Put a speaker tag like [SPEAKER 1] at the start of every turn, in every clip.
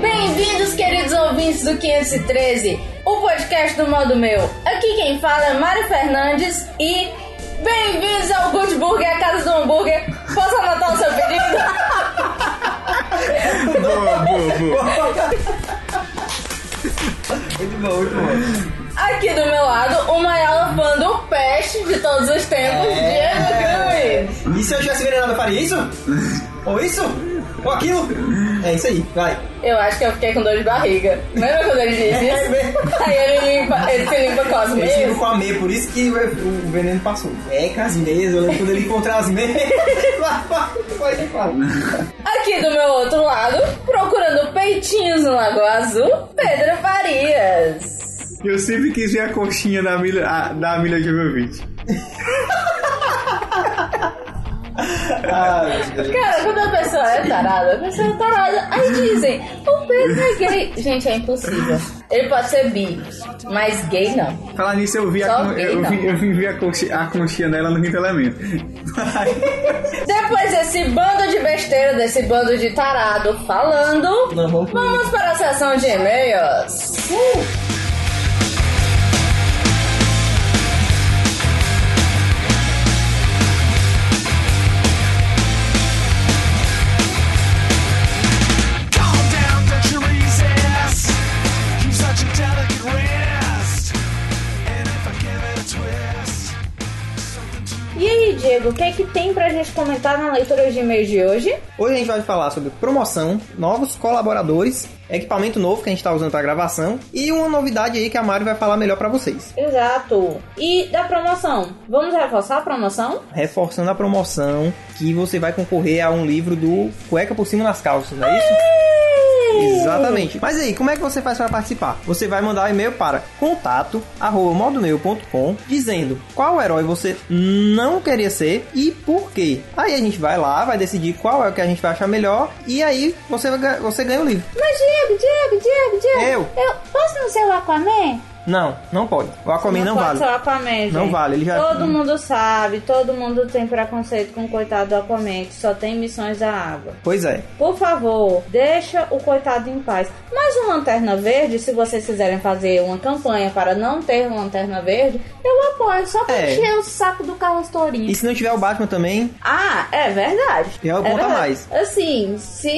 [SPEAKER 1] Bem-vindos, queridos ouvintes do 513, o podcast do modo meu. Aqui quem fala é Mário Fernandes e bem-vindos ao Good Burger, a casa do hambúrguer. Posso anotar o seu pedido?
[SPEAKER 2] Boa, boa, boa.
[SPEAKER 3] Muito bom, muito bom.
[SPEAKER 1] Aqui do meu lado, o maior fã do peste de todos os tempos, Diego Cruz.
[SPEAKER 3] E se eu tivesse envenenado, eu faria isso? Ou isso? Ou aquilo? É isso aí, vai.
[SPEAKER 1] Eu acho que eu fiquei com dor de barriga. Lembra quando ele disse isso? Aí ele limpa, ele se limpa com as
[SPEAKER 3] Ele
[SPEAKER 1] meias.
[SPEAKER 3] ficou com a meia, por isso que o veneno passou. É, com as meias, eu lembro quando ele encontrar as meias. Lá, lá, vai, vai, vai.
[SPEAKER 1] Aqui do meu outro lado, procurando peitinhos no Lago Azul, Pedro Farias.
[SPEAKER 2] Eu sempre quis ver a coxinha da milha, a- da milha Jovovich.
[SPEAKER 3] Ah, meu Deus.
[SPEAKER 1] Cara, quando a pessoa é tarada, a pessoa é tarada. Aí dizem, o Pedro é gay. Gente, é impossível. Ele pode ser bi, mas gay não.
[SPEAKER 2] Falar nisso, eu vi, a,
[SPEAKER 1] Só
[SPEAKER 2] con-
[SPEAKER 1] vi,
[SPEAKER 2] eu,
[SPEAKER 1] não.
[SPEAKER 2] vi, eu vim ver a, coxi- a conchinha dela no quinto elemento.
[SPEAKER 1] Depois desse bando de besteira, desse bando de tarado falando,
[SPEAKER 3] Não, vamos-
[SPEAKER 1] vamos para a sessão de e-mails.
[SPEAKER 4] Calm down, don't you resist. You're such a delicate wrist. And if I give it a twist,
[SPEAKER 1] E aí, Diego, o que é que tem pra gente comentar na leitura de e-mails de hoje?
[SPEAKER 3] Hoje a gente vai falar sobre promoção, novos colaboradores, equipamento novo que a gente tá usando pra gravação e uma novidade aí que a Mari vai falar melhor pra vocês.
[SPEAKER 1] Exato. E da promoção? Vamos reforçar a promoção?
[SPEAKER 3] reforçando a promoção que você vai concorrer a um livro do Cueca por Cima nas Calças, não é isso? Exatamente. Mas aí, como é que você faz para participar? Você vai mandar um e-mail para contato@modomeu.com dizendo qual herói você não queria ser e por quê. Aí a gente vai lá, vai decidir qual é o que a gente vai achar melhor e aí você vai ga- você ganha o livro.
[SPEAKER 1] Mas, Diego, Diego, Diego, Diego.
[SPEAKER 3] Eu.
[SPEAKER 1] posso não ser o Aquaman?
[SPEAKER 3] Não, não pode. O Aquaman não,
[SPEAKER 1] pode
[SPEAKER 3] vale.
[SPEAKER 1] ser o Aquaman, gente.
[SPEAKER 3] Não vale, ele já-
[SPEAKER 1] Todo mundo sabe, todo mundo tem preconceito com o coitado do Aquaman, que só tem missões da água.
[SPEAKER 3] Pois é.
[SPEAKER 1] Por favor, deixa o coitado em paz. Mas o Lanterna Verde, se vocês quiserem fazer uma campanha para não ter um Lanterna Verde, eu apoio, só pra
[SPEAKER 3] É.
[SPEAKER 1] encher o saco do Carlos Tourinho.
[SPEAKER 3] E se não tiver o Batman também,
[SPEAKER 1] Ah, é verdade.
[SPEAKER 3] Já é o
[SPEAKER 1] é
[SPEAKER 3] ponto a
[SPEAKER 1] verdade.
[SPEAKER 3] mais.
[SPEAKER 1] Assim, se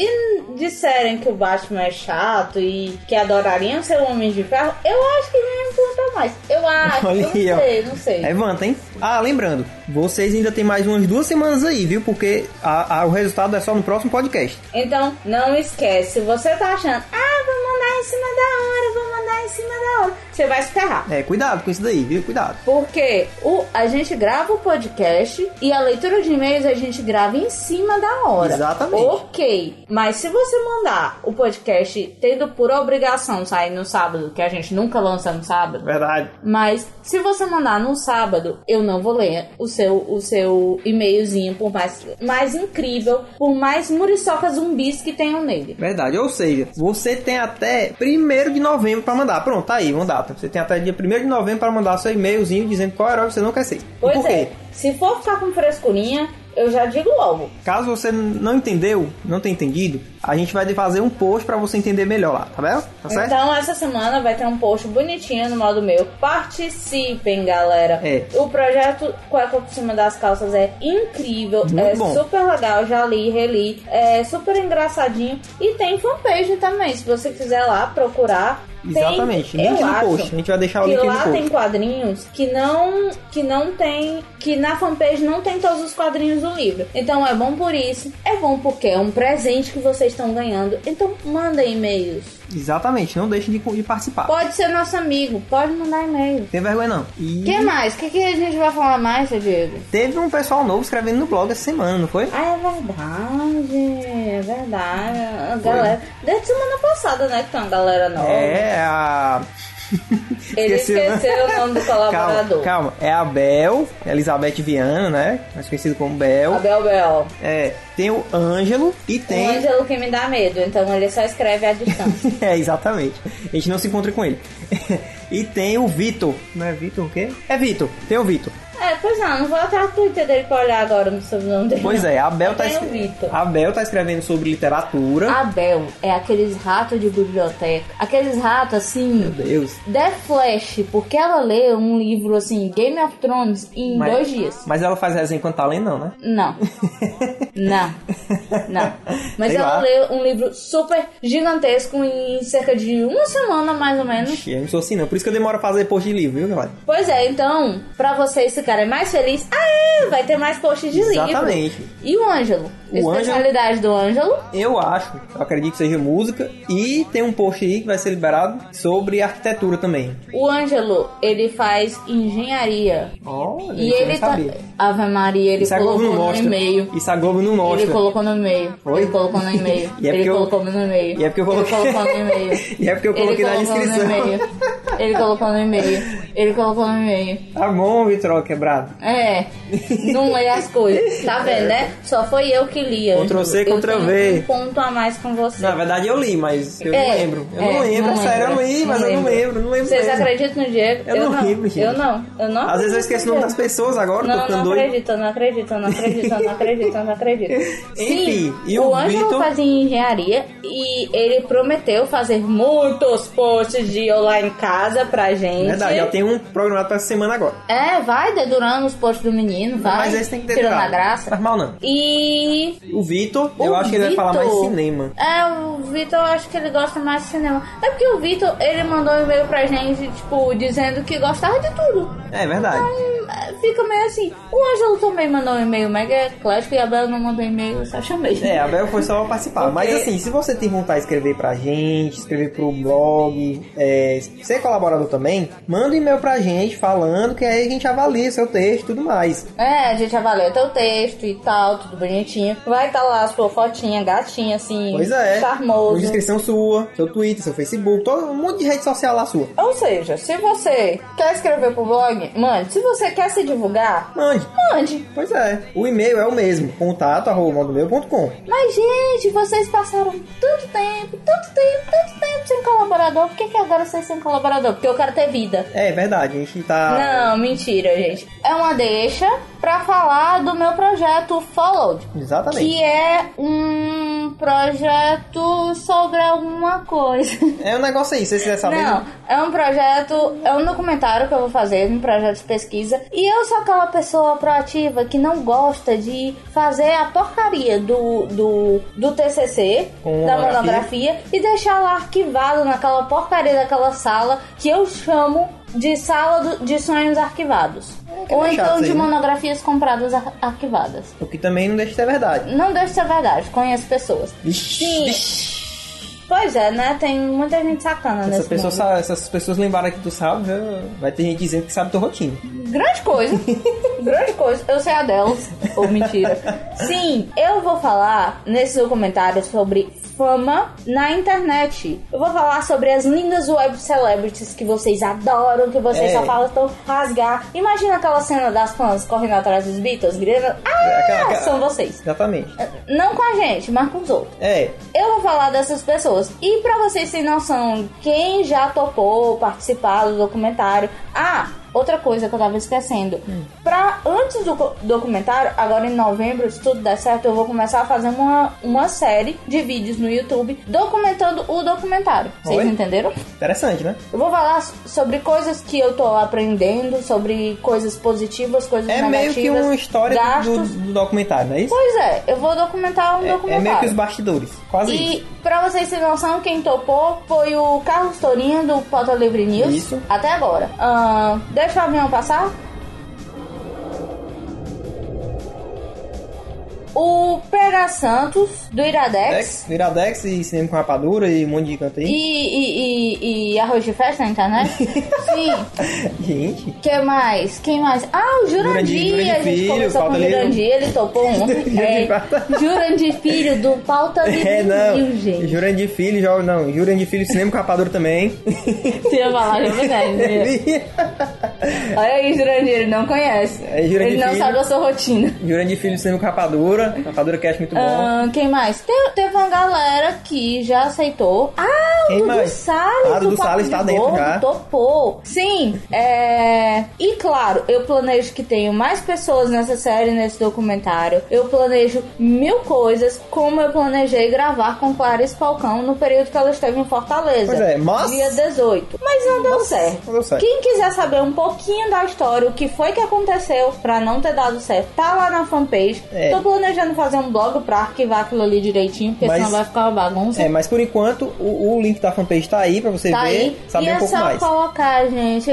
[SPEAKER 1] disserem que o Batman é chato e que adorariam ser o Homem de Ferro, eu acho que nem é um ponto a mais. Eu acho,
[SPEAKER 3] Olha
[SPEAKER 1] eu não
[SPEAKER 3] aí, ó.
[SPEAKER 1] sei, não sei.
[SPEAKER 3] Levanta, hein? Ah, lembrando, vocês ainda tem mais umas duas semanas aí, viu? Porque a- a- o resultado é só no próximo podcast.
[SPEAKER 1] Então, não esquece, se você tá achando, ah, vou mandar em cima da hora, vou mandar em cima da hora, você vai se ferrar.
[SPEAKER 3] É, cuidado com isso daí, viu? Cuidado.
[SPEAKER 1] Porque o, a gente grava o podcast e a leitura de e-mails a gente grava em cima da hora.
[SPEAKER 3] Exatamente.
[SPEAKER 1] Ok. Mas se você mandar o podcast tendo por obrigação sair no sábado, que a gente nunca lança no sábado.
[SPEAKER 3] Verdade.
[SPEAKER 1] Mas se você mandar no sábado, eu não vou ler o seu o seu e-mailzinho, por mais mais incrível, por mais muriçoca zumbis que tenham nele.
[SPEAKER 3] Verdade. Ou seja, você tem até 1 de novembro pra mandar. Pronto, tá aí, uma data. Você tem até dia 1 de novembro pra mandar seu e-mailzinho dizendo qual herói você não quer ser. E
[SPEAKER 1] Pois
[SPEAKER 3] por
[SPEAKER 1] é.
[SPEAKER 3] quê?
[SPEAKER 1] Se for ficar com frescurinha, eu já digo logo.
[SPEAKER 3] Caso você n- não entendeu, não tenha entendido, a gente vai fazer um post pra você entender melhor lá, tá vendo? Tá certo?
[SPEAKER 1] Então essa semana vai ter um post bonitinho no modo meu. Participem, galera.
[SPEAKER 3] É.
[SPEAKER 1] O projeto é Cueca por cima das calças é incrível,
[SPEAKER 3] Muito
[SPEAKER 1] é
[SPEAKER 3] bom.
[SPEAKER 1] super legal, já li, reli, é super engraçadinho e tem fanpage também, se você quiser lá procurar. Tem-
[SPEAKER 3] Exatamente.
[SPEAKER 1] eu
[SPEAKER 3] Link no
[SPEAKER 1] acho
[SPEAKER 3] post. A gente vai deixar o
[SPEAKER 1] que
[SPEAKER 3] link no
[SPEAKER 1] lá
[SPEAKER 3] post.
[SPEAKER 1] tem quadrinhos que não que não tem que na fanpage não tem todos os quadrinhos do livro. Então é bom por isso, é bom porque é um presente que vocês estão ganhando. Então mandem e-mails.
[SPEAKER 3] Exatamente. Não deixe de, co- de participar.
[SPEAKER 1] Pode ser nosso amigo, pode mandar e-mail.
[SPEAKER 3] Tem vergonha não. E...
[SPEAKER 1] O que mais? O que, que a gente vai falar mais, seu Diego?
[SPEAKER 3] Teve um pessoal novo escrevendo no blog essa semana, não foi?
[SPEAKER 1] Ah, é verdade, é verdade. A galera. Desde semana passada, né? Que tem uma galera nova.
[SPEAKER 3] É a.
[SPEAKER 1] Ele
[SPEAKER 3] Esqueci, né?
[SPEAKER 1] esqueceu o nome do
[SPEAKER 3] Calma,
[SPEAKER 1] colaborador.
[SPEAKER 3] calma. É a Bel, Elizabeth Viana, né? Mais conhecido como Bel.
[SPEAKER 1] Abel Bel.
[SPEAKER 3] É, tem o Ângelo e
[SPEAKER 1] Tem. O
[SPEAKER 3] tem.
[SPEAKER 1] Ângelo que me dá medo, então ele só escreve à distância.
[SPEAKER 3] é, exatamente. A gente não se encontra com ele. e tem o Vitor. Não é Vitor o quê? É Vitor. Tem o Vitor.
[SPEAKER 1] É, pois não, não vou atrás do Twitter dele pra olhar agora no sobrenome dele.
[SPEAKER 3] Pois é, a Bel tá,
[SPEAKER 1] Eu tenho
[SPEAKER 3] escre-
[SPEAKER 1] Vitor.
[SPEAKER 3] a Bel tá escrevendo sobre literatura.
[SPEAKER 1] Abel é aqueles ratos de biblioteca. Aqueles ratos assim.
[SPEAKER 3] Meu Deus.
[SPEAKER 1] The Flash, porque ela lê um livro assim, Game of Thrones, em
[SPEAKER 3] Mas-
[SPEAKER 1] dois dias.
[SPEAKER 3] Mas ela faz resenha enquanto tá lendo, não, né?
[SPEAKER 1] Não. Não. Não. Mas
[SPEAKER 3] Sei
[SPEAKER 1] ela
[SPEAKER 3] lá.
[SPEAKER 1] lê um livro super gigantesco em cerca de uma semana, mais ou menos.
[SPEAKER 3] Eu não sou assim, não. Por isso que eu demoro a fazer post de livro, viu, galera?
[SPEAKER 1] Pois é, então, pra você esse cara é mais feliz, aê, vai ter mais posts de livro.
[SPEAKER 3] Exatamente.
[SPEAKER 1] E o Ângelo? A
[SPEAKER 3] O Ângelo-
[SPEAKER 1] especialidade do Ângelo
[SPEAKER 3] Eu acho, eu acredito que seja música. E tem um post aí que vai ser liberado sobre arquitetura também.
[SPEAKER 1] O Ângelo, ele faz engenharia.
[SPEAKER 3] Olha,
[SPEAKER 1] E
[SPEAKER 3] isso eu
[SPEAKER 1] ele
[SPEAKER 3] não
[SPEAKER 1] tá.
[SPEAKER 3] sabia.
[SPEAKER 1] Ave Maria, ele
[SPEAKER 3] Isso a Globo não
[SPEAKER 1] colocou no
[SPEAKER 3] mostra.
[SPEAKER 1] e-mail.
[SPEAKER 3] Isso a Globo não mostra.
[SPEAKER 1] Ele colocou no e-mail.
[SPEAKER 3] Oi?
[SPEAKER 1] Ele colocou no e-mail.
[SPEAKER 3] E é
[SPEAKER 1] ele
[SPEAKER 3] porque eu-
[SPEAKER 1] colocou no e-mail.
[SPEAKER 3] e é porque eu coloquei-
[SPEAKER 1] Ele colocou no e-mail.
[SPEAKER 3] E é porque eu
[SPEAKER 1] Ele
[SPEAKER 3] coloquei na
[SPEAKER 1] colocou no
[SPEAKER 3] descrição.
[SPEAKER 1] e-mail. Ele colocou no e-mail. Ele colocou no e-mail.
[SPEAKER 3] Tá bom, Vitrol quebrado.
[SPEAKER 1] É, não lê as coisas. Tá vendo, né? Só foi eu que li. Ângelo.
[SPEAKER 3] É. Ctrl C,
[SPEAKER 1] Eu
[SPEAKER 3] Ctrl
[SPEAKER 1] tenho
[SPEAKER 3] V.
[SPEAKER 1] Um ponto a mais com você.
[SPEAKER 3] Na verdade eu li, mas eu
[SPEAKER 1] É,
[SPEAKER 3] não lembro. Eu
[SPEAKER 1] é,
[SPEAKER 3] não lembro, sério, eu li, mas eu não lembro, não lembro
[SPEAKER 1] Vocês
[SPEAKER 3] mesmo.
[SPEAKER 1] acreditam no Diego?
[SPEAKER 3] Eu não lembro, gente.
[SPEAKER 1] Eu não, eu não.
[SPEAKER 3] Às vezes
[SPEAKER 1] acredito
[SPEAKER 3] eu esqueço o
[SPEAKER 1] no Diego.
[SPEAKER 3] nome das pessoas agora, tô
[SPEAKER 1] Não,
[SPEAKER 3] ficando
[SPEAKER 1] não
[SPEAKER 3] doido.
[SPEAKER 1] acredito, não acredito, não acredito, não acredito, não acredito.
[SPEAKER 3] Enfim,
[SPEAKER 1] Sim,
[SPEAKER 3] e
[SPEAKER 1] o,
[SPEAKER 3] o
[SPEAKER 1] Ângelo
[SPEAKER 3] Vitor-
[SPEAKER 1] fazia engenharia e ele prometeu fazer muitos posts de eu lá em casa pra gente.
[SPEAKER 3] Verdade, já tem um programado pra semana agora.
[SPEAKER 1] É, vai dedurando os posts do menino, vai.
[SPEAKER 3] mas esse tem que ter
[SPEAKER 1] Tirando
[SPEAKER 3] cuidado.
[SPEAKER 1] a graça.
[SPEAKER 3] Faz mal não.
[SPEAKER 1] E
[SPEAKER 3] O Vitor, eu
[SPEAKER 1] o
[SPEAKER 3] acho que ele vai falar mais
[SPEAKER 1] Vitor-
[SPEAKER 3] cinema.
[SPEAKER 1] É, o Vitor, eu acho que ele gosta mais de cinema. É porque o Vitor, ele mandou um e-mail pra gente, tipo, dizendo que gostava de tudo.
[SPEAKER 3] É verdade.
[SPEAKER 1] Hum, é, Fica meio assim. O Ângelo também mandou um e-mail mega eclético e a Bela não mandou e-mail, eu só chamei.
[SPEAKER 3] É, a Bel foi só participar. Mas
[SPEAKER 1] Porque-
[SPEAKER 3] assim, se você tem vontade de escrever pra gente, escrever pro blog, é, ser colaborador também, manda um e-mail pra gente falando que aí a gente avalia seu texto e tudo mais.
[SPEAKER 1] É, a gente avaliou teu texto e tal, tudo bonitinho. Vai tá lá a sua fotinha, gatinha, assim,
[SPEAKER 3] Pois é. Uma
[SPEAKER 1] charmoso.
[SPEAKER 3] descrição sua, seu Twitter, seu Facebook, todo um monte de rede social lá sua.
[SPEAKER 1] Ou seja, se você quer escrever pro blog, mande. Se você quer se divulgar,
[SPEAKER 3] Mande.
[SPEAKER 1] mande.
[SPEAKER 3] Pois é. O e-mail é o mesmo. Contato arroba modomeio.com.
[SPEAKER 1] Mas, gente, vocês passaram tanto tempo, tanto tempo, tanto tempo sem colaborador. Por que, que agora vocês sem colaborador? Porque eu quero ter vida.
[SPEAKER 3] É verdade, a gente tá.
[SPEAKER 1] Não, mentira, gente. É uma deixa pra falar do meu projeto Followed.
[SPEAKER 3] Exatamente.
[SPEAKER 1] Que é um projeto sobre alguma coisa.
[SPEAKER 3] É um negócio aí, se você quiser saber.
[SPEAKER 1] Não, é um projeto, é um documentário que eu vou fazer, um projeto de pesquisa. E eu sou aquela pessoa proativa que não gosta de fazer a porcaria do, do, do TCC,
[SPEAKER 3] Com
[SPEAKER 1] da
[SPEAKER 3] monografia.
[SPEAKER 1] monografia, e deixar lá arquivado naquela porcaria daquela sala que eu chamo de sala do- de sonhos arquivados.
[SPEAKER 3] que
[SPEAKER 1] Ou
[SPEAKER 3] é chato
[SPEAKER 1] então
[SPEAKER 3] isso
[SPEAKER 1] de
[SPEAKER 3] aí, né?
[SPEAKER 1] monografias compradas ar- arquivadas.
[SPEAKER 3] O que também não deixa de ser verdade.
[SPEAKER 1] Não deve ser verdade, conheço pessoas.
[SPEAKER 3] Ixi,
[SPEAKER 1] Sim. Pois é, né? Tem muita gente sacana
[SPEAKER 3] Essa
[SPEAKER 1] nesse
[SPEAKER 3] pessoa
[SPEAKER 1] mundo.
[SPEAKER 3] sa- essas pessoas lembraram que tu sabe, já vai ter gente dizendo que sabe tua rotina.
[SPEAKER 1] Grande coisa. Grande coisa. Eu sei a delas. Ou mentira. Sim, eu vou falar nesse documentário sobre fama na internet. Eu vou falar sobre as lindas web celebrities que vocês adoram, que vocês
[SPEAKER 3] É.
[SPEAKER 1] só falam rasgar. Imagina aquela cena das fãs correndo atrás dos Beatles, gritando. Ah,
[SPEAKER 3] aquela-
[SPEAKER 5] É,
[SPEAKER 3] aquela-
[SPEAKER 1] são vocês.
[SPEAKER 3] É, Exatamente.
[SPEAKER 1] Não com a gente, mas com os outros.
[SPEAKER 3] É,
[SPEAKER 1] Eu vou falar dessas pessoas. E pra vocês terem noção, quem já topou participar do documentário? Ah, outra coisa que eu tava esquecendo.
[SPEAKER 3] Hum.
[SPEAKER 1] Pra antes do co- documentário, agora em novembro, se tudo der certo, eu vou começar a fazer uma, uma série de vídeos no YouTube documentando o documentário. Vocês
[SPEAKER 3] Oi?
[SPEAKER 1] entenderam?
[SPEAKER 3] interessante, né?
[SPEAKER 1] Eu vou falar s- sobre coisas que eu tô aprendendo, sobre coisas positivas, coisas
[SPEAKER 3] É meio
[SPEAKER 1] negativas.
[SPEAKER 3] que uma história do,
[SPEAKER 1] gastos.
[SPEAKER 3] do documentário, não é isso?
[SPEAKER 1] Pois é, eu vou documentar um
[SPEAKER 3] É,
[SPEAKER 1] documentário.
[SPEAKER 3] é meio que os bastidores, quase
[SPEAKER 1] E
[SPEAKER 3] isso.
[SPEAKER 1] pra vocês terem noção, quem topou foi o Carlos Torinho do Pauta Livre News.
[SPEAKER 3] Isso.
[SPEAKER 1] Até agora. Ahn, deixa o avião passar. O Pera Santos do Iradex.
[SPEAKER 3] Dex, Viradex e cinema com rapadura e um monte de canto
[SPEAKER 1] E,
[SPEAKER 3] aí.
[SPEAKER 1] e, e, e arroz de festa na internet? Sim.
[SPEAKER 3] Gente,
[SPEAKER 1] Que mais? Quem mais? Ah, o Jurandir.
[SPEAKER 3] Jurandir, Jurandir
[SPEAKER 1] a gente
[SPEAKER 3] Filho,
[SPEAKER 1] começou com o
[SPEAKER 3] Pauta Livre.
[SPEAKER 1] Jurandir, ele topou ontem.
[SPEAKER 3] Jurandir
[SPEAKER 1] é,
[SPEAKER 3] Pauta-
[SPEAKER 1] Jurandir Filho do Pauta Livre
[SPEAKER 3] é não.
[SPEAKER 1] News, gente.
[SPEAKER 3] Jurandir Filho, jo- não, Jurandir Filho, cinema com rapadura também.
[SPEAKER 1] Você ia falar, é verdade. né? Olha aí, Jurandir, ele não conhece.
[SPEAKER 3] É, Jurandir
[SPEAKER 1] ele não
[SPEAKER 3] Filho.
[SPEAKER 1] sabe a sua rotina.
[SPEAKER 3] Jurandir Filho, cinema com rapadura rapadura. Rapadura cast muito bom.
[SPEAKER 5] Ah, quem mais? Te- teve uma galera que já aceitou. Ah, o
[SPEAKER 3] Quem
[SPEAKER 5] Dudu
[SPEAKER 3] mais?
[SPEAKER 5] Salles.
[SPEAKER 3] Ah, Dudu
[SPEAKER 5] do Papo
[SPEAKER 3] Salles
[SPEAKER 5] de
[SPEAKER 3] tá dentro
[SPEAKER 5] Gordo,
[SPEAKER 3] já.
[SPEAKER 5] Topou. Sim, é... E claro, eu planejo que tenham mais pessoas nessa série, nesse documentário. Eu planejo mil coisas, como eu planejei gravar com Clarice Falcão no período que ela esteve em Fortaleza.
[SPEAKER 3] Pois é, mas-
[SPEAKER 5] Dia 18. Mas não deu certo.
[SPEAKER 3] não deu certo.
[SPEAKER 5] Quem quiser saber um pouquinho da história, o que foi que aconteceu pra não ter dado certo, tá lá na fanpage.
[SPEAKER 3] É.
[SPEAKER 5] Tô planejando fazer um blog pra arquivar aquilo ali direitinho, porque
[SPEAKER 3] Mas-
[SPEAKER 5] senão vai ficar uma bagunça.
[SPEAKER 3] É, mas por enquanto o, o link da fanpage tá aí pra você
[SPEAKER 5] Tá
[SPEAKER 3] ver,
[SPEAKER 5] aí. E
[SPEAKER 3] saber um
[SPEAKER 5] é
[SPEAKER 3] pouco
[SPEAKER 5] só
[SPEAKER 3] mais.
[SPEAKER 5] colocar, gente,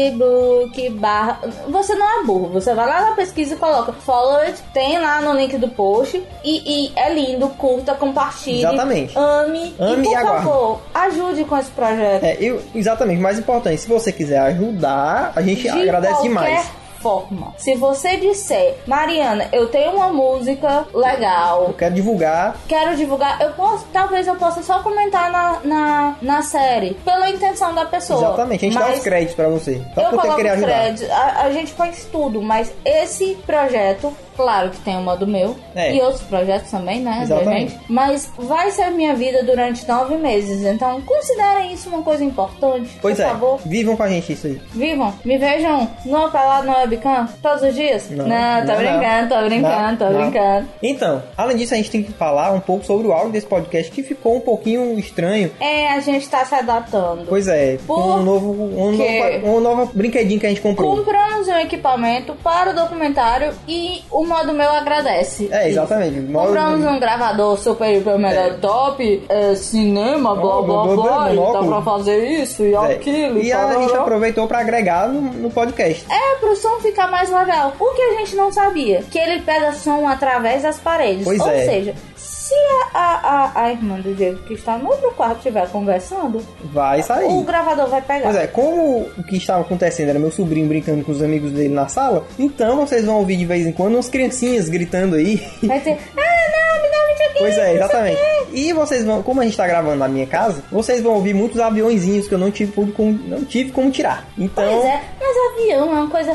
[SPEAKER 5] Facebook barra. Você não é burro, você vai lá na pesquisa e coloca follow it, tem lá no link do post. E, e é lindo, curta, compartilhe.
[SPEAKER 3] Exatamente.
[SPEAKER 5] Ame.
[SPEAKER 3] Ame
[SPEAKER 5] e por
[SPEAKER 3] e aguarde.
[SPEAKER 5] favor, ajude com esse projeto.
[SPEAKER 3] É, eu, exatamente, mais importante, se você quiser ajudar, a gente
[SPEAKER 5] de
[SPEAKER 3] agradece
[SPEAKER 5] qualquer
[SPEAKER 3] demais.
[SPEAKER 5] forma. Se você disser, Mariana, eu tenho uma música legal,
[SPEAKER 3] Eu quero divulgar.
[SPEAKER 5] quero divulgar, eu posso, talvez eu possa só comentar na, na, na série, pela intenção da pessoa.
[SPEAKER 3] Exatamente, a gente dá
[SPEAKER 5] Oh, Mas
[SPEAKER 3] os créditos pra você. Só pra
[SPEAKER 5] Eu
[SPEAKER 3] você
[SPEAKER 5] coloco
[SPEAKER 3] querer
[SPEAKER 5] os
[SPEAKER 3] ajudar.
[SPEAKER 5] créditos, a, a gente faz tudo, mas esse projeto, claro que tem uma do meu
[SPEAKER 3] É.
[SPEAKER 5] e outros projetos também, né? da
[SPEAKER 3] Exatamente.
[SPEAKER 5] gente, mas vai ser minha vida durante nove meses, então considerem isso uma coisa importante,
[SPEAKER 3] Pois
[SPEAKER 5] por
[SPEAKER 3] é,
[SPEAKER 5] favor.
[SPEAKER 3] vivam com a gente isso aí.
[SPEAKER 5] Vivam, me vejam numa pelada na webcam todos os dias?
[SPEAKER 3] Não,
[SPEAKER 5] tô
[SPEAKER 3] não,
[SPEAKER 5] brincando,
[SPEAKER 3] não.
[SPEAKER 5] tô brincando, tô
[SPEAKER 3] Não, não.
[SPEAKER 5] brincando.
[SPEAKER 3] Então, além disso, a gente tem que falar um pouco sobre o áudio desse podcast que ficou um pouquinho estranho.
[SPEAKER 5] É, a gente tá se adaptando.
[SPEAKER 3] Pois é, com
[SPEAKER 5] Por
[SPEAKER 3] um novo, um
[SPEAKER 5] quê?
[SPEAKER 3] novo, um novo brinquedinho que a gente comprou.
[SPEAKER 5] Compramos um equipamento para o documentário e o modo meu agradece.
[SPEAKER 3] É, exatamente. Modo-
[SPEAKER 5] Compramos um gravador super, hiper, mega top, é, cinema, blá
[SPEAKER 3] Oh,
[SPEAKER 5] blá blá,
[SPEAKER 3] blá, blá,
[SPEAKER 5] e dá
[SPEAKER 3] monóculo.
[SPEAKER 5] pra fazer isso e
[SPEAKER 3] É.
[SPEAKER 5] aquilo.
[SPEAKER 3] E a
[SPEAKER 5] tarará.
[SPEAKER 3] gente aproveitou pra agregar no, no podcast.
[SPEAKER 5] É, pro som ficar mais legal. O que a gente não sabia, que ele pega som através das paredes.
[SPEAKER 3] Pois
[SPEAKER 5] Ou
[SPEAKER 3] é.
[SPEAKER 5] seja, se a, a, a, a irmã do Diego que está no outro quarto estiver conversando,
[SPEAKER 3] Vai sair.
[SPEAKER 5] o gravador vai pegar.
[SPEAKER 3] Pois é, como o que estava acontecendo era meu sobrinho brincando com os amigos dele na sala, então vocês vão ouvir de vez em quando umas criancinhas gritando aí.
[SPEAKER 5] Vai ter, ah, não, me dá um videogame.
[SPEAKER 3] Pois
[SPEAKER 5] não
[SPEAKER 3] é,
[SPEAKER 5] sei o
[SPEAKER 3] exatamente.
[SPEAKER 5] quê."
[SPEAKER 3] E vocês vão, como a gente tá gravando na minha casa, vocês vão ouvir muitos aviõezinhos que eu não tive como, não tive como tirar. Então,
[SPEAKER 5] Pois é, mas avião é uma coisa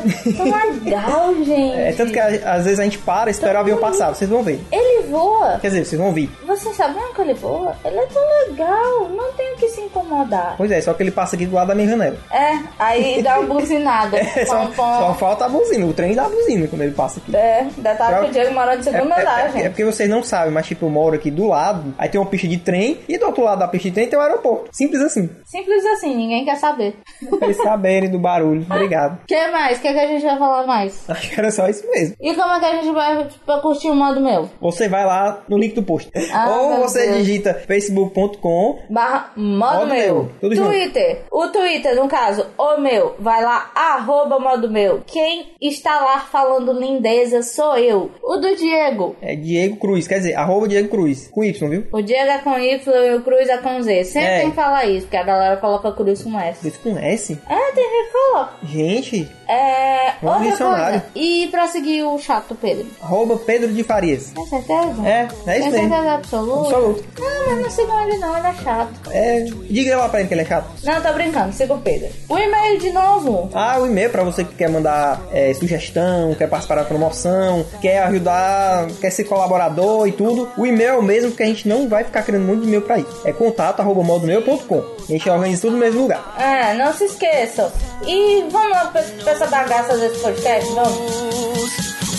[SPEAKER 5] tão legal, gente.
[SPEAKER 3] é, tanto que a- às vezes a gente para e espera o avião passar, vocês vão ver.
[SPEAKER 5] Ele voa.
[SPEAKER 3] Quer dizer, vocês vão ouvir.
[SPEAKER 5] Você sabe que ele voa? Ele é tão legal, não tem o que se incomodar.
[SPEAKER 3] Pois é, só que ele passa aqui do lado da minha janela.
[SPEAKER 5] É, aí dá uma buzinada.
[SPEAKER 3] É, só,
[SPEAKER 5] Pom, pom.
[SPEAKER 3] só falta a buzina, o trem dá a buzina quando ele passa aqui.
[SPEAKER 5] É, detalhe que o
[SPEAKER 3] Pra-
[SPEAKER 5] Diego mora no
[SPEAKER 3] É,
[SPEAKER 5] segundo andar,
[SPEAKER 3] é- é
[SPEAKER 5] gente.
[SPEAKER 3] porque vocês não sabem, mas tipo, eu moro aqui do lado, aí tem uma pista de trem, e do outro lado da pista de trem tem um aeroporto. Simples assim.
[SPEAKER 5] Simples assim, ninguém quer saber.
[SPEAKER 3] Pra eles saberem do barulho. Obrigado.
[SPEAKER 5] O que mais? O que, é que a gente vai falar mais?
[SPEAKER 3] Acho que era só isso mesmo.
[SPEAKER 5] E como é que a gente vai pra curtir o modo meu?
[SPEAKER 3] Você vai lá no link do post.
[SPEAKER 5] Ah,
[SPEAKER 3] Ou
[SPEAKER 5] meu
[SPEAKER 3] você
[SPEAKER 5] Deus.
[SPEAKER 3] digita facebook.com.
[SPEAKER 5] Barra modo,
[SPEAKER 3] Modo
[SPEAKER 5] meu.
[SPEAKER 3] meu, tudo junto.
[SPEAKER 5] Twitter. O Twitter, no caso, o meu. Vai lá, arroba modo meu. Quem está lá falando lindeza sou eu. O do Diego.
[SPEAKER 3] É Diego Cruz, quer dizer, arroba Diego Cruz, com Y, viu?
[SPEAKER 5] O Diego é com Y e o Cruz é com Z. Sempre
[SPEAKER 3] É.
[SPEAKER 5] tem que falar isso, porque a galera coloca Cruz com S.
[SPEAKER 3] Cruz com S?
[SPEAKER 5] É, tem gente que coloca.
[SPEAKER 3] Gente,
[SPEAKER 5] É.
[SPEAKER 3] Vamos
[SPEAKER 5] Outra
[SPEAKER 3] missionário.
[SPEAKER 5] coisa. E pra seguir o chato do Pedro.
[SPEAKER 3] arroba Pedro de Farias.
[SPEAKER 5] Tem certeza?
[SPEAKER 3] É, é isso
[SPEAKER 5] Tem
[SPEAKER 3] mesmo.
[SPEAKER 5] certeza absoluta?
[SPEAKER 3] Absoluto.
[SPEAKER 5] Não, Ah, mas não sigam ele não, ele é chato.
[SPEAKER 3] É, diga lá pra ele que ele é chato.
[SPEAKER 5] Não, tô brincando, siga o Pedro. O e-mail de novo.
[SPEAKER 3] Ah, o e-mail pra você que quer mandar é, sugestão, quer participar da promoção, quer ajudar, quer ser colaborador e tudo. O e-mail é o mesmo, porque a gente não vai ficar criando muito e-mail pra isso. É contato arroba modomeu.com. A gente organiza tudo no mesmo lugar.
[SPEAKER 5] É, não se esqueçam. E vamos lá pra, pra essa bagaça desse podcast, vamos?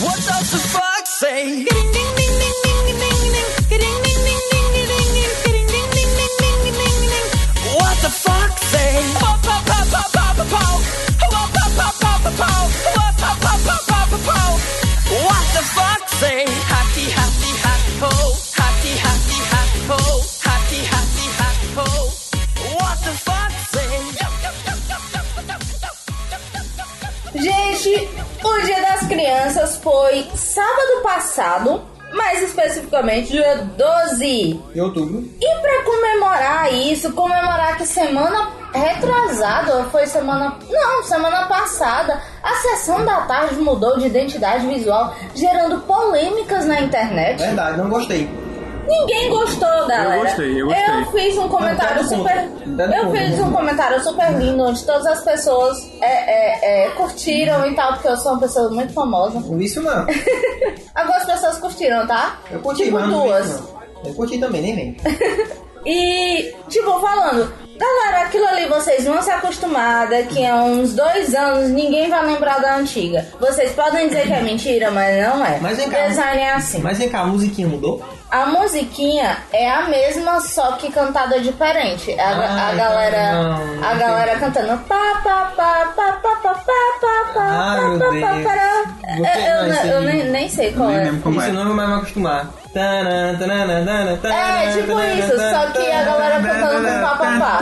[SPEAKER 6] What does the fuck say? What the fuck say? What the fuck say? Happy, happy, happy ho. Happy, happy, happy ho. Happy, happy, happy ho. What the fuck say?
[SPEAKER 5] Gente, o Dia das Crianças foi sábado passado, mais especificamente dia 12.
[SPEAKER 3] Em outubro.
[SPEAKER 5] E pra comemorar isso,
[SPEAKER 1] Tá
[SPEAKER 5] comemorar que semana retrasada, ou foi semana. Não, semana passada, a sessão da tarde mudou de identidade visual, gerando polêmicas na internet.
[SPEAKER 3] É? Verdade, não gostei.
[SPEAKER 1] Ninguém gostou, galera.
[SPEAKER 2] gostei, eu gostei.
[SPEAKER 1] Eu fiz um comentário
[SPEAKER 3] Não, dá no
[SPEAKER 1] super.
[SPEAKER 3] ponto. Dá no
[SPEAKER 1] Eu
[SPEAKER 3] ponto,
[SPEAKER 1] fiz
[SPEAKER 3] né?
[SPEAKER 1] um comentário super lindo onde todas as pessoas é, é, é, curtiram e tal, porque eu sou uma pessoa muito famosa.
[SPEAKER 3] Isso não.
[SPEAKER 1] Algumas pessoas curtiram, tá?
[SPEAKER 3] Eu curti,
[SPEAKER 1] tipo
[SPEAKER 3] mas não vi
[SPEAKER 1] duas.
[SPEAKER 3] isso, não. Eu curti também, nem vem.
[SPEAKER 1] E, tipo, falando, galera, aquilo ali vocês vão se acostumar, daqui a uns dois anos ninguém vai lembrar da antiga. Vocês podem dizer que é mentira, mas não é.
[SPEAKER 3] Mas vem cá.
[SPEAKER 1] Design é assim.
[SPEAKER 3] Mas vem cá, a musiquinha mudou?
[SPEAKER 1] A musiquinha é a mesma, só que cantada diferente. A,
[SPEAKER 3] Ah,
[SPEAKER 1] a galera.
[SPEAKER 3] não, não
[SPEAKER 1] a
[SPEAKER 3] entendi.
[SPEAKER 1] galera cantando pá pá pá pá pá pá pá pá pá
[SPEAKER 3] Ah, meu
[SPEAKER 1] pá pá
[SPEAKER 3] Deus.
[SPEAKER 1] pará.
[SPEAKER 3] Você
[SPEAKER 1] É, Eu-
[SPEAKER 3] não,
[SPEAKER 1] Eu,
[SPEAKER 3] isso
[SPEAKER 1] ne- eu
[SPEAKER 3] aí.
[SPEAKER 1] nem, nem sei qual
[SPEAKER 2] Nem
[SPEAKER 1] é.
[SPEAKER 2] lembro como
[SPEAKER 3] Isso
[SPEAKER 2] é.
[SPEAKER 3] eu não vou mais me acostumar. Tanã, tanã, tanã, tanã,
[SPEAKER 1] É, tipo
[SPEAKER 3] tanã,
[SPEAKER 1] isso,
[SPEAKER 3] tanã,
[SPEAKER 1] só que a
[SPEAKER 3] tanã,
[SPEAKER 1] galera
[SPEAKER 3] tanã,
[SPEAKER 1] cantando com
[SPEAKER 3] tanã.
[SPEAKER 1] pá, pá, pá.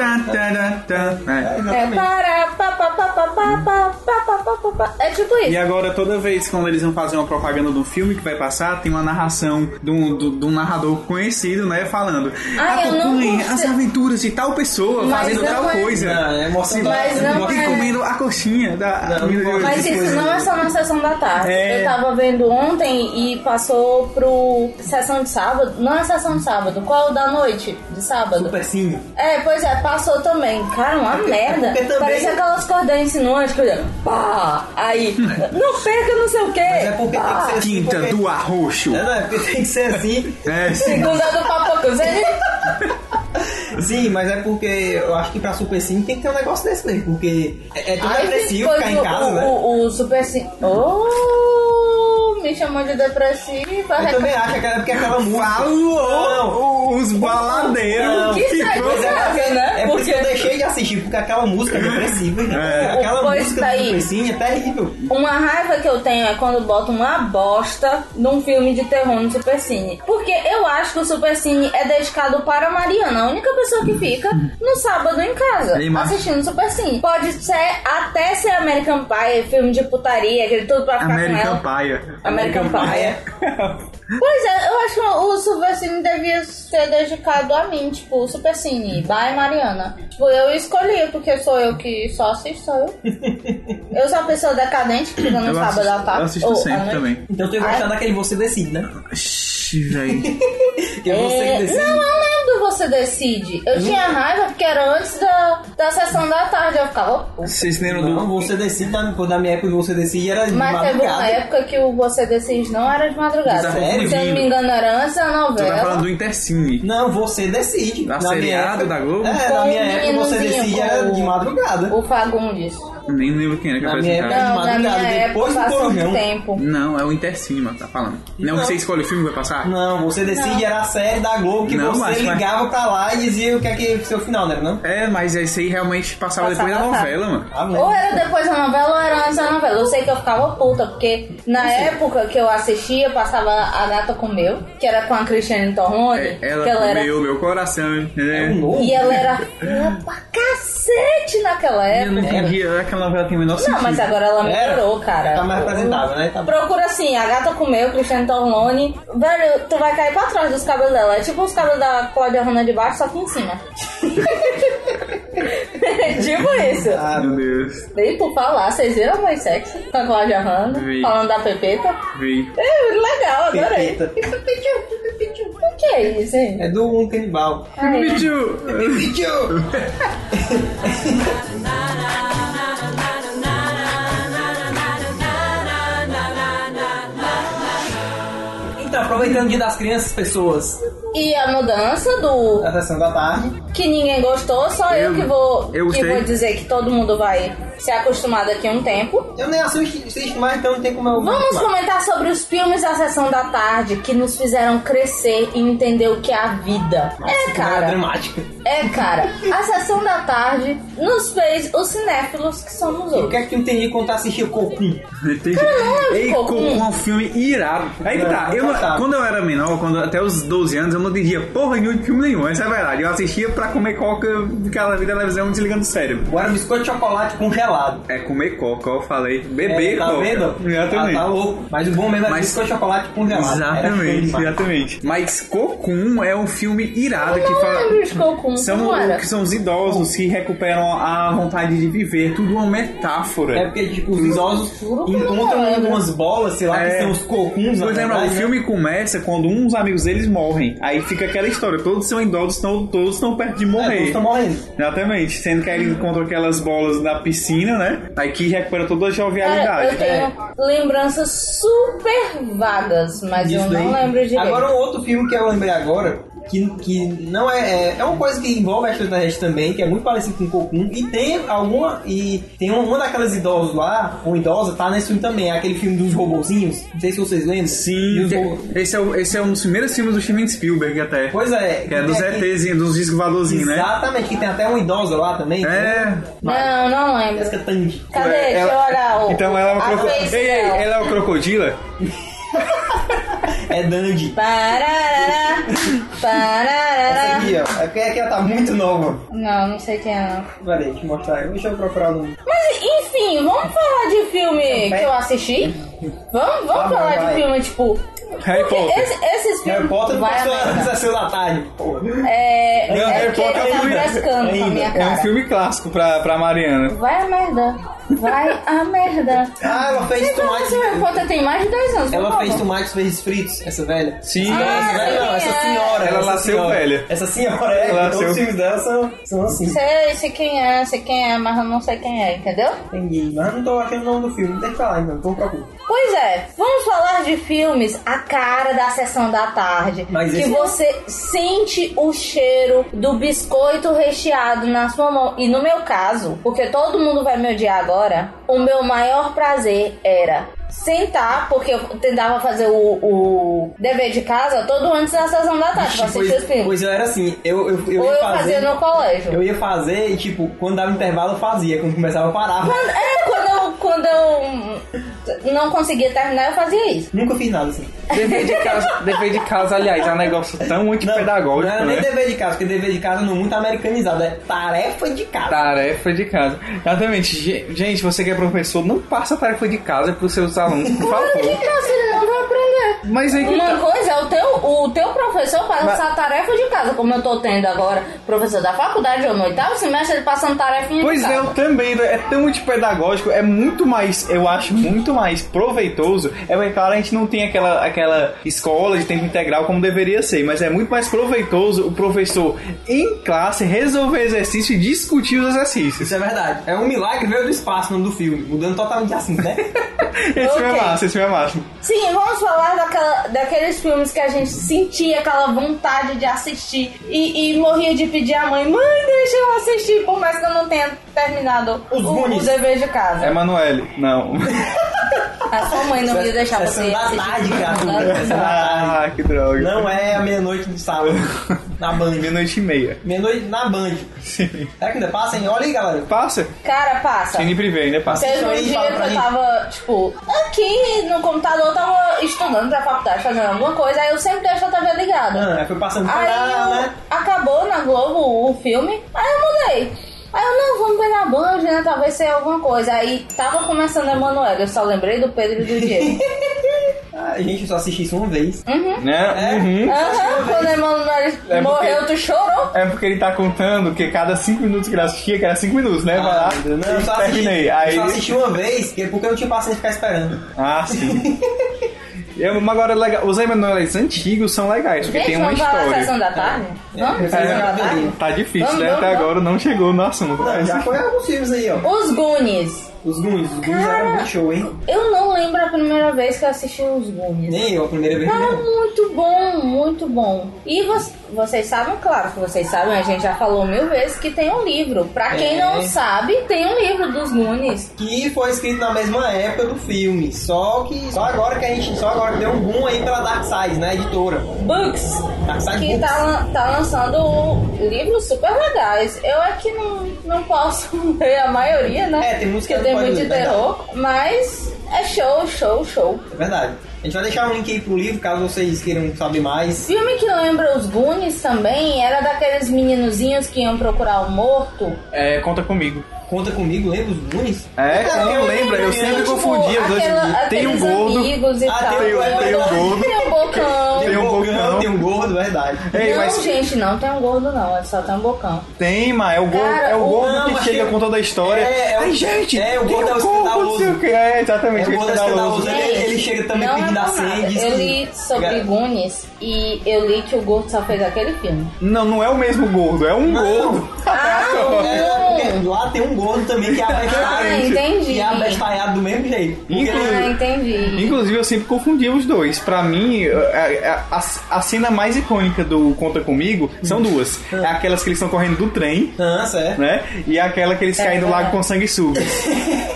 [SPEAKER 2] É.
[SPEAKER 1] É
[SPEAKER 3] Exatamente.
[SPEAKER 1] para pá pá pá pá pá pá pá pá pá pá pá. É tipo
[SPEAKER 2] E
[SPEAKER 1] isso.
[SPEAKER 2] agora, toda vez quando eles vão fazer uma propaganda de um filme que vai passar, tem uma narração de um, de- de um narrador conhecido, né? Falando.
[SPEAKER 1] Ah, eu não
[SPEAKER 2] Acompanhe
[SPEAKER 1] consigo-
[SPEAKER 2] as aventuras de tal pessoa
[SPEAKER 1] Mas
[SPEAKER 2] fazendo
[SPEAKER 1] não
[SPEAKER 2] tal
[SPEAKER 1] é-
[SPEAKER 2] coisa.
[SPEAKER 3] Não, é emocionante.
[SPEAKER 1] Mas não
[SPEAKER 2] e
[SPEAKER 1] é.
[SPEAKER 2] comendo a coxinha da
[SPEAKER 3] Não,
[SPEAKER 2] menina de
[SPEAKER 3] não
[SPEAKER 2] hoje.
[SPEAKER 3] pode.
[SPEAKER 1] Mas isso não é só na sessão da tarde.
[SPEAKER 2] É.
[SPEAKER 1] Eu tava vendo ontem e passou pro sessão de sábado. Não é sessão de sábado, qual é da noite? De sábado.
[SPEAKER 3] Super sim.
[SPEAKER 1] É, pois é, passou também. Cara, uma merda.
[SPEAKER 3] porque também-
[SPEAKER 1] Parecia aquelas cordas insinuantes que eu pá, aí, não perca não sei o quê.
[SPEAKER 3] Mas é porque
[SPEAKER 1] Tá.
[SPEAKER 3] tem que ser assim.
[SPEAKER 2] Quinta
[SPEAKER 3] porque-
[SPEAKER 2] do Arroxo.
[SPEAKER 3] É, não, é porque tem que ser assim.
[SPEAKER 2] É, sim.
[SPEAKER 1] Segunda do Papo
[SPEAKER 3] Sim, mas é porque eu acho que pra Super Sim tem que ter um negócio desse mesmo, porque é, é tudo depressivo ficar em casa,
[SPEAKER 1] o,
[SPEAKER 3] né?
[SPEAKER 1] o, o super... Sim- Oh, me chamou de depressiva.
[SPEAKER 3] Eu também acho que é porque aquela música. Não.
[SPEAKER 2] Falou os baladeiros.
[SPEAKER 3] Não.
[SPEAKER 1] Que
[SPEAKER 2] Ficou-
[SPEAKER 1] saco,
[SPEAKER 3] Mas é porque,
[SPEAKER 1] né?
[SPEAKER 3] é por isso que eu
[SPEAKER 1] Porque-
[SPEAKER 3] deixei de assistir, porque aquela música é depressiva.
[SPEAKER 2] É.
[SPEAKER 3] É. Aquela
[SPEAKER 1] Pois
[SPEAKER 3] música
[SPEAKER 1] tá
[SPEAKER 3] do
[SPEAKER 1] aí.
[SPEAKER 3] Super Sim é terrível.
[SPEAKER 1] Uma raiva que eu tenho é quando botam uma bosta num filme de terror no Supercine. Porque eu acho que o Supercine é dedicado para a Mariana, a única pessoa que fica no sábado em casa,
[SPEAKER 2] Ei, Márcio.
[SPEAKER 1] assistindo o Supercine. Pode ser até ser American Pie, filme de putaria, aquele tudo pra ficar com ela.
[SPEAKER 2] American Pie.
[SPEAKER 1] American Pie. é. Pois é, eu acho que o Supercine devia ser dedicado a mim, tipo, o Supercine, by Mariana. Tipo, eu escolhi, porque sou eu que só assisto, sou eu. Eu sou a pessoa decadente que fica no
[SPEAKER 2] Eu
[SPEAKER 1] sábado à
[SPEAKER 2] assisto,
[SPEAKER 1] tarde.
[SPEAKER 2] eu assisto
[SPEAKER 1] ou à
[SPEAKER 2] sempre
[SPEAKER 1] noite.
[SPEAKER 2] também.
[SPEAKER 3] Então tu ia gostar daquele Você Decide, né?
[SPEAKER 2] Ixi, velho.
[SPEAKER 3] Que é você que
[SPEAKER 1] É,
[SPEAKER 3] decide.
[SPEAKER 1] Não, eu lembro Você Decide. Eu tinha raiva porque era antes da, da sessão da tarde. Eu ficava. "Pô".
[SPEAKER 2] Vocês lembram
[SPEAKER 3] Não,
[SPEAKER 2] do.
[SPEAKER 3] você decide, na, na minha época você decide era de
[SPEAKER 1] Mas é teve
[SPEAKER 3] madrugada.
[SPEAKER 1] uma época que o Você Decide não era de madrugada.
[SPEAKER 3] Sério?
[SPEAKER 1] Se eu não me engano, era antes da
[SPEAKER 2] Tu tá falando
[SPEAKER 1] novela.
[SPEAKER 2] do Intercine.
[SPEAKER 3] Não, você decide.
[SPEAKER 2] Da
[SPEAKER 3] minha
[SPEAKER 2] seriado,
[SPEAKER 3] época-
[SPEAKER 2] da Globo?
[SPEAKER 3] É,
[SPEAKER 1] Com
[SPEAKER 3] na
[SPEAKER 1] o
[SPEAKER 3] minha época você
[SPEAKER 1] meninozinho,
[SPEAKER 3] decide
[SPEAKER 1] com
[SPEAKER 3] era de
[SPEAKER 1] o-
[SPEAKER 3] madrugada.
[SPEAKER 1] O Fagundes.
[SPEAKER 2] Nem lembro quem era que
[SPEAKER 3] Na minha
[SPEAKER 2] apresentava.
[SPEAKER 3] época-
[SPEAKER 1] Não, na minha
[SPEAKER 3] madrugada, depois
[SPEAKER 1] época
[SPEAKER 3] do
[SPEAKER 1] passou
[SPEAKER 3] Corujão.
[SPEAKER 1] um tempo.
[SPEAKER 2] Não, é o Intercine, mano, tá falando. Não,
[SPEAKER 3] Não.
[SPEAKER 2] que você escolhe o filme que vai passar?
[SPEAKER 3] Não, você decide era a série da Globo que
[SPEAKER 2] Não,
[SPEAKER 3] você
[SPEAKER 2] mas- mas-
[SPEAKER 3] ligava pra lá e dizia o que é que seu final, não era não?
[SPEAKER 2] É, mas esse aí realmente passava
[SPEAKER 1] Passava,
[SPEAKER 2] depois
[SPEAKER 1] passava.
[SPEAKER 2] da novela, mano.
[SPEAKER 3] Ah,
[SPEAKER 1] Ou
[SPEAKER 3] não.
[SPEAKER 1] era depois da novela ou era antes da novela. Eu sei que eu ficava puta, porque na época que eu assistia, passava A Gata Comeu, que era com a Cristiane Torrone.
[SPEAKER 2] É,
[SPEAKER 1] que
[SPEAKER 2] ela
[SPEAKER 1] ela era
[SPEAKER 2] comeu meu coração,
[SPEAKER 3] É um
[SPEAKER 2] entendeu?
[SPEAKER 3] novo.
[SPEAKER 1] E ela era feia pra um cacete naquela
[SPEAKER 2] Eu não
[SPEAKER 1] época.
[SPEAKER 2] entendi, é aquela novela tem o menor sentido.
[SPEAKER 1] né? Não, mas agora ela melhorou,
[SPEAKER 3] Era.
[SPEAKER 1] cara.
[SPEAKER 3] Tá mais apresentável, né? Tá bom.
[SPEAKER 1] Procura assim, a gata comeu, Cristiano Torlone. Velho, tu vai cair pra trás dos cabelos dela. É tipo os cabelos da Cláudia Rana de baixo, só que em cima. tipo isso.
[SPEAKER 3] Ah,
[SPEAKER 2] Meu Deus,
[SPEAKER 1] Dei por falar, vocês viram mais sexo com a Cláudia Rana,
[SPEAKER 2] Vi.
[SPEAKER 1] falando da Pepeta.
[SPEAKER 2] vi.
[SPEAKER 1] É muito legal, adorei.
[SPEAKER 3] Pepita.
[SPEAKER 1] O que é isso, hein?
[SPEAKER 3] É do um canibal.
[SPEAKER 1] Ai,
[SPEAKER 2] Bicho!
[SPEAKER 3] Então, aproveitando o dia das crianças, pessoas,
[SPEAKER 1] E a mudança do
[SPEAKER 3] a sessão da tarde.
[SPEAKER 1] que ninguém gostou, só eu,
[SPEAKER 2] Eu-
[SPEAKER 1] que, vou,
[SPEAKER 2] eu
[SPEAKER 1] que
[SPEAKER 2] gostei.
[SPEAKER 1] vou dizer que todo mundo vai se acostumar daqui a um tempo.
[SPEAKER 3] Eu nem assisto assisto mais, então não tem como eu.
[SPEAKER 1] Vamos comentar sobre os filmes da sessão da tarde que nos fizeram crescer e entender o que é a vida. é,
[SPEAKER 3] É
[SPEAKER 1] cara.
[SPEAKER 3] dramática.
[SPEAKER 1] É, cara. A sessão da tarde nos fez os cinéfilos que somos
[SPEAKER 3] O que
[SPEAKER 1] hoje.
[SPEAKER 3] é que tu entendi quando tu assistia Cocum?
[SPEAKER 2] Entendi. Ei, Cocum é um filme irado. Aí que tá,
[SPEAKER 3] Não,
[SPEAKER 2] eu,
[SPEAKER 3] não passava.
[SPEAKER 2] quando eu era menor, quando, até os 12 anos, eu não entendia porra nenhuma de filme nenhum, essa é a verdade. Eu assistia pra comer coca, ficar na vida da televisão desligando o cérebro.
[SPEAKER 3] Agora biscoito de chocolate congelado.
[SPEAKER 2] É comer coca, eu falei. Beber
[SPEAKER 3] É, tá
[SPEAKER 2] coca.
[SPEAKER 3] vendo?
[SPEAKER 2] Exatamente.
[SPEAKER 3] Ah, tá louco. Mas o bom mesmo era
[SPEAKER 2] Mas-
[SPEAKER 3] biscoito de chocolate congelado.
[SPEAKER 2] Exatamente,
[SPEAKER 3] Era
[SPEAKER 2] exatamente. Mas Cocum é um filme irado que
[SPEAKER 1] Eu
[SPEAKER 2] fala.
[SPEAKER 1] lembro de Cocum,
[SPEAKER 2] São,
[SPEAKER 1] como era?
[SPEAKER 2] que são os idosos que recuperam a vontade de viver. Tudo uma metáfora.
[SPEAKER 3] É porque, tipo, os idosos
[SPEAKER 1] Juro que eu não
[SPEAKER 3] encontram
[SPEAKER 1] lembro.
[SPEAKER 3] umas bolas, sei lá, que
[SPEAKER 2] É.
[SPEAKER 3] são os cocuns. na
[SPEAKER 2] Pois lembra,
[SPEAKER 3] verdade,
[SPEAKER 2] o
[SPEAKER 3] né?
[SPEAKER 2] filme começa quando uns amigos deles morrem. Aí aí fica aquela história, todos são idosos, tão, todos estão perto de
[SPEAKER 5] É,
[SPEAKER 2] morrer.
[SPEAKER 5] todos estão morrendo.
[SPEAKER 2] Exatamente, sendo que aí ele encontra aquelas bolas na piscina, né? Aí que recupera toda a
[SPEAKER 1] Cara, É, eu
[SPEAKER 2] jovialidade.
[SPEAKER 1] tenho lembranças super vagas, mas
[SPEAKER 3] Disso
[SPEAKER 1] eu não
[SPEAKER 3] daí.
[SPEAKER 1] lembro direito.
[SPEAKER 3] Agora, um outro filme que eu lembrei agora, que, que não é, é. é uma coisa que envolve extraterrestre também, que é muito parecido com Cocum. E tem alguma. E tem uma, uma daquelas idosos lá, uma idosa, tá nesse filme também. É aquele filme dos robozinhos. Não sei se vocês lembram. E
[SPEAKER 2] Sim,
[SPEAKER 3] os
[SPEAKER 2] tem-
[SPEAKER 3] ro-
[SPEAKER 2] esse, é, o- esse é um dos primeiros filmes do Steven Spielberg até.
[SPEAKER 3] Pois é.
[SPEAKER 2] Que é dos
[SPEAKER 3] tem aquele-
[SPEAKER 2] ETs, dos discos voadorzinhos, né?
[SPEAKER 3] Exatamente, que tem até uma idosa lá também. né?
[SPEAKER 2] É.
[SPEAKER 1] Não, não lembro.
[SPEAKER 3] Jessica Tange.
[SPEAKER 1] Cadê?
[SPEAKER 2] É,
[SPEAKER 1] Tá, Deixa eu
[SPEAKER 2] ela-
[SPEAKER 1] olhar o.
[SPEAKER 2] Então ela é uma
[SPEAKER 1] a face
[SPEAKER 2] crocodila. Ei, ei,
[SPEAKER 1] dela.
[SPEAKER 2] ela é uma crocodila?
[SPEAKER 3] É Dandy.
[SPEAKER 1] Pararará,
[SPEAKER 3] Essa
[SPEAKER 1] pararará.
[SPEAKER 3] aqui, ó. É porque aqui ela tá muito nova.
[SPEAKER 1] Não, não sei quem é não.
[SPEAKER 3] Peraí, deixa eu mostrar. Deixa eu procurar o nome.
[SPEAKER 1] Mas enfim, vamos falar de filme que eu assisti? Vamos, vamos
[SPEAKER 3] Tá bom,
[SPEAKER 1] falar
[SPEAKER 3] vai.
[SPEAKER 1] de filme, tipo.
[SPEAKER 2] Harry
[SPEAKER 1] porque
[SPEAKER 2] Potter.
[SPEAKER 1] esse- esses filmes.
[SPEAKER 3] Harry Potter
[SPEAKER 1] Vai
[SPEAKER 3] passou
[SPEAKER 1] a merda.
[SPEAKER 3] às seis da tarde. Pô.
[SPEAKER 1] É.
[SPEAKER 2] Não,
[SPEAKER 1] é
[SPEAKER 2] Harry
[SPEAKER 1] porque
[SPEAKER 2] Potter é
[SPEAKER 1] ele tá
[SPEAKER 2] um filme-
[SPEAKER 1] frescando com a minha
[SPEAKER 2] É um
[SPEAKER 1] cara.
[SPEAKER 2] filme clássico pra, pra Mariana.
[SPEAKER 1] Vai a merda. Vai a merda.
[SPEAKER 3] Ah, ela fez
[SPEAKER 1] Então,
[SPEAKER 3] tomate.
[SPEAKER 1] mas o Harry Potter tem mais de dois anos. por
[SPEAKER 3] Ela
[SPEAKER 1] favor.
[SPEAKER 3] fez tomates verdes fritos, essa velha.
[SPEAKER 2] Sim.
[SPEAKER 3] Não,
[SPEAKER 1] Ah,
[SPEAKER 3] essa velha não,
[SPEAKER 1] sim,
[SPEAKER 3] essa
[SPEAKER 1] é.
[SPEAKER 3] senhora.
[SPEAKER 2] Ela
[SPEAKER 3] essa
[SPEAKER 2] nasceu
[SPEAKER 3] senhora.
[SPEAKER 2] velha.
[SPEAKER 3] Essa senhora, é.
[SPEAKER 2] Ela
[SPEAKER 3] então
[SPEAKER 2] nasceu-
[SPEAKER 3] Os filmes dela são, são assim.
[SPEAKER 1] Sei, sei quem é, sei quem é, mas eu não sei quem é, entendeu?
[SPEAKER 3] Entendi. Mas eu não tô achando o nome do filme. Deixa eu falar então, então procura.
[SPEAKER 1] Pois é, vamos falar de filmes a cara da sessão da tarde.
[SPEAKER 3] Mas
[SPEAKER 1] que
[SPEAKER 3] esse- é um
[SPEAKER 1] você sente o cheiro do biscoito recheado na sua mão. E no meu caso, porque todo mundo vai me odiar agora, o meu maior prazer era sentar, porque eu tentava fazer o, o dever de casa todo antes da sessão da tarde, pra assistir os
[SPEAKER 3] Pois,
[SPEAKER 1] filmes.
[SPEAKER 3] pois eu era assim, eu, eu, eu
[SPEAKER 1] Ou
[SPEAKER 3] ia
[SPEAKER 1] eu
[SPEAKER 3] fazer.
[SPEAKER 1] fazia no colégio.
[SPEAKER 3] Eu ia fazer e, tipo, quando dava intervalo eu fazia, quando começava eu parava.
[SPEAKER 1] Quando- é, quando eu, quando eu não conseguia terminar, eu fazia isso.
[SPEAKER 3] Nunca fiz nada assim.
[SPEAKER 2] Dever de casa, dever de casa, aliás, é um negócio tão
[SPEAKER 3] não é
[SPEAKER 2] antipedagógico,
[SPEAKER 3] era nem
[SPEAKER 2] né?
[SPEAKER 3] dever de casa, porque dever de casa não é muito americanizado, é tarefa de casa.
[SPEAKER 2] Tá. Tarefa de casa. Exatamente. Ge- Gente, você que é professor, não passa tarefa de casa pros seus alunos, por favor.
[SPEAKER 1] Então, se ele não vai aprender.
[SPEAKER 2] Mas aí que
[SPEAKER 1] Uma
[SPEAKER 2] tá.
[SPEAKER 1] coisa é o teu, o teu professor faz
[SPEAKER 2] Mas-
[SPEAKER 1] essa tarefa de casa, como eu tô tendo agora, professor da faculdade ou no oitavo semestre, ele passando tarefinha
[SPEAKER 2] Pois
[SPEAKER 1] de
[SPEAKER 2] é,
[SPEAKER 1] casa.
[SPEAKER 2] eu também, é tão antipedagógico, é muito mais, eu acho muito mais proveitoso. É bem claro, a gente não tem aquela, aquela escola de tempo integral como deveria ser, mas é muito mais proveitoso o professor em classe resolver exercício e discutir os exercícios.
[SPEAKER 3] Isso é verdade. É um milagre veio do espaço o nome do filme, mudando totalmente de assunto, né?
[SPEAKER 2] Esse filme é
[SPEAKER 1] Ok.
[SPEAKER 2] massa, esse filme é massa.
[SPEAKER 1] Sim, vamos falar daquela, daqueles filmes que a gente sentia aquela vontade de assistir e, e morria de pedir à mãe, mãe, deixa eu assistir, por mais que eu não tenha terminado
[SPEAKER 3] Os
[SPEAKER 1] o, o
[SPEAKER 3] Goonies.
[SPEAKER 1] dever de casa.
[SPEAKER 2] É Manoel, não.
[SPEAKER 1] A sua mãe não ia deixar
[SPEAKER 3] É. Sessão
[SPEAKER 1] você é
[SPEAKER 3] da
[SPEAKER 1] assistir.
[SPEAKER 3] tarde, é cara. Sessão da tarde.
[SPEAKER 2] ah, que droga.
[SPEAKER 3] Não é a meia-noite de sábado. Na Band.
[SPEAKER 2] Meia-noite e meia.
[SPEAKER 3] Meia-noite na Band.
[SPEAKER 2] Sim.
[SPEAKER 3] Será que ainda passa, hein? Olha aí, galera.
[SPEAKER 2] Passa?
[SPEAKER 1] Cara, passa.
[SPEAKER 2] Cine privê, né? Passa.
[SPEAKER 1] Teve um
[SPEAKER 3] Aí,
[SPEAKER 1] dia
[SPEAKER 3] fala
[SPEAKER 1] que
[SPEAKER 3] pra
[SPEAKER 1] eu
[SPEAKER 3] mim.
[SPEAKER 1] tava, tipo, aqui no computador, eu tava estudando pra faculdade, fazendo alguma coisa, aí eu sempre deixo a TV ligada.
[SPEAKER 3] Ah, foi passando por
[SPEAKER 1] Aí
[SPEAKER 3] lá,
[SPEAKER 1] eu-
[SPEAKER 3] né?
[SPEAKER 1] acabou na Globo o filme, aí eu mudei. Aí eu, não, vamos ver na Band, né? Talvez seja alguma coisa. Aí tava começando a Emanuel, eu só lembrei do Pedro e do Diego.
[SPEAKER 3] Ah, gente, eu só assisti isso uma vez.
[SPEAKER 2] Né?
[SPEAKER 3] É?
[SPEAKER 2] Uhum.
[SPEAKER 1] Aham, quando a Emanuel
[SPEAKER 2] É porque-
[SPEAKER 1] morreu, tu chorou?
[SPEAKER 2] É porque ele tá contando que cada 5 minutos que ele assistia, que era 5 minutos, né? Vai lá,
[SPEAKER 3] Ah, meu Deus, não, eu só assisti,
[SPEAKER 2] terminei. Aí...
[SPEAKER 3] eu só assisti uma vez, que é porque eu não tinha paciência de ficar esperando.
[SPEAKER 2] Ah, sim. Eu, mas agora, é legal. os Emanueles antigos são legais, porque
[SPEAKER 1] Gente,
[SPEAKER 2] tem uma
[SPEAKER 1] vamos falar da sessão
[SPEAKER 2] história. É.
[SPEAKER 1] da tarde? Vamos?
[SPEAKER 3] É.
[SPEAKER 1] Sessão da tarde?
[SPEAKER 2] Tá difícil,
[SPEAKER 1] Vamos,
[SPEAKER 2] né?
[SPEAKER 1] vamos,
[SPEAKER 2] Até
[SPEAKER 1] vamos.
[SPEAKER 2] agora não chegou no assunto.
[SPEAKER 3] Não, já foi alguns filmes aí, ó.
[SPEAKER 1] Os Goonies.
[SPEAKER 3] Os Goonies, os Goonies
[SPEAKER 1] Cara.
[SPEAKER 3] eram muito show, hein?
[SPEAKER 1] Eu não lembro a primeira vez que eu assisti os Goonies.
[SPEAKER 3] Nem eu, a primeira vez.
[SPEAKER 2] É.
[SPEAKER 1] Cara,
[SPEAKER 3] Não.
[SPEAKER 1] muito bom, muito bom. E vo- vocês sabem, claro que vocês sabem, a gente já falou mil vezes que tem um livro. Pra quem
[SPEAKER 3] É.
[SPEAKER 1] não sabe, tem um livro dos Goonies.
[SPEAKER 3] Que foi escrito na mesma época do filme. Só que. Só agora que a gente. Só agora que deu um boom aí pela Dark Side, né? Editora.
[SPEAKER 1] Books.
[SPEAKER 3] Dark Side
[SPEAKER 1] Que
[SPEAKER 3] Books.
[SPEAKER 1] tá, lan- tá lançando livros super legais. Eu é que não, não posso ler a maioria, né?
[SPEAKER 3] É, tem música que
[SPEAKER 1] Porque tem
[SPEAKER 3] não
[SPEAKER 1] muito
[SPEAKER 3] pode
[SPEAKER 1] de
[SPEAKER 3] ler,
[SPEAKER 1] terror. Mas é show, show, show.
[SPEAKER 3] É verdade. A gente vai deixar um link aí pro livro, caso vocês queiram saber mais.
[SPEAKER 1] Filme que lembra os Goonies também era daqueles meninozinhos que iam procurar o morto.
[SPEAKER 2] É, conta comigo.
[SPEAKER 3] Conta comigo, lembra os Goonies?
[SPEAKER 2] É, cara, eu lembro, eu sempre
[SPEAKER 1] Tipo,
[SPEAKER 2] confundia os dois.
[SPEAKER 1] aquela-
[SPEAKER 2] Tem um
[SPEAKER 1] aqueles
[SPEAKER 2] gordo. um-
[SPEAKER 1] amigos e
[SPEAKER 3] Ah,
[SPEAKER 1] tal.
[SPEAKER 3] tem o- tem o
[SPEAKER 2] gordo.
[SPEAKER 1] Tem o bocão.
[SPEAKER 2] Tem um
[SPEAKER 3] Bocão,
[SPEAKER 2] não.
[SPEAKER 3] tem um gordo, verdade.
[SPEAKER 2] Ei,
[SPEAKER 1] não,
[SPEAKER 2] mas
[SPEAKER 1] gente, não tem um gordo, não. É só tem um bocão.
[SPEAKER 2] tem, mas é o gordo,
[SPEAKER 1] Cara,
[SPEAKER 2] é o
[SPEAKER 1] o-
[SPEAKER 2] gordo
[SPEAKER 3] não,
[SPEAKER 2] que
[SPEAKER 3] mas
[SPEAKER 2] chega
[SPEAKER 3] tem-
[SPEAKER 2] com toda a história.
[SPEAKER 3] É, é o-
[SPEAKER 2] Ai, gente,
[SPEAKER 3] é, o
[SPEAKER 2] tem
[SPEAKER 3] gordo é o
[SPEAKER 2] um corpo, não sei
[SPEAKER 3] escandaloso.
[SPEAKER 2] o quê. É, exatamente,
[SPEAKER 3] É, o gordo é escandaloso.
[SPEAKER 2] escandaloso.
[SPEAKER 3] Ele- ele chega também
[SPEAKER 1] não
[SPEAKER 3] pedindo
[SPEAKER 1] é
[SPEAKER 3] a
[SPEAKER 1] por nada.
[SPEAKER 3] senha e diz
[SPEAKER 1] Eu
[SPEAKER 3] que-
[SPEAKER 1] li sobre
[SPEAKER 3] Cara-
[SPEAKER 1] Goonies e eu li que o gordo só fez aquele filme.
[SPEAKER 2] Não, não é o mesmo gordo, é um gordo.
[SPEAKER 3] Ah, É, porque lá tem um gordo também que é abestalhado.
[SPEAKER 1] Ah, entendi.
[SPEAKER 3] Que é abestalhado do mesmo jeito. Porque
[SPEAKER 2] Inclusive-
[SPEAKER 1] Ah, entendi.
[SPEAKER 2] Inclusive, eu sempre confundi os dois. Pra mim, é, a, a- a- a cena mais icônica do Conta Comigo
[SPEAKER 3] Hum.
[SPEAKER 2] são duas. É aquelas que eles estão correndo do trem,
[SPEAKER 3] Ah, certo.
[SPEAKER 2] né? E aquela que eles
[SPEAKER 3] É.
[SPEAKER 2] caem do lago com sangue sujo.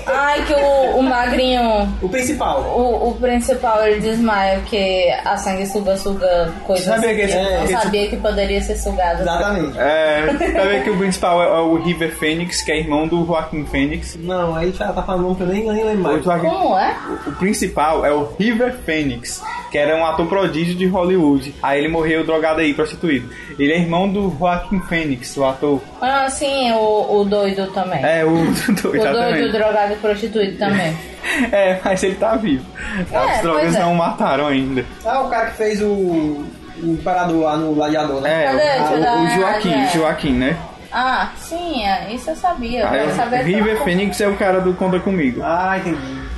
[SPEAKER 1] Ai, que o, o magrinho,
[SPEAKER 3] O principal.
[SPEAKER 1] o, o principal, ele desmaia porque a sanguessuga suga coisas.
[SPEAKER 2] Sabia que esse-
[SPEAKER 1] eu não
[SPEAKER 2] esse-
[SPEAKER 1] sabia que poderia ser sugado.
[SPEAKER 3] Exatamente.
[SPEAKER 2] É, sabe que o principal é, é o River Phoenix, que é irmão do Joaquim Phoenix.
[SPEAKER 3] Não, aí já tá falando que eu nem, nem lembro
[SPEAKER 2] O,
[SPEAKER 3] mais.
[SPEAKER 2] Joaquim-
[SPEAKER 1] Como é?
[SPEAKER 2] o principal é o River Phoenix, que era um ator prodígio de Hollywood. Aí ele morreu drogado aí, prostituído. Ele é irmão do Joaquim Phoenix, o ator.
[SPEAKER 1] Ah, sim, o, o doido também.
[SPEAKER 2] É, o
[SPEAKER 1] o
[SPEAKER 2] doido,
[SPEAKER 1] doido,
[SPEAKER 2] exatamente.
[SPEAKER 1] drogado e prostituído também.
[SPEAKER 2] É, mas ele tá vivo. As
[SPEAKER 1] É,
[SPEAKER 2] drogas
[SPEAKER 1] pois é.
[SPEAKER 2] não o mataram ainda.
[SPEAKER 3] Ah, o cara que fez o. O parador lá no ladeador,
[SPEAKER 2] É,
[SPEAKER 3] né?
[SPEAKER 1] Cadê? Deixa eu
[SPEAKER 2] o,
[SPEAKER 1] dar
[SPEAKER 2] o,
[SPEAKER 1] uma
[SPEAKER 2] Joaquim,
[SPEAKER 1] olhada.
[SPEAKER 2] Joaquim, né?
[SPEAKER 1] Ah, sim, é, isso eu sabia. Eu
[SPEAKER 2] Aí,
[SPEAKER 1] quero saber tá
[SPEAKER 2] o River
[SPEAKER 1] como-
[SPEAKER 2] Phoenix é o cara do Conta Comigo.
[SPEAKER 3] Ah, entendi.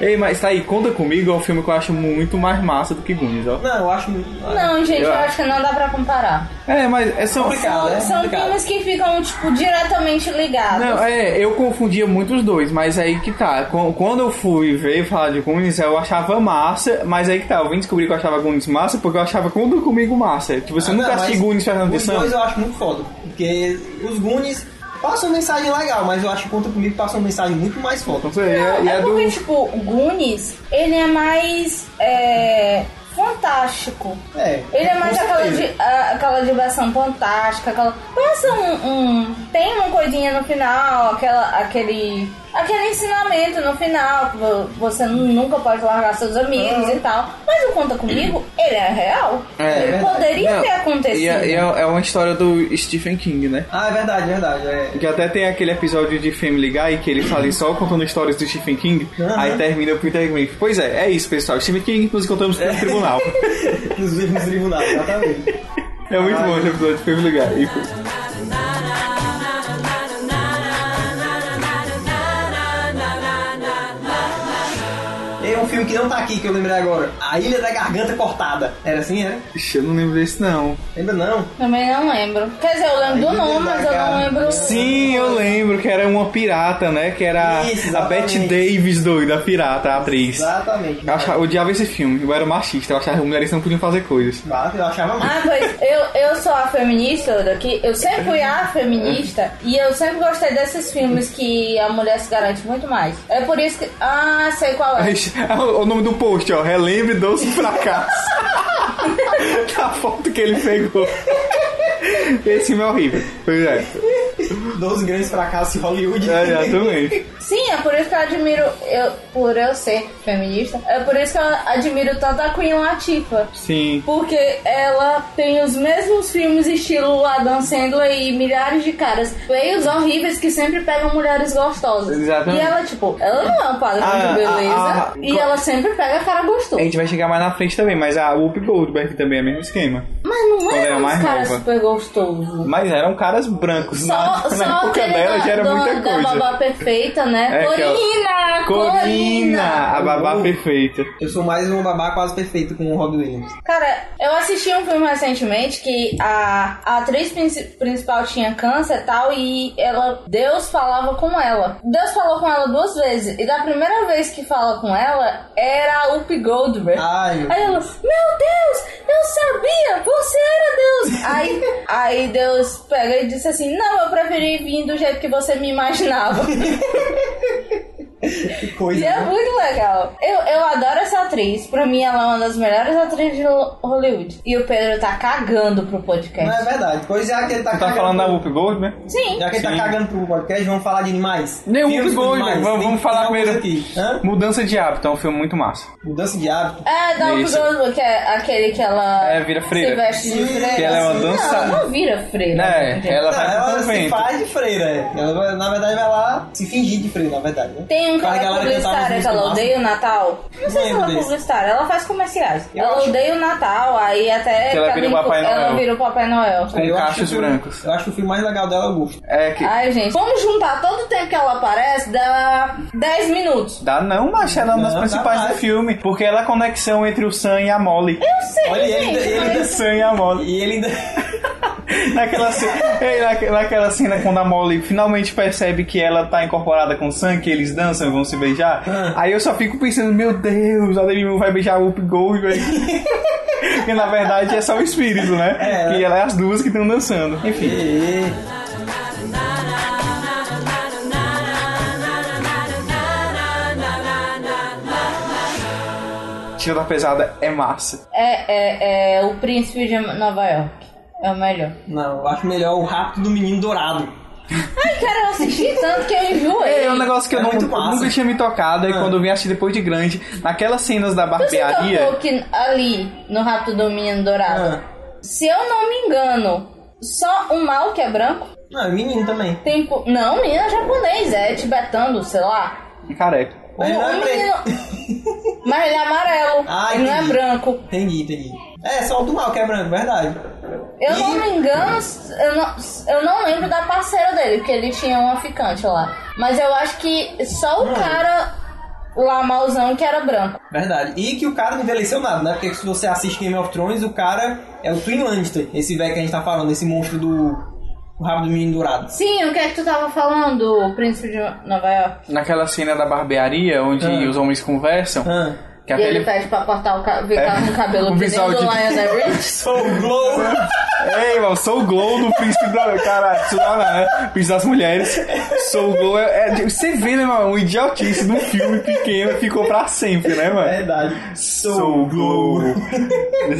[SPEAKER 2] Ei, mas tá aí, Conta Comigo é um filme que eu acho muito mais massa do que Goonies, ó.
[SPEAKER 3] Não, eu acho. muito- é
[SPEAKER 1] Não, gente,
[SPEAKER 2] Eu
[SPEAKER 1] eu,
[SPEAKER 2] acho.
[SPEAKER 1] acho que não dá pra comparar.
[SPEAKER 2] É, mas é só...
[SPEAKER 3] Complicado, né?
[SPEAKER 1] São
[SPEAKER 3] Complicado.
[SPEAKER 1] filmes que ficam, tipo, diretamente ligados.
[SPEAKER 2] Não, é, eu confundia muito os dois, mas aí que tá. Qu- Quando eu fui ver falar de Goonies, eu achava massa, mas aí que tá, eu vim descobrir que eu achava Goonies massa porque eu achava Conta Comigo massa. Tipo, você
[SPEAKER 3] Ah,
[SPEAKER 2] nunca
[SPEAKER 3] não,
[SPEAKER 2] assistiu
[SPEAKER 3] mas
[SPEAKER 2] Goonies prestando
[SPEAKER 3] Os
[SPEAKER 2] atenção?
[SPEAKER 3] dois eu acho muito foda. Porque os Goonies passam mensagem legal, mas eu acho que conta comigo passa uma mensagem muito mais foda.
[SPEAKER 2] Não sei, é, e
[SPEAKER 1] é
[SPEAKER 2] é do...
[SPEAKER 1] porque, tipo, o Goonies, ele é mais é, fantástico.
[SPEAKER 3] É.
[SPEAKER 1] Ele é mais
[SPEAKER 3] com
[SPEAKER 1] aquela,
[SPEAKER 3] certeza.
[SPEAKER 1] di- a- aquela diversão fantástica, aquela. Pensa um, um- Tem uma coisinha no final, aquela, aquele. Aquele ensinamento no final, que vo- você nunca pode largar seus amigos e tal. Mas o Conta Comigo, ele é real.
[SPEAKER 2] É,
[SPEAKER 1] ele
[SPEAKER 3] verdade.
[SPEAKER 1] poderia
[SPEAKER 2] Não,
[SPEAKER 1] ter acontecido.
[SPEAKER 2] E é, e é- é uma história do Stephen King, né?
[SPEAKER 3] Ah, é verdade, é verdade. É.
[SPEAKER 2] Que até tem aquele episódio de Family Guy que ele fala só contando histórias do Stephen King,
[SPEAKER 3] Aham.
[SPEAKER 2] aí termina o Peter Griffin. Pois é, é isso, pessoal. Stephen King nos contamos
[SPEAKER 3] É.
[SPEAKER 2] pelo tribunal.
[SPEAKER 3] Nos mesmos tribunais, exatamente.
[SPEAKER 2] É muito bom esse episódio de Family Guy.
[SPEAKER 3] É um filme que não tá aqui, que eu lembrei agora. A Ilha da Garganta Cortada. Era assim, era?
[SPEAKER 2] Ixi, eu não lembro desse não.
[SPEAKER 3] Lembra não?
[SPEAKER 1] Também não lembro. Quer dizer, eu lembro do
[SPEAKER 3] Ainda
[SPEAKER 1] nome, mas eu não
[SPEAKER 3] devagar.
[SPEAKER 1] lembro.
[SPEAKER 2] Sim, eu lembro que era uma pirata, né? Que era
[SPEAKER 3] Isso,
[SPEAKER 2] a Bette
[SPEAKER 3] exatamente.
[SPEAKER 2] Davis doida, a pirata, a atriz.
[SPEAKER 3] Exatamente.
[SPEAKER 2] Eu achava, eu odiava esse filme, eu era um machista, eu achava que mulheres não podiam fazer coisas.
[SPEAKER 3] Claro, eu achava muito.
[SPEAKER 1] Ah, pois eu, eu sou a feminista daqui, eu sempre fui a feminista e eu sempre gostei desses filmes que a mulher se garante muito mais. É por isso que. Ah, sei qual é.
[SPEAKER 2] Mas, o o nome do post, ó, relembre dos fracassos. da foto que ele pegou. Esse filme é horrível. Pois é.
[SPEAKER 1] Ah.
[SPEAKER 3] 12 grandes fracassos em Hollywood.
[SPEAKER 2] É, exatamente.
[SPEAKER 1] Sim, é por isso que eu admiro, eu, por eu ser feminista, é por isso que eu admiro tanto a Queen Latifah.
[SPEAKER 2] Sim.
[SPEAKER 1] Porque ela tem os mesmos filmes estilo Adam Sandler e milhares de caras feios, horríveis, que sempre pegam mulheres gostosas.
[SPEAKER 2] Exatamente.
[SPEAKER 1] E ela, tipo, ela não é um padrão
[SPEAKER 2] Ah,
[SPEAKER 1] de beleza.
[SPEAKER 2] ah, ah,
[SPEAKER 1] e
[SPEAKER 2] co-
[SPEAKER 1] ela sempre pega cara
[SPEAKER 2] A
[SPEAKER 1] gostoso.
[SPEAKER 2] gente vai chegar mais na frente também, mas a Whoopi Goldberg também é o mesmo esquema.
[SPEAKER 1] Mas não
[SPEAKER 2] Quando era
[SPEAKER 1] é um
[SPEAKER 2] mais
[SPEAKER 1] cara
[SPEAKER 2] nova.
[SPEAKER 1] super gostoso.
[SPEAKER 2] Mas eram caras brancos. na,
[SPEAKER 1] Só,
[SPEAKER 2] na
[SPEAKER 1] só
[SPEAKER 2] época
[SPEAKER 1] aquele
[SPEAKER 2] é dela
[SPEAKER 1] da,
[SPEAKER 2] já era
[SPEAKER 1] da-
[SPEAKER 2] muita
[SPEAKER 1] da
[SPEAKER 2] coisa.
[SPEAKER 1] babá perfeita, né?
[SPEAKER 2] É, que é o-
[SPEAKER 1] Corina!
[SPEAKER 2] Corina, a babá
[SPEAKER 3] Oh.
[SPEAKER 2] perfeita.
[SPEAKER 3] Eu sou mais um babá quase perfeito com o Rob Williams.
[SPEAKER 1] Cara, eu assisti um filme recentemente que a, a atriz princi- principal tinha câncer e tal, e ela, Deus falava com ela. Deus falou com ela duas vezes, e da primeira vez que fala com ela era a Up Goldberg.
[SPEAKER 3] Ai, meu
[SPEAKER 1] Aí ela, meu Deus, eu sabia, você era Deus. Aí, aí Deus pega e disse assim: Não, eu preferi vir do jeito que você me imaginava.
[SPEAKER 3] Que
[SPEAKER 1] E
[SPEAKER 3] coisa.
[SPEAKER 1] é
[SPEAKER 3] né?
[SPEAKER 1] muito legal. Eu, eu adoro essa atriz. Pra mim, ela é uma das melhores atrizes de Lo- Hollywood. E o Pedro tá cagando pro
[SPEAKER 3] Não é
[SPEAKER 1] podcast.
[SPEAKER 3] verdade. Pois já que ele tá,
[SPEAKER 2] Tá
[SPEAKER 3] cagando
[SPEAKER 2] falando da
[SPEAKER 3] pro-
[SPEAKER 2] Whoopi Goldberg?
[SPEAKER 1] Sim.
[SPEAKER 3] Já que ele
[SPEAKER 2] Sim.
[SPEAKER 3] tá cagando pro podcast, vamos falar de animais.
[SPEAKER 2] Né? Nem
[SPEAKER 3] Filmes
[SPEAKER 2] Whoopi
[SPEAKER 3] com
[SPEAKER 2] Goldberg.
[SPEAKER 3] animais.
[SPEAKER 2] Vamos,
[SPEAKER 3] Tem
[SPEAKER 2] vamos
[SPEAKER 3] que
[SPEAKER 2] falar
[SPEAKER 3] falar uma
[SPEAKER 2] primeiro.
[SPEAKER 3] coisa aqui. Hã?
[SPEAKER 2] Mudança de hábito é um filme muito massa.
[SPEAKER 3] Mudança de hábito.
[SPEAKER 1] É, da Up
[SPEAKER 2] Isso.
[SPEAKER 1] Goldberg, que é aquele que ela
[SPEAKER 2] É, vira freira.
[SPEAKER 1] se veste de
[SPEAKER 3] Sim,
[SPEAKER 1] freira.
[SPEAKER 3] que
[SPEAKER 2] ela é uma dança-
[SPEAKER 1] Não, não vira freira.
[SPEAKER 2] É,
[SPEAKER 1] gente.
[SPEAKER 2] ela
[SPEAKER 3] Não,
[SPEAKER 2] vai pro
[SPEAKER 3] ela se
[SPEAKER 2] convento.
[SPEAKER 3] faz de freira. é. Ela, vai- na verdade, vai lá se fingir de freira, na verdade. Né?
[SPEAKER 1] Tem tem um que
[SPEAKER 3] Cara,
[SPEAKER 1] ela é
[SPEAKER 3] galera
[SPEAKER 2] tá
[SPEAKER 3] cantava
[SPEAKER 1] publicitária, que
[SPEAKER 3] música
[SPEAKER 1] ela
[SPEAKER 3] massa.
[SPEAKER 1] odeia o Natal. Não sei se
[SPEAKER 3] Lembro
[SPEAKER 1] ela é
[SPEAKER 3] desse.
[SPEAKER 1] publicitária, ela faz comerciais.
[SPEAKER 3] Eu
[SPEAKER 1] ela
[SPEAKER 3] acho-
[SPEAKER 1] odeia o Natal, aí até.
[SPEAKER 2] Que ela
[SPEAKER 1] caminha
[SPEAKER 2] vira o
[SPEAKER 1] com-
[SPEAKER 2] Papai
[SPEAKER 1] Ela
[SPEAKER 2] Noel.
[SPEAKER 1] vira o Papai Noel.
[SPEAKER 2] Com
[SPEAKER 3] Eu acho
[SPEAKER 2] cachos
[SPEAKER 3] que o filme-
[SPEAKER 2] brancos.
[SPEAKER 3] Eu acho que o filme mais legal dela é o Gusto.
[SPEAKER 2] É que.
[SPEAKER 1] Ai, gente, vamos juntar todo o tempo que ela aparece, dá 10 minutos.
[SPEAKER 2] Dá não, macho, ela é uma das
[SPEAKER 3] Não, dá
[SPEAKER 2] principais do
[SPEAKER 3] mais.
[SPEAKER 2] filme. Porque ela é a conexão entre o Sam e a Molly.
[SPEAKER 1] Eu sei,
[SPEAKER 3] Olha, ele-
[SPEAKER 1] gente,
[SPEAKER 3] ele-
[SPEAKER 1] mas-
[SPEAKER 2] Sam e a Molly.
[SPEAKER 3] E ele ainda.
[SPEAKER 2] Naquela, ce- Ei, naque- naquela cena quando a Molly finalmente percebe que ela tá incorporada com o Sam, que eles dançam e vão se beijar.
[SPEAKER 3] Ah.
[SPEAKER 2] Aí eu só fico pensando, meu Deus, a Demi Moore vai beijar o Whoop Gold, velho. que na verdade é só o espírito, né?
[SPEAKER 3] É.
[SPEAKER 2] Que ela é as duas que estão dançando. Enfim.
[SPEAKER 3] E-
[SPEAKER 2] Tira da pesada é massa.
[SPEAKER 1] É, é, é o príncipe de Nova York. É o melhor.
[SPEAKER 3] Não, eu acho melhor o Rápido do Menino Dourado.
[SPEAKER 1] Ai, cara, eu assisti tanto que eu enjoei.
[SPEAKER 2] É um negócio que eu
[SPEAKER 3] É
[SPEAKER 2] não-
[SPEAKER 3] muito massa.
[SPEAKER 2] nunca tinha me tocado, e
[SPEAKER 3] Ah.
[SPEAKER 2] quando eu vim assistir depois de grande, naquelas cenas da
[SPEAKER 1] Você tocou
[SPEAKER 2] barbearia.
[SPEAKER 1] que ali, no Rato do Menino Dourado, se eu não me engano, só o mal que é branco
[SPEAKER 3] Não, é menino também.
[SPEAKER 1] tem... po- Não, menino é japonês, é tibetano, sei lá.
[SPEAKER 2] Careca.
[SPEAKER 1] O,
[SPEAKER 3] Mas não é
[SPEAKER 1] o menino... Mas ele é amarelo,
[SPEAKER 3] Ah,
[SPEAKER 1] ele não é
[SPEAKER 3] entendi.
[SPEAKER 1] branco.
[SPEAKER 3] Entendi, entendi. É, só o do mal que é branco, verdade.
[SPEAKER 1] Eu
[SPEAKER 3] E-
[SPEAKER 1] não me engano, eu não, eu não lembro da parceira dele, porque ele tinha uma ficante lá. Mas eu acho que só o cara lá, mauzão, é um que era branco.
[SPEAKER 3] Verdade. E que o cara não envelheceu nada, né? Porque se você assiste Game of Thrones, o cara é o Twin Lannister, esse velho que a gente tá falando, esse monstro do. O rabo do menino dourado.
[SPEAKER 1] Sim, o que é que tu tava falando, o príncipe de Nova York?
[SPEAKER 2] Naquela cena da barbearia, onde
[SPEAKER 3] Ah.
[SPEAKER 2] os homens conversam,
[SPEAKER 3] Ah.
[SPEAKER 2] que
[SPEAKER 1] E
[SPEAKER 2] até
[SPEAKER 1] ele
[SPEAKER 2] ele...
[SPEAKER 1] pede pra cortar o cabelo, ficar com o cabelo
[SPEAKER 2] o
[SPEAKER 1] que nem
[SPEAKER 2] É. Um visual
[SPEAKER 1] o do
[SPEAKER 2] de-
[SPEAKER 1] Lionel Rich.
[SPEAKER 3] Sou o Glow!
[SPEAKER 2] Ei, mano, É, sou o glow do príncipe da... Caralho, isso lá, né? Príncipe das mulheres. Sou o glow... É, é- você vê, né, mano? Um idiotice de um filme pequeno ficou pra sempre, né, mano?
[SPEAKER 3] verdade.
[SPEAKER 2] Sou o glow.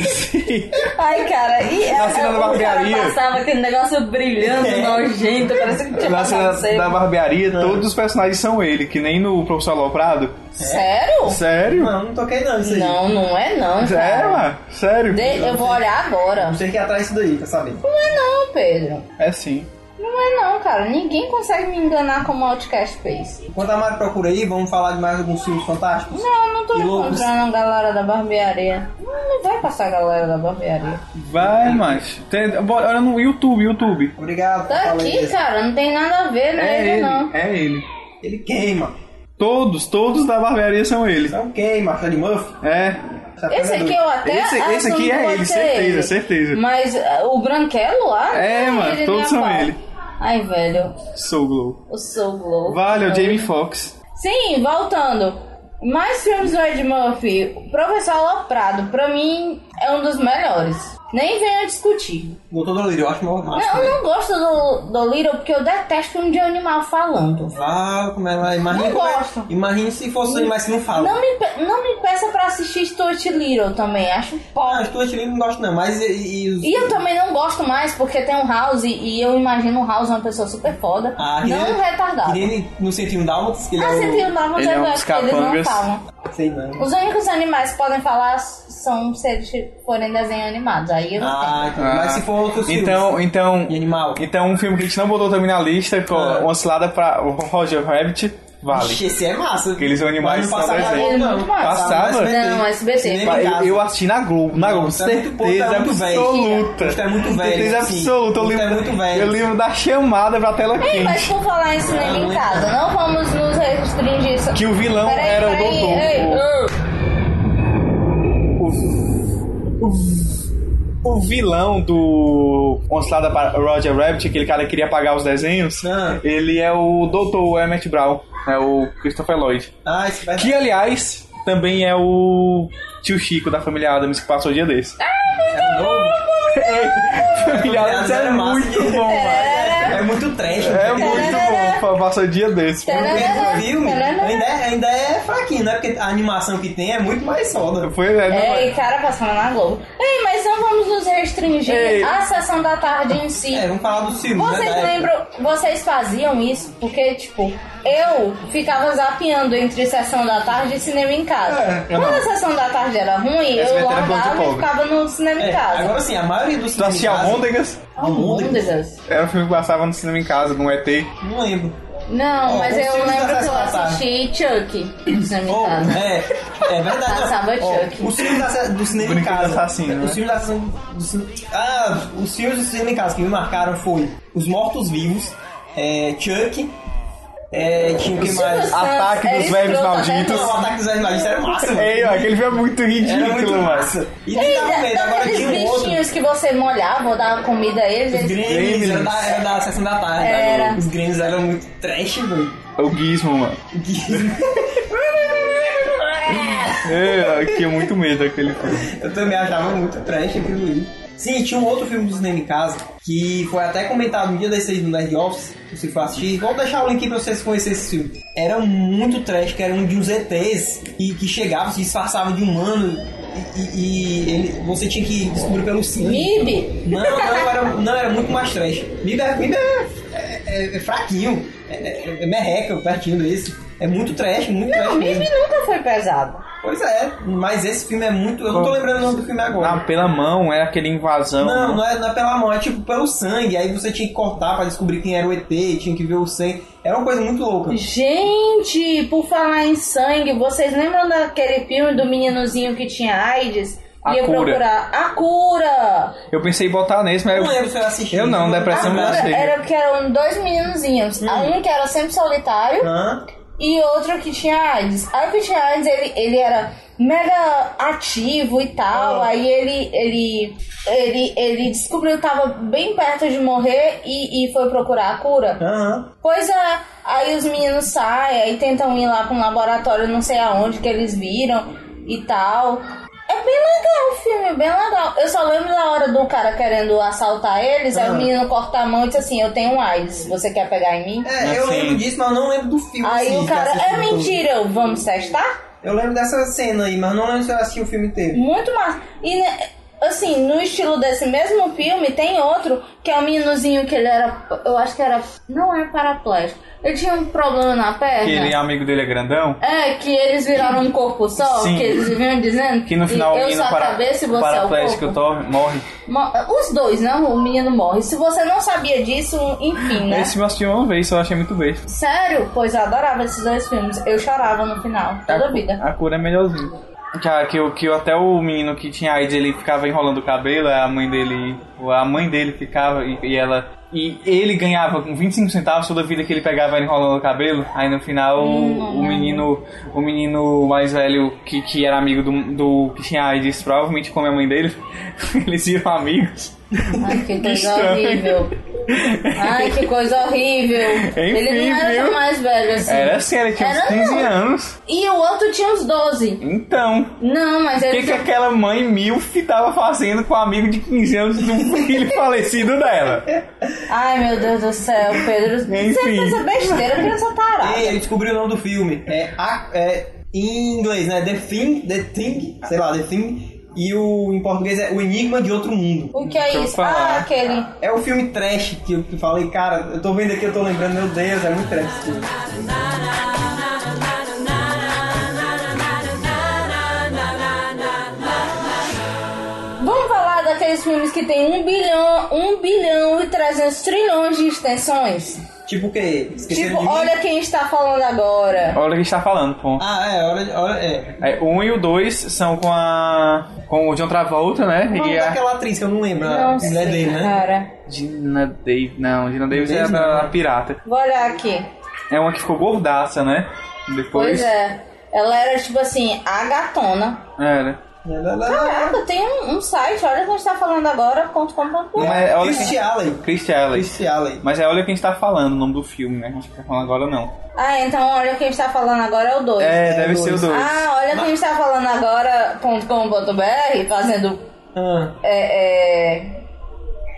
[SPEAKER 2] Sim.
[SPEAKER 1] Ai, cara, e
[SPEAKER 2] Na cena da
[SPEAKER 1] o
[SPEAKER 2] barbearia.
[SPEAKER 1] cara passava aquele negócio brilhando,
[SPEAKER 3] É.
[SPEAKER 1] nojento, parecia que tinha um
[SPEAKER 2] Na cena
[SPEAKER 1] passado
[SPEAKER 2] da
[SPEAKER 1] seco.
[SPEAKER 2] barbearia, todos os personagens são ele, que nem no Professor Aloprado.
[SPEAKER 1] Sério?
[SPEAKER 2] Sério?
[SPEAKER 3] Não, não toquei não isso aí.
[SPEAKER 1] Não, não é não,
[SPEAKER 2] É,
[SPEAKER 1] cara.
[SPEAKER 2] mano, sério.
[SPEAKER 1] De- eu vou olhar agora.
[SPEAKER 3] Você que ir atrás disso daí, tá sabendo?
[SPEAKER 1] Não é não, Pedro.
[SPEAKER 2] É sim.
[SPEAKER 1] Não é não, cara. Ninguém consegue me enganar como o Outcast fez.
[SPEAKER 3] Enquanto a Mari procura aí, vamos falar de mais alguns filmes fantásticos?
[SPEAKER 1] Não, não tô
[SPEAKER 3] E loucos.
[SPEAKER 1] encontrando a galera da barbearia. Não, não vai passar a galera da barbearia.
[SPEAKER 2] Tá Vai, mas. Tem- bora- Olha no YouTube, YouTube.
[SPEAKER 3] Obrigado por
[SPEAKER 1] Tá
[SPEAKER 3] falar
[SPEAKER 1] aqui,
[SPEAKER 3] isso.
[SPEAKER 1] cara. Não tem nada a ver nele, não.
[SPEAKER 2] é ele.
[SPEAKER 3] Ele queima.
[SPEAKER 2] Todos, todos da barbearia são ele.
[SPEAKER 3] Não queima, Freddy Murphy.
[SPEAKER 2] É.
[SPEAKER 3] Essa
[SPEAKER 1] Esse
[SPEAKER 3] coisa
[SPEAKER 1] aqui
[SPEAKER 3] é
[SPEAKER 1] eu até
[SPEAKER 2] Esse- esse aqui
[SPEAKER 1] assumo que
[SPEAKER 2] é
[SPEAKER 1] pode
[SPEAKER 2] ele,
[SPEAKER 1] ser
[SPEAKER 2] certeza, certeza.
[SPEAKER 1] Mas ah, o branquelo lá...
[SPEAKER 2] É,
[SPEAKER 1] não
[SPEAKER 2] mano,
[SPEAKER 1] ele,
[SPEAKER 2] todos
[SPEAKER 1] nem a
[SPEAKER 2] são
[SPEAKER 1] pau.
[SPEAKER 2] ele.
[SPEAKER 1] Ai, velho.
[SPEAKER 2] Sou Glow.
[SPEAKER 1] Eu sou glow.
[SPEAKER 2] Vale, é o
[SPEAKER 1] Eu-
[SPEAKER 2] Jamie Foxx.
[SPEAKER 1] Sim, voltando. Mais filmes do Ed Murphy. O Professor Aloprado, pra mim, é um dos melhores. Nem venha discutir.
[SPEAKER 3] do- Doutor Dolittle, eu acho é massa.
[SPEAKER 1] Não, eu não gosto do, do Little porque eu detesto filme de animal falando.
[SPEAKER 3] Ah, como ela imagina.
[SPEAKER 1] Não
[SPEAKER 3] como é-
[SPEAKER 1] gosto.
[SPEAKER 3] Imagina se fosse um mas que não fala.
[SPEAKER 1] Não me, pe- não me peça pra assistir Stuart Little também, acho
[SPEAKER 3] Ah,
[SPEAKER 1] pobre.
[SPEAKER 3] os Stuart Little não gosto não, mas e, e os...
[SPEAKER 1] E eu também não gosto mais porque tem um House e eu imagino o House uma pessoa super foda.
[SPEAKER 3] Ah,
[SPEAKER 2] é-
[SPEAKER 3] que
[SPEAKER 1] não
[SPEAKER 3] nem-
[SPEAKER 1] um retardado.
[SPEAKER 3] Que nem ele no Centinho Dálmatas, que ele
[SPEAKER 1] Ah,
[SPEAKER 3] é o...
[SPEAKER 1] você tem o Nova
[SPEAKER 2] Ele é um
[SPEAKER 1] Zé
[SPEAKER 2] dos
[SPEAKER 1] Beck, eles não
[SPEAKER 2] capangas.
[SPEAKER 1] falam.
[SPEAKER 3] Sei não.
[SPEAKER 1] Os únicos animais que podem falar são se eles forem desenho animados. Aí eu não
[SPEAKER 3] Ah, que-
[SPEAKER 2] Ah.
[SPEAKER 3] mas se for outros
[SPEAKER 2] Então, então.
[SPEAKER 3] filmes. E animal.
[SPEAKER 2] Então, um filme que a gente não botou também na lista, com
[SPEAKER 3] Ah.
[SPEAKER 2] uma cilada pra o Roger Rabbit, vale.
[SPEAKER 3] Ixi, esse é massa.
[SPEAKER 2] Aqueles animais
[SPEAKER 3] Mas não
[SPEAKER 2] são
[SPEAKER 3] passava
[SPEAKER 2] desenho.
[SPEAKER 3] na Globo,
[SPEAKER 1] Muito massa.
[SPEAKER 2] Passava?
[SPEAKER 1] Não, é SBT.
[SPEAKER 3] Cinema
[SPEAKER 2] Vai,
[SPEAKER 3] em
[SPEAKER 2] Eu,
[SPEAKER 3] casa.
[SPEAKER 2] eu assisti na Globo, na Globo,
[SPEAKER 3] Você é muito puto,
[SPEAKER 2] certeza
[SPEAKER 3] é muito velho.
[SPEAKER 2] absoluta.
[SPEAKER 3] Você é muito velho,
[SPEAKER 2] Certeza
[SPEAKER 3] sim.
[SPEAKER 2] absoluta. Eu
[SPEAKER 3] Você
[SPEAKER 2] lembro,
[SPEAKER 3] é muito velho.
[SPEAKER 2] eu lembro da chamada pra tela
[SPEAKER 1] Ei, mas
[SPEAKER 2] quente.
[SPEAKER 1] por falar em cinema em
[SPEAKER 3] então.
[SPEAKER 1] casa, não vamos nos restringir só.
[SPEAKER 2] Que o vilão era o doutor.
[SPEAKER 1] Ei,
[SPEAKER 2] O vilão do Onslada para Roger Rabbit, aquele cara que queria apagar os desenhos,
[SPEAKER 3] Ah.
[SPEAKER 2] ele é o Dr. Emmett Brown, é o Christopher Lloyd.
[SPEAKER 3] Ah, esse vai...
[SPEAKER 2] Que, aliás, também é o tio Chico da família Adams que passou o dia desse.
[SPEAKER 3] é novo.
[SPEAKER 2] família Adams é
[SPEAKER 3] Era massa.
[SPEAKER 2] muito bom, mano.
[SPEAKER 3] É muito trash.
[SPEAKER 2] É muito bom, passou o dia desse.
[SPEAKER 3] O filme
[SPEAKER 1] Tarará.
[SPEAKER 3] ainda é, ainda é fraquinho, né? Porque a animação que tem é muito mais foda.
[SPEAKER 2] Foi, é, não,
[SPEAKER 1] Ei, cara passando na Globo. Ei, mas não vamos nos restringir
[SPEAKER 2] Ei.
[SPEAKER 1] à sessão da tarde em si.
[SPEAKER 3] É, vamos falar dos filmes, né?
[SPEAKER 1] Vocês
[SPEAKER 3] da época.
[SPEAKER 1] lembram, vocês faziam isso porque, tipo, eu ficava zapeando entre sessão da tarde e cinema em casa.
[SPEAKER 2] É, eu
[SPEAKER 1] Quando
[SPEAKER 2] não.
[SPEAKER 1] a sessão da tarde era ruim,
[SPEAKER 2] SBT
[SPEAKER 1] eu
[SPEAKER 2] era bom de
[SPEAKER 1] largava e
[SPEAKER 2] pobre.
[SPEAKER 1] ficava no cinema em
[SPEAKER 3] É,
[SPEAKER 1] casa.
[SPEAKER 3] agora é sim, a maioria dos
[SPEAKER 2] Tu
[SPEAKER 3] filmes.
[SPEAKER 2] assistia
[SPEAKER 3] em casa-
[SPEAKER 2] Almôndegas? um
[SPEAKER 1] Almôndegas.
[SPEAKER 2] Era o filme que passava no cinema em casa, um no ET.
[SPEAKER 3] Não lembro.
[SPEAKER 1] Não,
[SPEAKER 3] Ó,
[SPEAKER 1] mas
[SPEAKER 3] os
[SPEAKER 1] eu
[SPEAKER 3] filmes
[SPEAKER 1] lembro
[SPEAKER 3] da
[SPEAKER 1] que eu
[SPEAKER 3] Sessão da
[SPEAKER 1] assisti Chuck, se não me
[SPEAKER 3] Oh,
[SPEAKER 1] engano.
[SPEAKER 3] é, é verdade.
[SPEAKER 1] Passava
[SPEAKER 3] Ó,
[SPEAKER 1] Tá, Chuck.
[SPEAKER 3] os filmes da- do cinema em
[SPEAKER 2] Brinquedo
[SPEAKER 3] casa.
[SPEAKER 2] assassino, né?
[SPEAKER 3] Os filmes da- do cin- ah, os filmes do cinema em casa que me marcaram foi Os Mortos Vivos, é, Chuck, é, tinha o que
[SPEAKER 1] Os
[SPEAKER 3] mais?
[SPEAKER 1] filmes-
[SPEAKER 2] Ataque
[SPEAKER 1] Era
[SPEAKER 2] dos Velhos
[SPEAKER 1] escroto até
[SPEAKER 2] Malditos.
[SPEAKER 3] Não, o Ataque dos Animais era massa, mano.
[SPEAKER 2] Ei, ó, aquele filme é então. muito
[SPEAKER 3] Era muito
[SPEAKER 2] ridículo,
[SPEAKER 3] massa.
[SPEAKER 2] mano.
[SPEAKER 3] E nem dava medo,
[SPEAKER 1] então Eles,
[SPEAKER 3] agora
[SPEAKER 1] aqueles
[SPEAKER 3] tinha um outro.
[SPEAKER 1] bichinhos que você molhava ou dava comida a eles,
[SPEAKER 3] Os
[SPEAKER 1] eles
[SPEAKER 3] Gremlins, era da, era da sessão da tarde.
[SPEAKER 1] Era.
[SPEAKER 3] né? Os Gremlins eram muito trash, mano.
[SPEAKER 2] É o Gizmo, mano. Ei, ó, eu tinha muito medo daquele filme.
[SPEAKER 3] Eu também achava muito trash aquilo ali. Sim, tinha um outro filme do cinema em casa que foi até comentado no dia das seis no Nerd Office, se você for assistir. Vou deixar o link pra vocês conhecerem esse filme. Era muito trash, que era um de uns ETs e que chegava, se disfarçava de humano e, e- e ele, você tinha que descobrir pelo sim.
[SPEAKER 1] Mib?
[SPEAKER 3] Não, não, era, não, era muito mais trash. Mib é, Mib é, é- é fraquinho, é, é, é merreca, pertinho desse. É muito trash, muito trash
[SPEAKER 1] Não, Mib
[SPEAKER 3] mesmo.
[SPEAKER 1] nunca foi pesado.
[SPEAKER 3] Pois é, mas esse filme é muito. Eu não tô lembrando o nome do filme agora.
[SPEAKER 2] Ah, pela mão, é aquele invasão.
[SPEAKER 3] Não,
[SPEAKER 2] né?
[SPEAKER 3] não é, não é pela mão, é tipo pelo sangue. Aí você tinha que cortar pra descobrir quem era o ET, tinha que ver o sangue. Era uma coisa muito louca.
[SPEAKER 1] Gente, por falar em sangue, vocês lembram daquele filme do meninozinho que tinha AIDS?
[SPEAKER 2] A
[SPEAKER 1] Ia
[SPEAKER 2] Cura.
[SPEAKER 1] procurar a cura.
[SPEAKER 2] Eu pensei em botar nesse, mas
[SPEAKER 3] Eu não
[SPEAKER 2] eu...
[SPEAKER 3] lembro se eu assisti.
[SPEAKER 2] Eu não,
[SPEAKER 1] A
[SPEAKER 2] depressão Essa eu não
[SPEAKER 1] cura
[SPEAKER 2] achei.
[SPEAKER 1] era que eram dois meninozinhos.
[SPEAKER 3] Hum.
[SPEAKER 1] Um que era sempre solitário
[SPEAKER 3] Hã?
[SPEAKER 1] e outro que tinha AIDS. Aí o que tinha AIDS, ele, ele era mega ativo e tal. Aí ele, ele, ele, ele descobriu que tava bem perto de morrer e, e foi procurar a cura.
[SPEAKER 3] Aham.
[SPEAKER 1] Pois é, aí os meninos saem, aí tentam ir lá pra um laboratório, não sei aonde que eles viram e tal. É bem legal o filme, é bem legal. Eu só lembro da hora do cara querendo assaltar eles, aí
[SPEAKER 3] Ah.
[SPEAKER 1] o menino corta a mão e diz assim: Eu tenho um AIDS, você quer pegar em mim?
[SPEAKER 3] É, eu
[SPEAKER 2] Assim.
[SPEAKER 3] lembro disso, mas eu não lembro do filme.
[SPEAKER 1] Aí
[SPEAKER 3] assim,
[SPEAKER 1] o
[SPEAKER 3] de
[SPEAKER 1] cara,
[SPEAKER 3] assistir
[SPEAKER 1] é
[SPEAKER 3] todo.
[SPEAKER 1] mentira, eu, vamos testar?
[SPEAKER 3] Eu lembro dessa cena aí, mas não lembro se eu assisti o filme inteiro.
[SPEAKER 1] Muito massa. E né, assim, no estilo desse mesmo filme, tem outro que é o meninozinho que ele era, eu acho que era, não é paraplégico. Ele tinha um problema na perna.
[SPEAKER 2] Aquele amigo dele é grandão.
[SPEAKER 1] É, que eles viraram um corpo só,
[SPEAKER 2] Sim.
[SPEAKER 1] que eles viviam dizendo
[SPEAKER 2] Que no final o
[SPEAKER 1] eu
[SPEAKER 2] menino
[SPEAKER 1] sou a
[SPEAKER 2] para,
[SPEAKER 1] cabeça e você é o
[SPEAKER 2] paraplégico
[SPEAKER 1] corpo.
[SPEAKER 2] to- morre.
[SPEAKER 1] Mo- Os dois, não? O menino morre. Se você não sabia disso, enfim, né?
[SPEAKER 2] Esse filme eu assisti uma vez, só eu achei muito besta.
[SPEAKER 1] Sério? Pois eu adorava esses dois filmes. Eu chorava no final, toda
[SPEAKER 2] a,
[SPEAKER 1] vida.
[SPEAKER 2] A cura é melhorzinho. Que, a- que, o- que o- até o menino que tinha AIDS, ele ficava enrolando o cabelo, a mãe dele. A mãe dele ficava e, e ela. E ele ganhava com 25 centavos toda vida que ele pegava ela enrolando o cabelo. Aí no final o,
[SPEAKER 1] Hum.
[SPEAKER 2] o menino. O menino mais velho que, que era amigo do, do que tinha AIDS, provavelmente como é a mãe dele, eles viram amigos.
[SPEAKER 1] Ai, que coisa
[SPEAKER 2] estranho.
[SPEAKER 1] horrível. Ai, que coisa horrível. ele não era
[SPEAKER 2] viu?
[SPEAKER 1] tão mais velho assim.
[SPEAKER 2] Era assim, ele tinha uns
[SPEAKER 1] Era
[SPEAKER 2] 15
[SPEAKER 1] não.
[SPEAKER 2] anos.
[SPEAKER 1] E o outro tinha uns 12.
[SPEAKER 2] Então.
[SPEAKER 1] Não, mas
[SPEAKER 2] O
[SPEAKER 1] ele.
[SPEAKER 2] que, que aquela mãe Milf tava fazendo com o amigo de 15 anos de um filho falecido dela?
[SPEAKER 1] Ai, meu Deus do céu, Pedro. Você
[SPEAKER 2] Enfim.
[SPEAKER 1] fez essa besteira, criança tá tarada.
[SPEAKER 3] Ei, eu descobri o nome do filme. É, a- é em inglês, né? The Thing, The Thing, sei lá, The Thing. E o em português é O Enigma de Outro Mundo.
[SPEAKER 1] O que é
[SPEAKER 2] Deixa eu
[SPEAKER 1] isso?
[SPEAKER 2] falar.
[SPEAKER 1] Ah, aquele.
[SPEAKER 3] É o filme trash que eu que eu falei, cara, eu tô vendo aqui, eu tô lembrando, meu Deus, é muito trash esse filme.
[SPEAKER 1] Vamos falar daqueles filmes que tem 1 bilhão, 1 bilhão e 300 trilhões de extensões?
[SPEAKER 3] Tipo o quê? Esqueceram
[SPEAKER 1] tipo,
[SPEAKER 3] de mim?
[SPEAKER 1] olha quem está falando agora.
[SPEAKER 2] Olha o que está falando, pô.
[SPEAKER 3] Ah, é, olha, olha, é.
[SPEAKER 2] É, um e o dois são com a. com o John Travolta, né?
[SPEAKER 3] O nome
[SPEAKER 2] E a.
[SPEAKER 3] daquela é atriz que eu não lembro,
[SPEAKER 2] Ah,
[SPEAKER 3] a
[SPEAKER 1] Não sei, Ah.
[SPEAKER 3] mulher dele, né?
[SPEAKER 1] cara.
[SPEAKER 2] Gina Davis. Não, Gina Davis é a
[SPEAKER 3] Davis
[SPEAKER 2] da
[SPEAKER 3] não.
[SPEAKER 2] pirata.
[SPEAKER 1] Vou olhar aqui.
[SPEAKER 2] É uma que ficou gordaça, né? Depois.
[SPEAKER 1] Pois é. Ela era tipo assim, a gatona.
[SPEAKER 2] Era.
[SPEAKER 3] Lá, lá, lá, lá.
[SPEAKER 1] Caraca, tem um, um site, olha quem está falando agora, ponto com, ponto com.
[SPEAKER 2] Não é. Olha
[SPEAKER 3] Christy
[SPEAKER 2] quem...
[SPEAKER 3] Allen.
[SPEAKER 2] Christy Alley.
[SPEAKER 3] Christy Allen.
[SPEAKER 2] Mas é olha quem está falando o nome do filme, né? Não está falando agora, não.
[SPEAKER 1] Ah, então olha quem está falando agora é o 2.
[SPEAKER 2] É,
[SPEAKER 3] é,
[SPEAKER 2] deve
[SPEAKER 3] dois.
[SPEAKER 2] ser o dois.
[SPEAKER 1] Ah, olha quem está falando agora, ponto com, ponto br, fazendo
[SPEAKER 3] Ah,
[SPEAKER 1] é, é,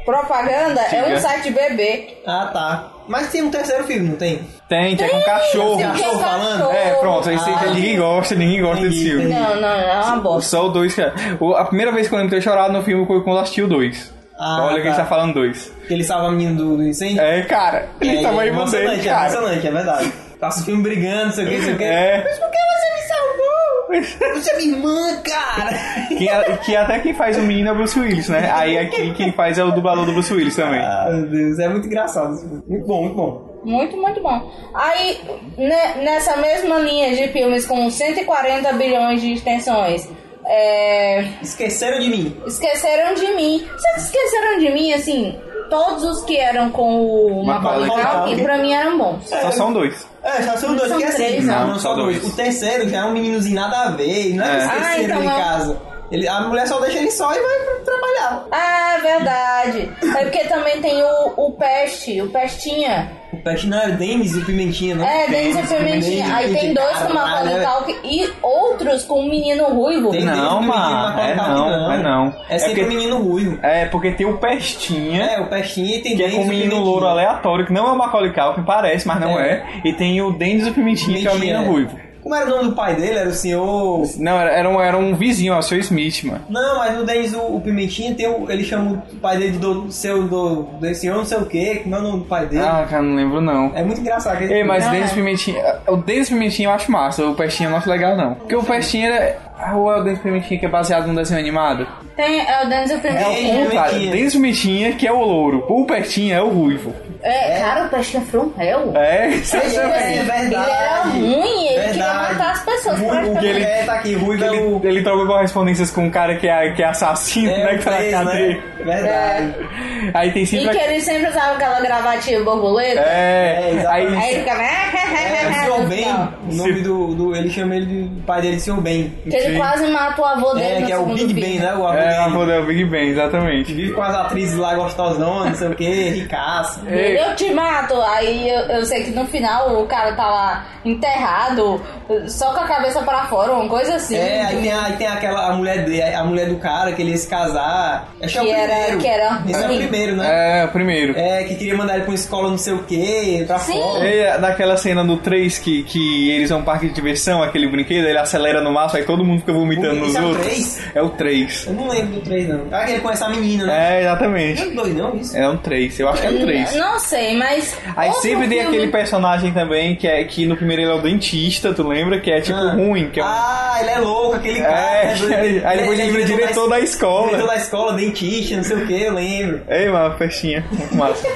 [SPEAKER 1] propaganda é um
[SPEAKER 2] Diga.
[SPEAKER 1] site de bebê.
[SPEAKER 3] ah, tá. Mas tem um terceiro filme, não tem?
[SPEAKER 2] Tem, que é com cachorro.
[SPEAKER 1] Tem
[SPEAKER 3] cachorro falando?
[SPEAKER 1] cachorro.
[SPEAKER 2] É, pronto, esse
[SPEAKER 3] Ah.
[SPEAKER 2] aí ninguém gosta, ninguém gosta desse
[SPEAKER 3] Entendi,
[SPEAKER 2] filme.
[SPEAKER 1] Não, não, não, é uma bosta.
[SPEAKER 2] Só o 2, cara. O- a primeira vez que eu lembro de ter chorado no filme foi quando eu assisti o 2.
[SPEAKER 3] Ah,
[SPEAKER 2] Olha quem
[SPEAKER 3] tá.
[SPEAKER 2] está falando 2.
[SPEAKER 3] Que ele salva a menina do, do incêndio?
[SPEAKER 2] É, cara. Ele tava aí
[SPEAKER 3] emocionante,
[SPEAKER 2] mandando,
[SPEAKER 3] é
[SPEAKER 2] cara.
[SPEAKER 3] emocionante, é verdade. Passa o filme brigando, sei o que, sei o que.
[SPEAKER 2] É.
[SPEAKER 3] Mas por que você me salvou? Você é minha irmã, cara!
[SPEAKER 2] Que, a- que até quem faz o menino é o Bruce Willis, né? Aí aqui quem faz é o dublador do Bruce Willis também.
[SPEAKER 3] Ah, meu Deus, é muito engraçado esse filme. Muito bom, muito bom.
[SPEAKER 1] Muito, muito bom. Aí, ne- nessa mesma linha de filmes com 140 bilhões de extensões, é,
[SPEAKER 3] Esqueceram de mim.
[SPEAKER 1] esqueceram de mim. Vocês esqueceram de mim, assim, todos os que eram com o Macaulay
[SPEAKER 3] Macaulay
[SPEAKER 1] Culkin,
[SPEAKER 3] Culkin.
[SPEAKER 1] pra mim eram bons.
[SPEAKER 2] Só são dois.
[SPEAKER 3] É, só são dois,
[SPEAKER 1] São
[SPEAKER 3] que é
[SPEAKER 1] três,
[SPEAKER 3] assim.
[SPEAKER 1] né?
[SPEAKER 3] Não,
[SPEAKER 2] Não,
[SPEAKER 3] não
[SPEAKER 2] só
[SPEAKER 3] são dois.
[SPEAKER 2] dois.
[SPEAKER 3] O terceiro já é um meninozinho nada a ver, não é,
[SPEAKER 2] É.
[SPEAKER 3] que esqueceram
[SPEAKER 1] Ah, então não.
[SPEAKER 3] ele em casa. Ele, a mulher só deixa ele só e vai pra- trabalhar.
[SPEAKER 1] Ah, verdade. É porque também tem o, o Peste, o Pestinha.
[SPEAKER 3] O pet não é Demis e o Pimentinha, não?
[SPEAKER 1] É, Denzel e Pimentinha. Aí tem dois né? com Macaulay Culkin e outros com o menino ruivo.
[SPEAKER 3] é. Tem dois
[SPEAKER 2] Não,
[SPEAKER 3] com o menino
[SPEAKER 2] mano,
[SPEAKER 3] Macaulay
[SPEAKER 2] é
[SPEAKER 3] Culkin,
[SPEAKER 2] não, é não.
[SPEAKER 3] É
[SPEAKER 2] É
[SPEAKER 3] sempre o
[SPEAKER 2] porque-
[SPEAKER 3] menino ruivo.
[SPEAKER 2] É, porque tem o Pestinha,
[SPEAKER 3] É, o Pestinha e tem
[SPEAKER 2] que é
[SPEAKER 3] Denis
[SPEAKER 2] com um
[SPEAKER 3] e
[SPEAKER 2] menino
[SPEAKER 3] Pimentinha.
[SPEAKER 2] louro aleatório, que não é o Macaulay Culkin, parece, mas não é. E tem o Dennis e o Pimentinha, que é o menino ruivo.
[SPEAKER 3] né? Como era o nome do pai dele? Era o senhor.
[SPEAKER 2] Não, era, era um, era um vizinho, ó, o seu Smith, mano.
[SPEAKER 3] Não, mas o Denis, o, o Pimentinha, tem o, ele chama o pai dele de do, seu, do, do senhor não sei o quê, como é o nome do pai dele.
[SPEAKER 2] Ah, cara, não lembro não.
[SPEAKER 3] É muito engraçado. aquele
[SPEAKER 2] Ei, mas
[SPEAKER 1] Não,
[SPEAKER 2] Denis
[SPEAKER 1] é.
[SPEAKER 2] Pimentinha. ah, O Denis Pimentinha eu acho massa, o Pestinha eu não acho legal não. Porque o Pestinha era. Ah, ou é o Denis Pimentinha que é baseado num desenho animado?
[SPEAKER 1] Tem é o Denzel e
[SPEAKER 2] É
[SPEAKER 1] Pimentinha.
[SPEAKER 2] o contrário.
[SPEAKER 3] Pimentinha.
[SPEAKER 2] Denis Pimentinha que é o louro. O Pestinha é o ruivo.
[SPEAKER 1] É, cara, o Pestinha foi um réu.
[SPEAKER 2] É,
[SPEAKER 3] Ele
[SPEAKER 1] Assim,
[SPEAKER 3] é
[SPEAKER 1] Ele era
[SPEAKER 3] verdade. É
[SPEAKER 1] ruim, ele queria
[SPEAKER 3] Verdade.
[SPEAKER 1] matar as pessoas.
[SPEAKER 3] Ruivo,
[SPEAKER 1] praticamente.
[SPEAKER 3] que ele- É, tá aqui, Ruivo é o-
[SPEAKER 2] ele, ele troca correspondências com um cara que é, que é assassino,
[SPEAKER 3] É, né?
[SPEAKER 2] né?
[SPEAKER 3] o
[SPEAKER 2] Que tá na
[SPEAKER 3] três,
[SPEAKER 2] cadeia.
[SPEAKER 3] né? Verdade.
[SPEAKER 2] Aí tem
[SPEAKER 1] E
[SPEAKER 2] sempre.
[SPEAKER 1] que ele sempre usava aquela gravatinha borboleta.
[SPEAKER 2] É,
[SPEAKER 3] É, exatamente.
[SPEAKER 2] aí
[SPEAKER 1] Aí ele ficava.
[SPEAKER 3] É, o senhor Ben, o nome
[SPEAKER 2] Sim.
[SPEAKER 3] do, do. Ele chama ele de pai dele de senhor Ben.
[SPEAKER 1] então. Que ele
[SPEAKER 2] Sim.
[SPEAKER 1] quase mata o avô dele.
[SPEAKER 3] É,
[SPEAKER 1] no
[SPEAKER 3] que é o
[SPEAKER 1] segundo
[SPEAKER 3] Big
[SPEAKER 1] filme.
[SPEAKER 3] Ben, né? O avô
[SPEAKER 2] É, a
[SPEAKER 3] dele.
[SPEAKER 2] roda é o Big Ben, exatamente.
[SPEAKER 3] Vive com as atrizes lá gostosonas, não sei o que, ricaça.
[SPEAKER 1] É.
[SPEAKER 2] Ei.
[SPEAKER 1] Eu te mato! Aí eu, eu sei que no final o cara tá lá enterrado, só com a cabeça pra fora, uma coisa assim.
[SPEAKER 3] É, aí tem, a- aí tem aquela a mulher dele, a mulher do cara que ele ia se casar. Acho que é o
[SPEAKER 1] Que era-
[SPEAKER 3] primeiro.
[SPEAKER 1] que era
[SPEAKER 3] Esse é o
[SPEAKER 1] ruim.
[SPEAKER 3] primeiro, né?
[SPEAKER 2] É, o primeiro.
[SPEAKER 3] É, que queria mandar ele pra uma escola não sei o que, pra
[SPEAKER 1] Sim.
[SPEAKER 3] fora.
[SPEAKER 2] É, naquela cena do 3 que, que eles vão ao parque de diversão, aquele brinquedo, ele acelera no máximo, aí todo mundo fica vomitando nos
[SPEAKER 3] Isso é o
[SPEAKER 2] outros.
[SPEAKER 3] três?
[SPEAKER 2] É o 3.
[SPEAKER 3] Eu não lembro do 3, não. Ah, que ele conhece a menina, né?
[SPEAKER 2] É,
[SPEAKER 3] Não é
[SPEAKER 2] exatamente.
[SPEAKER 3] do dois, não, isso?
[SPEAKER 2] É um 3, eu acho que é um 3.
[SPEAKER 1] Não sei, mas.
[SPEAKER 2] Aí
[SPEAKER 1] outro
[SPEAKER 2] sempre tem
[SPEAKER 1] filme-
[SPEAKER 2] aquele personagem também que é que no primeiro ele é o dentista, tu lembra? Que é tipo
[SPEAKER 3] Ah.
[SPEAKER 2] ruim, que é um.
[SPEAKER 3] Ah, ele é louco, aquele cara. né,
[SPEAKER 2] é, aí depois ele vira diretor da
[SPEAKER 3] é Diretor
[SPEAKER 2] escola.
[SPEAKER 3] da escola, dentista, não sei o que, eu lembro.
[SPEAKER 2] Ei, mano, festinha. Muito massa.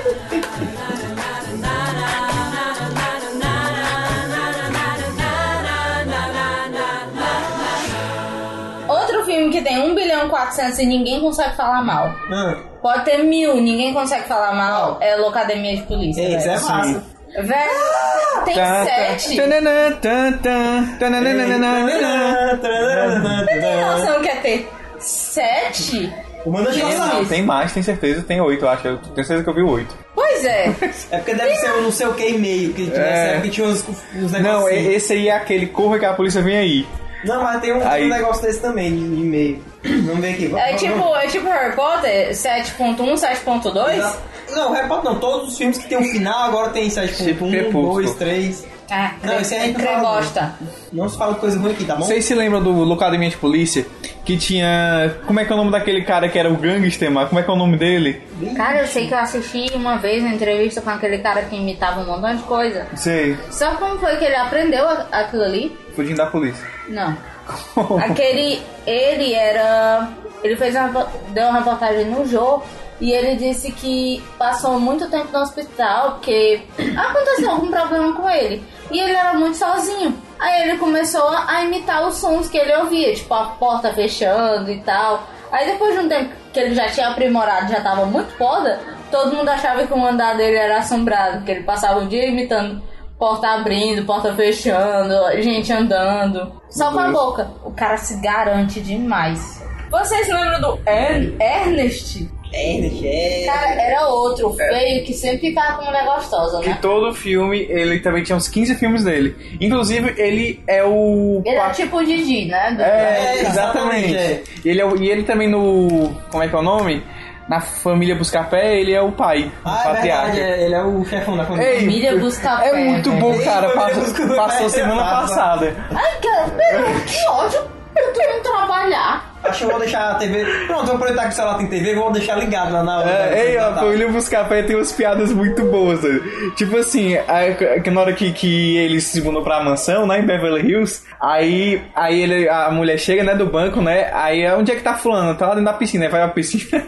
[SPEAKER 1] Outro filme que tem 1 bilhão e 400 e ninguém consegue falar mal.
[SPEAKER 3] Ah,
[SPEAKER 1] Pode ter mil, ninguém consegue falar mal. É Locademia de Polícia.
[SPEAKER 3] é, isso é
[SPEAKER 2] assim.
[SPEAKER 1] velho.
[SPEAKER 3] massa.
[SPEAKER 1] Velho, tem
[SPEAKER 2] Tá, tá.
[SPEAKER 1] sete.
[SPEAKER 2] Tananã, tan, tan, tanananananã.
[SPEAKER 1] Tem noção que é ter sete?
[SPEAKER 3] O Manda
[SPEAKER 1] Tem
[SPEAKER 3] Dinossauro.
[SPEAKER 1] mais.
[SPEAKER 2] Tem mais, tem certeza, tem oito, eu acho. Eu tenho certeza que eu vi oito.
[SPEAKER 1] Pois é.
[SPEAKER 3] É porque deve ser um não sei o que e meio, que nessa
[SPEAKER 2] É.
[SPEAKER 3] época tinha uns, uns negócios. assim.
[SPEAKER 2] Não, e- esse aí é aquele corra que a polícia vem aí.
[SPEAKER 3] Não, mas tem um, tem um
[SPEAKER 2] Aí.
[SPEAKER 3] negócio desse também, de de meio. Vamos ver aqui. vamos-
[SPEAKER 1] É tipo, é tipo Harry Potter 7.1, 7.2?
[SPEAKER 3] Não, repara não, todos os filmes que tem um final agora tem 7.1,
[SPEAKER 2] Tipo Crepúsculo.
[SPEAKER 3] 2, 3.
[SPEAKER 1] Ah,
[SPEAKER 3] Não, esse aí é
[SPEAKER 1] cre-
[SPEAKER 3] não fala, não.
[SPEAKER 1] crebosta.
[SPEAKER 3] Não se fala coisa ruim aqui, tá bom?
[SPEAKER 2] Vocês se lembram do Locademia de Polícia? Que tinha. Como é que é o nome daquele cara que era o gangster, mano? Como é que é o nome dele?
[SPEAKER 1] Cara, eu sei que eu assisti uma vez uma entrevista com aquele cara que imitava um montão de coisa.
[SPEAKER 2] Sei,
[SPEAKER 1] Só como foi que ele aprendeu a- aquilo ali?
[SPEAKER 2] fugindo da polícia.
[SPEAKER 1] Não. Aquele. Ele era. Ele fez uma, repo- deu uma reportagem no Jô e ele disse que passou muito tempo no hospital porque aconteceu algum problema com ele. E ele era muito sozinho. Aí ele começou a imitar os sons que ele ouvia, tipo a porta fechando e tal. Aí depois de um tempo que ele já tinha aprimorado, já tava muito foda, todo mundo achava que o andar dele era assombrado, que ele passava o dia imitando porta abrindo, porta fechando, gente andando. Só com a boca. O cara se garante demais. Vocês lembram do Ern- Ernest?
[SPEAKER 3] É, é.
[SPEAKER 1] Cara, era outro feio que sempre ficava com mulher gostosa,
[SPEAKER 2] Que
[SPEAKER 1] né?
[SPEAKER 2] todo filme, ele também tinha uns 15 filmes dele. Inclusive, ele é o.
[SPEAKER 1] Ele era tipo o Didi, né? Do-
[SPEAKER 2] É,
[SPEAKER 3] É,
[SPEAKER 2] exatamente.
[SPEAKER 3] exatamente, é.
[SPEAKER 2] E ele, é o- e ele também no. Como é que é o nome? Na família Buscapé, ele é o pai, o
[SPEAKER 3] Ah, é
[SPEAKER 2] patriarca.
[SPEAKER 3] verdade, é, ele é o chefão da família.
[SPEAKER 2] Ei,
[SPEAKER 1] Família Buscapé,
[SPEAKER 2] É muito bom,
[SPEAKER 3] velho.
[SPEAKER 2] cara.
[SPEAKER 3] Ei, família
[SPEAKER 2] Passou,
[SPEAKER 3] Buscapé.
[SPEAKER 2] passou semana passada.
[SPEAKER 1] Ai, cara, pera, que ódio pra tu não trabalhar.
[SPEAKER 3] Acho que eu vou deixar a TV. Pronto, vou aproveitar que o celular tem TV, vou deixar ligado lá na hora. da-
[SPEAKER 2] É, ei, ó,
[SPEAKER 3] da-
[SPEAKER 2] o William Buscapé tem umas piadas muito boas. né? Tipo assim, a- que na hora que, que ele se mudou pra mansão, né, em Beverly Hills, aí, aí ele, a mulher chega, né, do banco, né, aí onde é que tá fulano? Tá lá dentro da piscina, aí vai pra piscina,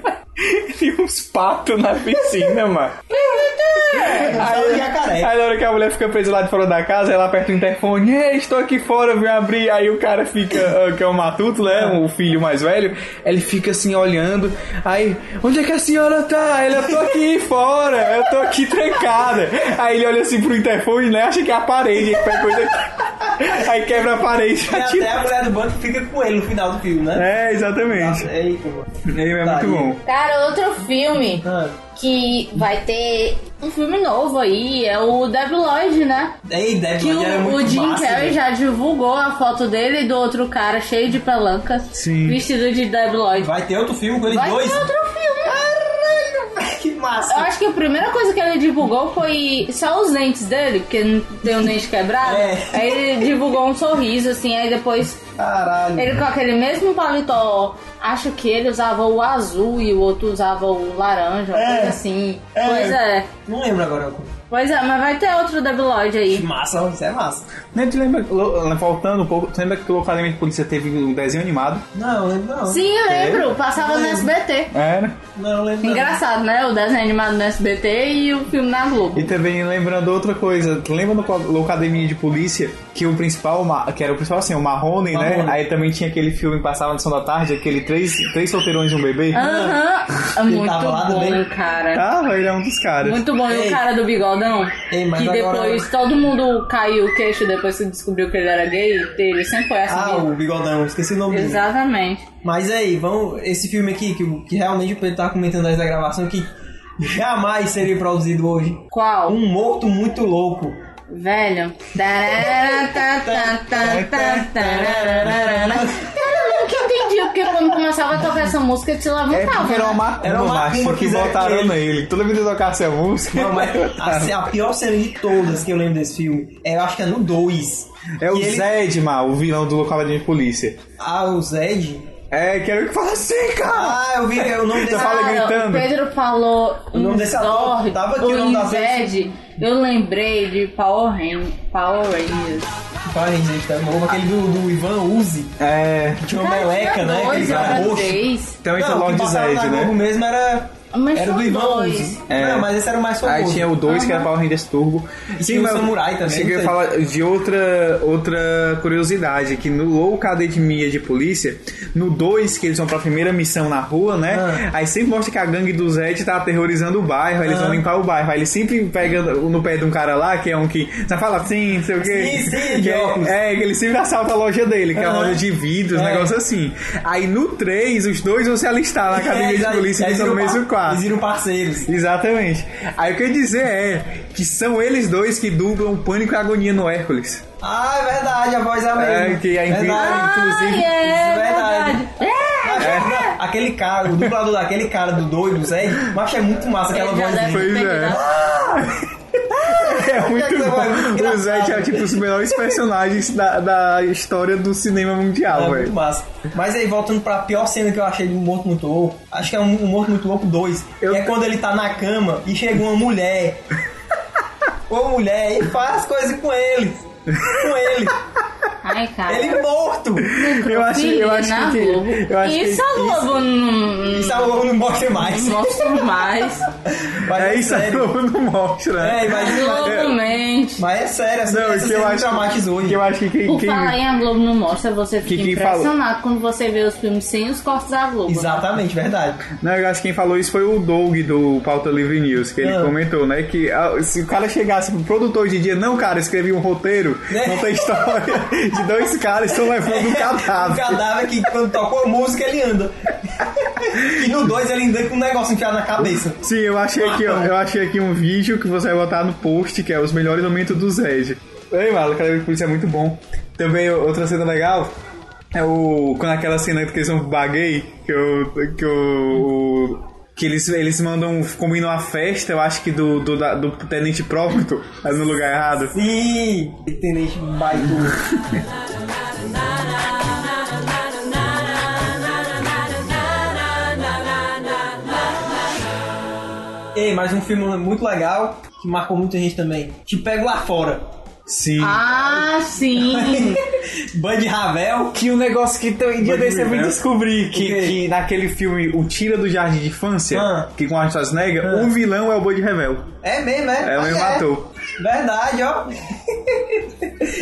[SPEAKER 2] tem uns patos na piscina, mano.
[SPEAKER 1] Meu Deus,
[SPEAKER 3] Aí, que é careca.
[SPEAKER 2] Aí na hora que a mulher fica presa lá de fora da casa, ela aperta o interfone, Ei, estou aqui fora, vem abrir. Aí o cara fica, ah, que é o matuto, né? O filho mais velho, ele fica assim olhando. Aí, onde é que a senhora tá? Ele, eu tô aqui fora, eu tô aqui trancada. Aí ele olha assim pro interfone, né? Acha que é a parede, aí, pega coisa aqui. aí quebra a parede
[SPEAKER 3] E
[SPEAKER 2] e
[SPEAKER 3] até
[SPEAKER 2] atira.
[SPEAKER 3] a mulher do banco fica com ele no final do filme, né?
[SPEAKER 2] É, exatamente.
[SPEAKER 3] Eita, mano.
[SPEAKER 2] Ele é
[SPEAKER 3] Tá
[SPEAKER 2] muito
[SPEAKER 3] aí.
[SPEAKER 2] bom.
[SPEAKER 1] Cara, outro filme que vai ter um filme novo aí é o Devil Lloyd, né?
[SPEAKER 3] Ei, Death
[SPEAKER 1] Que
[SPEAKER 3] Note era
[SPEAKER 1] o,
[SPEAKER 3] muito
[SPEAKER 1] o Jim
[SPEAKER 3] massa, né?
[SPEAKER 1] Carrey
[SPEAKER 3] velho.
[SPEAKER 1] já divulgou a foto dele e do outro cara cheio de pelancas,
[SPEAKER 2] Sim.
[SPEAKER 1] vestido de Devil Lloyd.
[SPEAKER 3] Vai ter outro filme com eles
[SPEAKER 1] Vai
[SPEAKER 3] dois? Ah,
[SPEAKER 1] ter outro filme.
[SPEAKER 3] que
[SPEAKER 1] Eu
[SPEAKER 3] massa!
[SPEAKER 1] acho que a primeira coisa que ele divulgou foi só os dentes dele, porque não tem um dente quebrado.
[SPEAKER 3] É.
[SPEAKER 1] Aí ele divulgou um sorriso, assim, aí depois
[SPEAKER 3] Caralho.
[SPEAKER 1] ele com aquele mesmo paletó. Acho que ele usava o azul e o outro usava o laranja, uma
[SPEAKER 3] É.
[SPEAKER 1] coisa assim.
[SPEAKER 3] É.
[SPEAKER 1] Pois é.
[SPEAKER 3] Não lembro agora.
[SPEAKER 1] Pois é, mas vai ter outro Devil Lloyd
[SPEAKER 3] Que
[SPEAKER 1] aí.
[SPEAKER 3] massa, isso é massa.
[SPEAKER 2] Né, tu lembra, lo- voltando um pouco, tu lembra que o Academia de Polícia teve um desenho animado?
[SPEAKER 3] Não, lembro não.
[SPEAKER 1] Sim, eu lembro, passava no SBT.
[SPEAKER 2] Era.
[SPEAKER 3] Não, lembro não.
[SPEAKER 1] Engraçado, né? O desenho animado no SBT e o filme na Globo.
[SPEAKER 2] E também lembrando outra coisa, tu lembra no co- no Academia de Polícia que o principal, ma- que era o principal assim, o Marrone, né?
[SPEAKER 3] Marrone.
[SPEAKER 2] Aí também tinha aquele filme que passava na sessão da tarde, aquele Três, três Solteirões e um Bebê.
[SPEAKER 3] Ah.
[SPEAKER 1] Aham, é
[SPEAKER 3] Ele
[SPEAKER 1] muito
[SPEAKER 3] tava lá
[SPEAKER 1] bom,
[SPEAKER 3] também?
[SPEAKER 1] cara.
[SPEAKER 2] Ah, ele é um dos caras.
[SPEAKER 1] Muito bom, e
[SPEAKER 3] Ei.
[SPEAKER 1] o cara do bigodão?
[SPEAKER 3] Ei, mas
[SPEAKER 1] que
[SPEAKER 3] agora-
[SPEAKER 1] depois todo mundo caiu o queixo depois que descobriu que ele era gay. Ele sempre foi assim.
[SPEAKER 3] Ah, o Bigodão, esqueci o nome dele.
[SPEAKER 1] Exatamente.
[SPEAKER 3] Mas é aí, vamos. Esse filme aqui, que, o- que realmente o Pedro tava comentando antes da gravação, que jamais seria produzido hoje.
[SPEAKER 1] Qual?
[SPEAKER 3] Um morto muito louco.
[SPEAKER 1] Velho. Tarara, tá, tá, tá, tá, tarararara. Eu nunca entendi, porque quando começava a tocar essa música, ele se
[SPEAKER 2] É
[SPEAKER 1] levantava.
[SPEAKER 2] porque era uma
[SPEAKER 1] né?
[SPEAKER 2] macumba,
[SPEAKER 3] Era uma
[SPEAKER 2] macho,
[SPEAKER 3] macumba
[SPEAKER 2] que
[SPEAKER 3] que
[SPEAKER 2] botaram
[SPEAKER 3] fizeram
[SPEAKER 2] nele. Toda vez que tocar essa música...
[SPEAKER 3] Não, mas assim, a, a pior cena de todas que eu lembro desse filme é, eu acho que é no 2.
[SPEAKER 2] É o
[SPEAKER 3] E ele-
[SPEAKER 2] Zed, mal, o vilão do Academia de Polícia.
[SPEAKER 3] Ah, o Zed?
[SPEAKER 2] É, quero que fala assim, cara!
[SPEAKER 3] Ah, eu vi o nome desse.
[SPEAKER 2] Então fala-
[SPEAKER 1] Cara,
[SPEAKER 2] gritando.
[SPEAKER 1] O Pedro falou um
[SPEAKER 3] O nome desse ator,
[SPEAKER 1] Zord,
[SPEAKER 3] tava aqui o
[SPEAKER 1] o
[SPEAKER 3] nome da vez.
[SPEAKER 1] Inzed. Eu lembrei de Power Ran- Power Rangers.
[SPEAKER 3] Vai, gente, tá bom. Aquele do, do Ivan Uzi,
[SPEAKER 2] É...
[SPEAKER 3] que tinha uma meleca, né?
[SPEAKER 1] Dois,
[SPEAKER 3] Aquele cara
[SPEAKER 1] era
[SPEAKER 3] roxo.
[SPEAKER 1] três.
[SPEAKER 2] Então esse é o
[SPEAKER 3] Não, o que
[SPEAKER 2] Lord
[SPEAKER 3] passava
[SPEAKER 2] Zed,
[SPEAKER 3] na Globo
[SPEAKER 2] né?
[SPEAKER 3] mesmo era,
[SPEAKER 1] Mas
[SPEAKER 3] era
[SPEAKER 1] são
[SPEAKER 3] do Ivan
[SPEAKER 1] dois.
[SPEAKER 3] Uzi.
[SPEAKER 2] É.
[SPEAKER 3] Não, mas esse era o mais famoso.
[SPEAKER 2] Aí tinha o 2, que era Power Rangers Turbo.
[SPEAKER 3] E tinha o Samurai também,
[SPEAKER 2] Cheguei a
[SPEAKER 3] não sei.
[SPEAKER 2] falar de outra, outra curiosidade, que no Low Academia de Polícia, no 2, que eles vão pra primeira missão na rua, né?
[SPEAKER 3] Ah.
[SPEAKER 2] Aí sempre mostra que a gangue do Zed tá aterrorizando o bairro, aí eles
[SPEAKER 3] Ah.
[SPEAKER 2] vão limpar o bairro. Aí eles sempre pegam no pé de um cara lá, que é um que... Você fala assim, não sei o quê.
[SPEAKER 3] Sim, sim,
[SPEAKER 2] que
[SPEAKER 3] de
[SPEAKER 2] é,
[SPEAKER 3] óculos.
[SPEAKER 2] é, que ele sempre assalta a loja dele, que é uma
[SPEAKER 3] Aham.
[SPEAKER 2] loja de vidros, um
[SPEAKER 3] É.
[SPEAKER 2] negócio assim. Aí no 3, os dois vão se alistar na Academia de
[SPEAKER 3] É, aí-
[SPEAKER 2] Polícia,
[SPEAKER 3] aí
[SPEAKER 2] que são no
[SPEAKER 3] viram
[SPEAKER 2] mesmo
[SPEAKER 3] par-
[SPEAKER 2] quarto.
[SPEAKER 3] Eles viram parceiros.
[SPEAKER 2] Exatamente. Aí o que eu ia dizer é que são eles dois que dublam o Pânico e a Agonia no Hércules.
[SPEAKER 3] Ah, é verdade, a voz é a mesma.
[SPEAKER 2] É, que é incrível.
[SPEAKER 3] Verdade.
[SPEAKER 2] Inclusive,
[SPEAKER 1] Ah, é,
[SPEAKER 3] verdade.
[SPEAKER 1] verdade. É.
[SPEAKER 3] Não, Aquele cara, o dublador daquele cara do doido, do Zed, mas é muito massa aquela
[SPEAKER 1] Ele já
[SPEAKER 3] voz
[SPEAKER 1] deve
[SPEAKER 3] dele.
[SPEAKER 2] Pois
[SPEAKER 1] ter
[SPEAKER 2] é.
[SPEAKER 1] pegado.
[SPEAKER 2] É muito
[SPEAKER 3] que você vai?
[SPEAKER 2] bom. O
[SPEAKER 3] Engraçado.
[SPEAKER 2] Zé é tipo os melhores personagens da, da história do cinema mundial,
[SPEAKER 3] É muito
[SPEAKER 2] velho.
[SPEAKER 3] massa. Mas aí, voltando pra pior cena que eu achei do Morto Muito Louco, acho que é um, um Morto Muito Louco 2,
[SPEAKER 2] Eu-
[SPEAKER 3] que é quando ele tá na cama e chega uma mulher. uma mulher e faz coisas com ele. Com ele.
[SPEAKER 1] Ai, cara.
[SPEAKER 3] Ele morto.
[SPEAKER 2] Eu acho, eu acho
[SPEAKER 1] na
[SPEAKER 2] que.
[SPEAKER 1] Globo.
[SPEAKER 2] Eu acho que é
[SPEAKER 1] isso a Globo não
[SPEAKER 3] Isso a Globo não mostra mais.
[SPEAKER 1] não mostra mais.
[SPEAKER 3] Mas
[SPEAKER 2] É isso, a
[SPEAKER 3] sério.
[SPEAKER 2] Globo não mostra, né?
[SPEAKER 3] É,
[SPEAKER 1] A
[SPEAKER 3] mas,
[SPEAKER 1] Globo mente.
[SPEAKER 3] mas é sério, essa,
[SPEAKER 2] Não,
[SPEAKER 3] essa
[SPEAKER 2] que eu
[SPEAKER 3] cena me
[SPEAKER 2] acho.
[SPEAKER 3] traumatizou.
[SPEAKER 2] Que eu acho que quem.
[SPEAKER 1] Por
[SPEAKER 2] quem-
[SPEAKER 1] falar em a Globo não mostra, você fica
[SPEAKER 2] quem falou?
[SPEAKER 1] impressionado quando você vê os filmes sem os cortes da Globo.
[SPEAKER 3] Exatamente, verdade.
[SPEAKER 2] Não, Né, eu acho que quem falou isso foi o Doug do Pauta Livre News, que ele
[SPEAKER 3] Ah.
[SPEAKER 2] comentou, né? Que ah, se o cara chegasse pro produtor de dia, não, cara, escrevi um roteiro,
[SPEAKER 3] Né?
[SPEAKER 2] não tem história de dois caras estão levando um
[SPEAKER 3] Um
[SPEAKER 2] cadáver.
[SPEAKER 3] cadáver que quando tocou a música ele anda. E no 2 ele anda com um negócio enfiado na cabeça.
[SPEAKER 2] Sim, eu achei aqui, ó, eu achei aqui um vídeo que você vai botar no post, que é os melhores momentos do Zed. Ei, mano, o cara de polícia é muito bom. Também ó, outra cena legal é o. Quando aquela cena que eles são baguei, que eu. que o. o- que eles, eles mandam, combinam a festa, eu acho que do, do, da- do Tenente Proctor, mas no lugar errado.
[SPEAKER 3] Sim! Tenente Baidu. Ei, mas um filme muito legal que marcou muita gente também. Te pego lá fora.
[SPEAKER 2] Sim.
[SPEAKER 7] Ah, sim.
[SPEAKER 3] Bud Ravel.
[SPEAKER 2] Que o negócio que tem um dia
[SPEAKER 3] Pode né?
[SPEAKER 2] desse eu vim
[SPEAKER 3] ver.
[SPEAKER 2] descobrir que,
[SPEAKER 3] O quê?
[SPEAKER 2] que naquele filme O Tira do Jardim de Infância,
[SPEAKER 3] Ah.
[SPEAKER 2] que com a Schwarzenegger,
[SPEAKER 3] Ah.
[SPEAKER 2] o vilão é o Bud Revel.
[SPEAKER 3] É mesmo, é?
[SPEAKER 2] É o
[SPEAKER 3] Pois
[SPEAKER 2] mesmo ator.
[SPEAKER 3] Verdade, ó.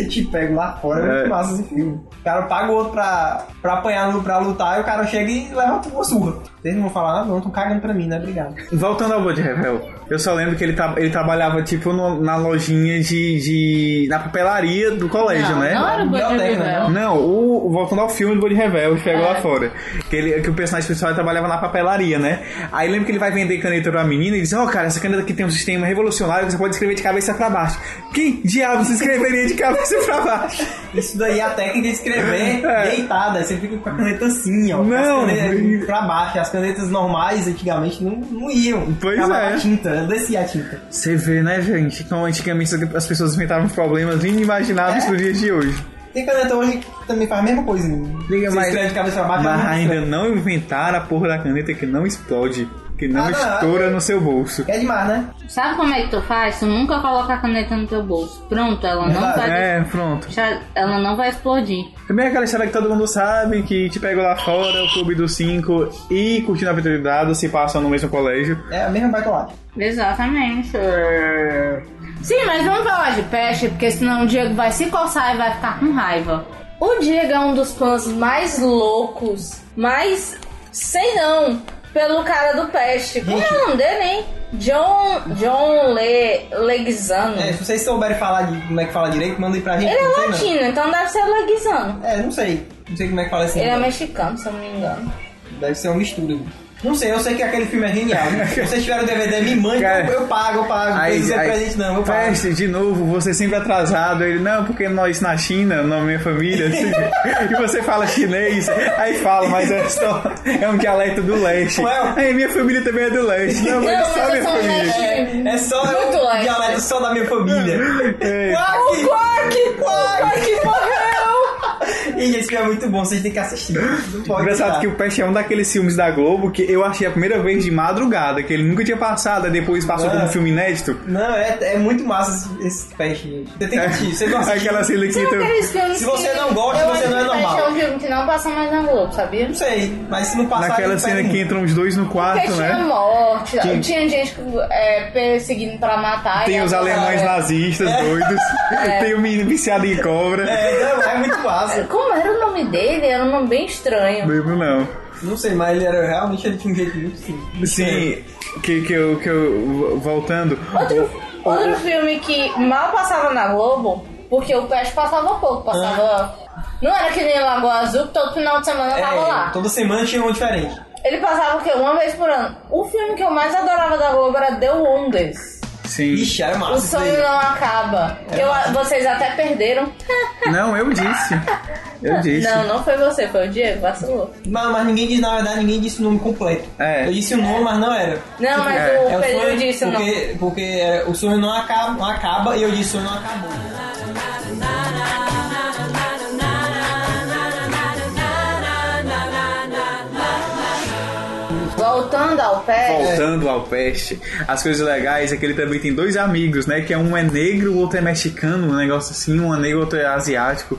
[SPEAKER 3] Te pego lá fora,
[SPEAKER 2] É.
[SPEAKER 3] é muito massa esse filme. O cara paga o outro pra, pra apanhar, pra lutar, e o cara chega e leva uma surra. Vocês não vão falar nada, não, estão cagando pra mim, né? Obrigado.
[SPEAKER 2] Voltando ao Bud Revel, eu só lembro que ele, tra- ele trabalhava tipo no- na lojinha de, de. na papelaria do colégio,
[SPEAKER 7] não,
[SPEAKER 2] né?
[SPEAKER 7] não era o Bud
[SPEAKER 3] Biblioteca,
[SPEAKER 7] Revel.
[SPEAKER 2] Não, o, voltando ao filme do Body Rebel, que
[SPEAKER 7] É.
[SPEAKER 2] pegou lá fora. Que, ele, que o personagem principal trabalhava na papelaria, né? Aí lembra que ele vai vender caneta pra menina e diz: Ó, cara, essa caneta aqui tem um sistema revolucionário que você pode escrever de cabeça pra baixo. Quem diabo se escreveria de cabeça pra baixo?
[SPEAKER 3] Isso daí é a técnica de escrever
[SPEAKER 2] É.
[SPEAKER 3] deitada. Você fica com a caneta assim, ó. com as
[SPEAKER 2] Não.
[SPEAKER 3] canetas pra baixo. As canetas normais, antigamente, não, não iam.
[SPEAKER 2] Pois
[SPEAKER 3] Acabava
[SPEAKER 2] é.
[SPEAKER 3] a tinta, descia a tinta.
[SPEAKER 2] Você vê, né, gente? Como antigamente as pessoas inventavam problemas
[SPEAKER 7] É.
[SPEAKER 2] inimagináveis nos dias de hoje.
[SPEAKER 3] Tem caneta hoje que também faz a mesma coisa. né?
[SPEAKER 2] Diga,
[SPEAKER 3] Você
[SPEAKER 2] mas-
[SPEAKER 3] escreve de cabeça pra baixo. é
[SPEAKER 2] Mas
[SPEAKER 3] muito
[SPEAKER 2] ainda
[SPEAKER 3] estranho.
[SPEAKER 2] não inventaram a porra da caneta que não explode, que não
[SPEAKER 3] Ah, não,
[SPEAKER 2] estoura no seu bolso.
[SPEAKER 3] É demais, né?
[SPEAKER 7] Sabe como é que tu faz? Tu nunca coloca a caneta no teu bolso. Pronto, ela não
[SPEAKER 3] Verdade.
[SPEAKER 7] vai.
[SPEAKER 2] É, pronto.
[SPEAKER 7] Ela não vai explodir.
[SPEAKER 2] Também é aquela história que todo mundo sabe, que te pego lá fora, o clube dos cinco e curtindo a vida de dados se passam no mesmo colégio.
[SPEAKER 3] É a mesma baitolagem.
[SPEAKER 7] Exatamente.
[SPEAKER 1] Sim, mas vamos falar de peste, porque senão o Diego vai se coçar e vai ficar com raiva. O Diego é um dos fãs mais loucos, mas sei não, pelo cara do peste. Como é o nome dele, hein? John. John Le, Leguizano.
[SPEAKER 3] É, se vocês souberem falar de, como é que fala direito, mandem pra gente.
[SPEAKER 1] Ele é
[SPEAKER 3] não sei não.
[SPEAKER 1] latino, então deve ser Leguizano.
[SPEAKER 3] É, não sei. Não sei como é que fala assim.
[SPEAKER 1] Ele é mexicano, se eu não me engano.
[SPEAKER 3] Deve ser uma mistura. Não sei, eu sei que aquele filme é genial. Se vocês tiverem o DVD, me mande,
[SPEAKER 2] Cara,
[SPEAKER 3] eu, eu pago, eu pago. Não precisa ser presente, não, eu pago.
[SPEAKER 2] Peste, de novo, você sempre atrasado. Ele, não, porque nós na China, na minha família, assim, e você fala chinês, aí fala, mas é só, é um dialeto do leste.
[SPEAKER 3] Ué.
[SPEAKER 2] aí minha família também é do leste. Não, mas
[SPEAKER 1] Não,
[SPEAKER 2] é
[SPEAKER 1] mas
[SPEAKER 2] só
[SPEAKER 1] eu
[SPEAKER 2] minha
[SPEAKER 1] sou
[SPEAKER 2] família.
[SPEAKER 1] leste.
[SPEAKER 3] É, é só
[SPEAKER 1] Muito
[SPEAKER 3] o
[SPEAKER 1] leve.
[SPEAKER 3] dialeto só da minha família.
[SPEAKER 2] É.
[SPEAKER 3] Quack!
[SPEAKER 1] Quack!
[SPEAKER 3] Quack morreu! E esse filme é muito bom, vocês têm que assistir. Não pode
[SPEAKER 2] Engraçado
[SPEAKER 3] tirar.
[SPEAKER 2] que o Peste é um daqueles filmes da Globo que eu achei a primeira vez de madrugada, que ele nunca tinha passado, aí depois passou
[SPEAKER 3] Ué.
[SPEAKER 2] como um filme inédito.
[SPEAKER 3] Não, é, é muito massa esse, esse peixe, gente. Você tem
[SPEAKER 2] É.
[SPEAKER 3] que assistir, você é gosta
[SPEAKER 2] Aquela cena que
[SPEAKER 1] Sabe
[SPEAKER 2] tu-
[SPEAKER 1] aqueles filmes
[SPEAKER 3] Se
[SPEAKER 1] que
[SPEAKER 3] você não gosta,
[SPEAKER 1] eu
[SPEAKER 3] você
[SPEAKER 1] acho
[SPEAKER 3] não é
[SPEAKER 1] que Peste
[SPEAKER 3] normal.
[SPEAKER 1] É um filme que não passa mais na Globo, sabia?
[SPEAKER 3] Não sei, mas se não passar...
[SPEAKER 2] Naquela
[SPEAKER 3] ele perde
[SPEAKER 2] cena
[SPEAKER 3] muito.
[SPEAKER 2] que entram os dois no
[SPEAKER 1] Porque
[SPEAKER 2] quarto,
[SPEAKER 1] tinha
[SPEAKER 2] né?
[SPEAKER 1] morte,
[SPEAKER 2] Que-
[SPEAKER 1] tinha gente é, perseguindo pra matar. e
[SPEAKER 2] Tem os
[SPEAKER 1] agora- é.
[SPEAKER 2] alemães nazistas doidos. Tem o menino viciado em cobra.
[SPEAKER 3] É, não, é muito massa.
[SPEAKER 1] Como era o nome dele? Era um nome bem estranho.
[SPEAKER 2] Lembro não.
[SPEAKER 3] Não sei, mas ele era realmente ele tinha um jeito muito simples.
[SPEAKER 2] Sim, que, que, eu, que eu. Voltando.
[SPEAKER 1] Outro, outro filme que mal passava na Globo, porque o Peste passava pouco, passava. Não era que nem Lagoa Azul, que todo final de semana
[SPEAKER 3] É,
[SPEAKER 1] tava lá.
[SPEAKER 3] toda semana tinha um diferente.
[SPEAKER 1] Ele passava o quê? Uma vez por ano. O filme que eu mais adorava da Globo era The Wonders.
[SPEAKER 2] Sim.
[SPEAKER 3] Ixi, era massa.
[SPEAKER 1] O
[SPEAKER 3] isso
[SPEAKER 1] sonho
[SPEAKER 3] daí.
[SPEAKER 1] não acaba. Que eu- vocês até perderam.
[SPEAKER 2] Não, eu disse. Eu disse.
[SPEAKER 1] Não, não foi você, foi o Diego, vacilou.
[SPEAKER 3] Mas, mas ninguém diz, na verdade, ninguém disse o nome completo.
[SPEAKER 2] É.
[SPEAKER 3] Eu disse o nome, mas não era.
[SPEAKER 1] Não, mas
[SPEAKER 2] É,
[SPEAKER 1] o Pedro
[SPEAKER 3] sonho,
[SPEAKER 1] disse não.
[SPEAKER 3] porque, Porque é, o sonho não acaba, não acaba e eu disse o sonho não acabou.
[SPEAKER 1] Voltando ao
[SPEAKER 3] É.
[SPEAKER 1] pé,
[SPEAKER 2] Voltando ao Peste, as coisas legais é que ele também tem dois amigos, né? Que é um é negro, o outro é mexicano, um negócio assim, um é negro, outro é asiático.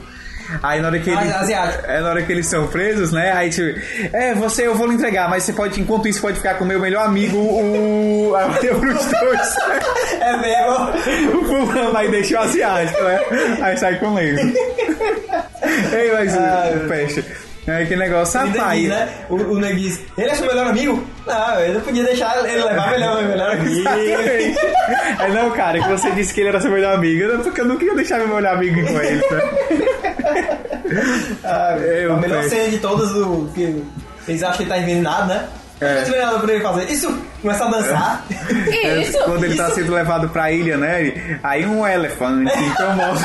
[SPEAKER 2] Aí na hora que
[SPEAKER 3] Ah,
[SPEAKER 2] eles.
[SPEAKER 3] é asiático.
[SPEAKER 2] É na hora que eles são presos, né? Aí tipo, é, você eu vou lhe entregar, mas você pode, enquanto isso, pode ficar com o meu melhor amigo, o. Aí deu pros dois.
[SPEAKER 3] É mesmo?
[SPEAKER 2] o fulano aí deixa o asiático, né? Aí sai com o negro. Ei, mas o peste. Aí que negócio,
[SPEAKER 3] E
[SPEAKER 2] rapaz.
[SPEAKER 3] daí, né? O, o Neg disse, ele é seu melhor amigo? Não, eu não podia deixar ele levar ele é meu melhor amigo.
[SPEAKER 2] Exatamente. É, não, cara, que você disse que ele era seu melhor amigo. Não, Porque eu nunca ia deixar meu melhor amigo com ele. Tá?
[SPEAKER 3] Ah,
[SPEAKER 2] Eu
[SPEAKER 3] a melhor
[SPEAKER 2] peço.
[SPEAKER 3] cena de todas do que eles acham que ele tá envenenado, né?
[SPEAKER 2] É.
[SPEAKER 3] É. envenenado pra ele fazer isso, começa a dançar.
[SPEAKER 1] que
[SPEAKER 2] É,
[SPEAKER 1] isso?
[SPEAKER 2] Quando ele tá
[SPEAKER 3] isso.
[SPEAKER 2] sendo levado pra ilha, né? ele- Aí um elefante então, incomoda.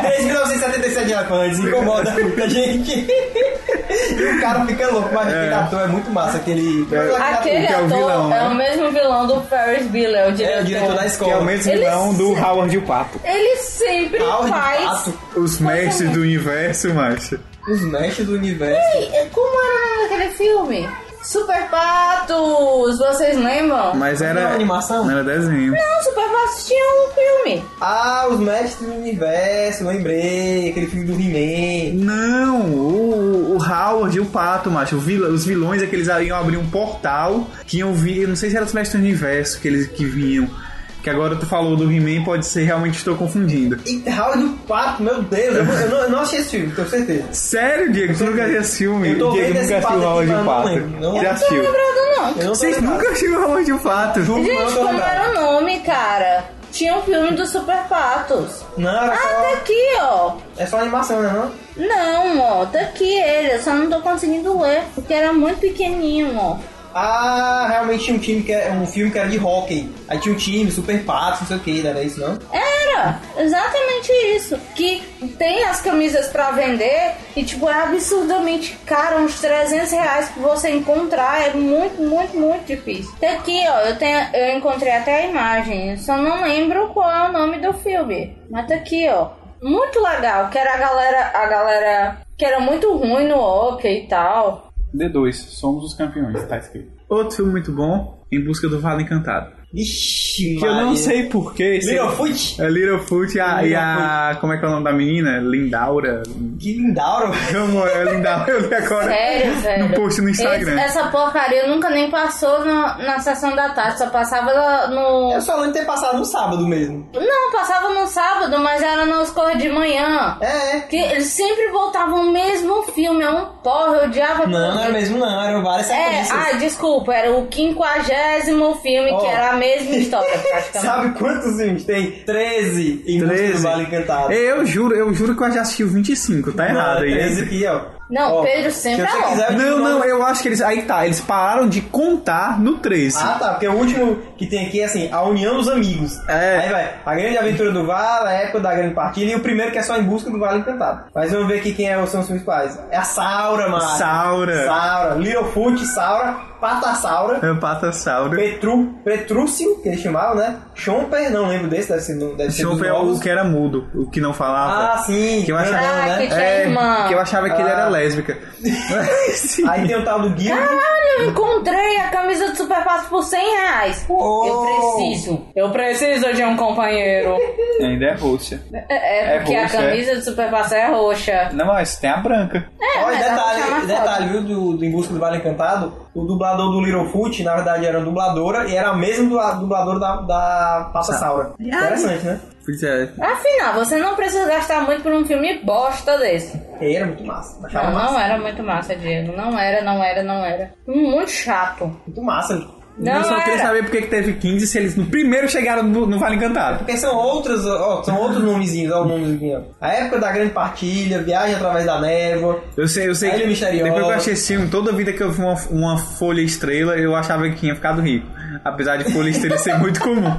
[SPEAKER 3] 3.977 elefantes, incomoda muita gente. e o cara fica louco, mas aquele ator é muito massa, aquele.
[SPEAKER 1] Aquele
[SPEAKER 2] que é o
[SPEAKER 1] ator
[SPEAKER 2] vilão,
[SPEAKER 1] é
[SPEAKER 2] né?
[SPEAKER 1] o mesmo vilão do Ferris Bueller, é o diretor.
[SPEAKER 3] É o diretor da
[SPEAKER 2] Que é o
[SPEAKER 3] escola.
[SPEAKER 2] mesmo
[SPEAKER 1] Ele
[SPEAKER 2] vilão do
[SPEAKER 1] se-
[SPEAKER 2] Howard e o Pato.
[SPEAKER 1] Ele sempre
[SPEAKER 3] Pau de
[SPEAKER 1] faz...
[SPEAKER 3] pato,
[SPEAKER 2] Os mestres do universo, macho.
[SPEAKER 3] os mestres do universo.
[SPEAKER 1] é, Ei, Como era o nome daquele filme? Super Patos, vocês lembram?
[SPEAKER 2] Mas
[SPEAKER 3] Não
[SPEAKER 2] era.
[SPEAKER 3] era é animação?
[SPEAKER 2] Não era desenho.
[SPEAKER 1] Não, Super Patos tinha um filme.
[SPEAKER 3] Ah, os mestres do universo, lembrei. Aquele filme do He-Man.
[SPEAKER 2] Não, o, o Howard e o Pato, macho. o vil- os vilões é que eles iam abrir um portal que iam vir. Eu não sei se era os Mestres do Universo que eles que vinham. Que agora tu falou do He-Man, pode ser realmente estou confundindo.
[SPEAKER 3] E Howard do Pato, meu Deus. Eu, eu não, eu não assisti esse filme, tenho certeza.
[SPEAKER 2] Sério, Diego, tu nunca viu esse filme?
[SPEAKER 3] Eu tô
[SPEAKER 2] Diego
[SPEAKER 3] vendo esse
[SPEAKER 2] nunca
[SPEAKER 3] pato
[SPEAKER 2] assistiu o Howard
[SPEAKER 3] aqui,
[SPEAKER 2] e o
[SPEAKER 3] mas não
[SPEAKER 2] Pato.
[SPEAKER 3] lembro, não.
[SPEAKER 2] Já assistiu.
[SPEAKER 1] Lembrado não.
[SPEAKER 3] Eu não tô
[SPEAKER 2] Vocês
[SPEAKER 3] lembrado.
[SPEAKER 2] nunca assistiram o Howard e o Pato?
[SPEAKER 3] Juro, não
[SPEAKER 1] Gente,
[SPEAKER 3] tô
[SPEAKER 1] como
[SPEAKER 3] lembrado.
[SPEAKER 1] era o nome, cara? Tinha um filme do Super Patos.
[SPEAKER 3] Não,
[SPEAKER 1] Ah, tá
[SPEAKER 3] era
[SPEAKER 1] aqui, ó.
[SPEAKER 3] só, é só animação, né? Não?
[SPEAKER 1] Não, ó, tá aqui ele. Eu só não tô conseguindo ler, porque era muito pequenininho, ó.
[SPEAKER 3] Ah, realmente tinha um time que era um filme que era de hockey. Aí tinha um time, Super Patos, não sei o que, não era isso não?
[SPEAKER 1] Era exatamente isso. Que tem as camisas pra vender e, tipo, é absurdamente caro uns 300 reais que você encontrar. É muito, muito, muito difícil. Tá aqui, ó, eu, tenho, eu encontrei até a imagem. eu Só não lembro qual é o nome do filme. Mas tá aqui, ó. Muito legal. Que era a galera. A galera que era muito ruim no hockey e tal.
[SPEAKER 2] D2, somos os campeões, tá escrito. Outro filme muito bom, Em Busca do Vale Encantado.
[SPEAKER 3] Ixi,
[SPEAKER 2] Que eu não
[SPEAKER 3] Maria.
[SPEAKER 2] sei porquê. se-
[SPEAKER 3] Littlefoot?
[SPEAKER 2] É Littlefoot e a, e a. Como é que é o nome da menina? Lindaura?
[SPEAKER 3] Que lindauro.
[SPEAKER 2] Como é Lindaura? Eu vi agora.
[SPEAKER 1] Sério, velho.
[SPEAKER 2] No post no Instagram.
[SPEAKER 1] Esse- essa porcaria nunca nem passou na, na sessão da tarde, só passava na- no.
[SPEAKER 3] Eu só lembro de ter passado no sábado mesmo.
[SPEAKER 1] Não, passava no sábado, mas era nos corre de manhã.
[SPEAKER 3] É, é.
[SPEAKER 1] Que eles sempre voltavam o mesmo filme, é um porra, eu odiava
[SPEAKER 3] Não, não era mesmo não, eram várias
[SPEAKER 1] É,
[SPEAKER 3] sequências.
[SPEAKER 1] ah, desculpa, era o quinquagésimo filme,
[SPEAKER 3] Ó.
[SPEAKER 1] que era a mesma história, praticamente.
[SPEAKER 3] Sabe quantos filmes tem? 13 em 13. do
[SPEAKER 2] 13.
[SPEAKER 3] Vale Encantado.
[SPEAKER 2] É, Eu juro, eu juro que eu já assisti o 25, tá errado
[SPEAKER 3] Não,
[SPEAKER 2] aí.
[SPEAKER 3] 13 aqui, ó.
[SPEAKER 1] Não,
[SPEAKER 3] Ó,
[SPEAKER 1] Pedro sempre
[SPEAKER 3] se
[SPEAKER 1] é
[SPEAKER 3] você
[SPEAKER 1] bom.
[SPEAKER 3] quiser, eu digo
[SPEAKER 2] Não,
[SPEAKER 3] o
[SPEAKER 2] não,
[SPEAKER 3] nome.
[SPEAKER 2] eu acho que eles. Aí tá, eles pararam de contar no 13.
[SPEAKER 3] Ah, tá, porque o último que tem aqui é assim, a união dos amigos.
[SPEAKER 2] É.
[SPEAKER 3] Aí vai, a grande aventura do Vale, a época da grande partida, e o primeiro que é só em busca do Vale Encantado. Mas vamos ver aqui quem é, são os principais. É a Saura, mano.
[SPEAKER 2] Saura.
[SPEAKER 3] Saura. Littlefoot, Saura, Patasaura.
[SPEAKER 2] É o Patassauro.
[SPEAKER 3] Petru, Petrúcio, que eles chamavam, né? Chomper, não lembro desse, deve ser, do- deve ser dos
[SPEAKER 2] Chopper é o
[SPEAKER 3] novos.
[SPEAKER 2] que era mudo, o que não falava.
[SPEAKER 3] Ah, sim. né?
[SPEAKER 2] Que eu achava-
[SPEAKER 3] grandão,
[SPEAKER 1] Ah, que tinha
[SPEAKER 2] é,
[SPEAKER 1] irmã.
[SPEAKER 2] que eu achava que ele era
[SPEAKER 3] Ah.
[SPEAKER 2] lésbica. Sim.
[SPEAKER 3] Aí tem o tal do Guild.
[SPEAKER 1] Ah, Caralho, eu encontrei a camisa do Super Passo por 100 reais.
[SPEAKER 3] Uou.
[SPEAKER 1] Eu preciso. Eu preciso de um companheiro.
[SPEAKER 2] Ainda é roxa.
[SPEAKER 1] É, é
[SPEAKER 2] É
[SPEAKER 1] porque
[SPEAKER 2] roxa,
[SPEAKER 1] a
[SPEAKER 2] é?
[SPEAKER 1] camisa do Super Passo é roxa.
[SPEAKER 2] Não, mas tem a branca.
[SPEAKER 1] É.
[SPEAKER 3] Olha,
[SPEAKER 1] mas ela chama
[SPEAKER 3] detalhe,
[SPEAKER 1] foto.
[SPEAKER 3] detalhe, viu, do, do Em Busca do Vale Encantado, o dublador do Littlefoot, na verdade, era uma dubladora e era a mesma dubla- dubladora da, da Passa Saura. Interessante, né?
[SPEAKER 2] Pois é.
[SPEAKER 1] Afinal, você não precisa gastar muito por um filme bosta desse.
[SPEAKER 3] E era muito massa. Achava
[SPEAKER 1] Não,
[SPEAKER 3] massa.
[SPEAKER 1] não era muito massa, Diego. Não era, não era, não era. Um Muito chato.
[SPEAKER 3] Muito massa.
[SPEAKER 1] Não
[SPEAKER 2] eu só
[SPEAKER 1] era.
[SPEAKER 2] queria saber por que que teve 15 se eles no primeiro chegaram no, no Vale Encantado.
[SPEAKER 3] Porque são outros, ó, são outros nomezinhos, ó, o nomezinho. ó. A época da grande partilha, viagem através da névoa.
[SPEAKER 2] Eu sei, eu sei
[SPEAKER 3] Aí
[SPEAKER 2] que
[SPEAKER 3] ele misterioso.
[SPEAKER 2] depois que eu achei esse filme, toda vida que eu vi uma, uma folha estrela, eu achava que tinha ficado rico. Apesar de folha estrela ser muito comum.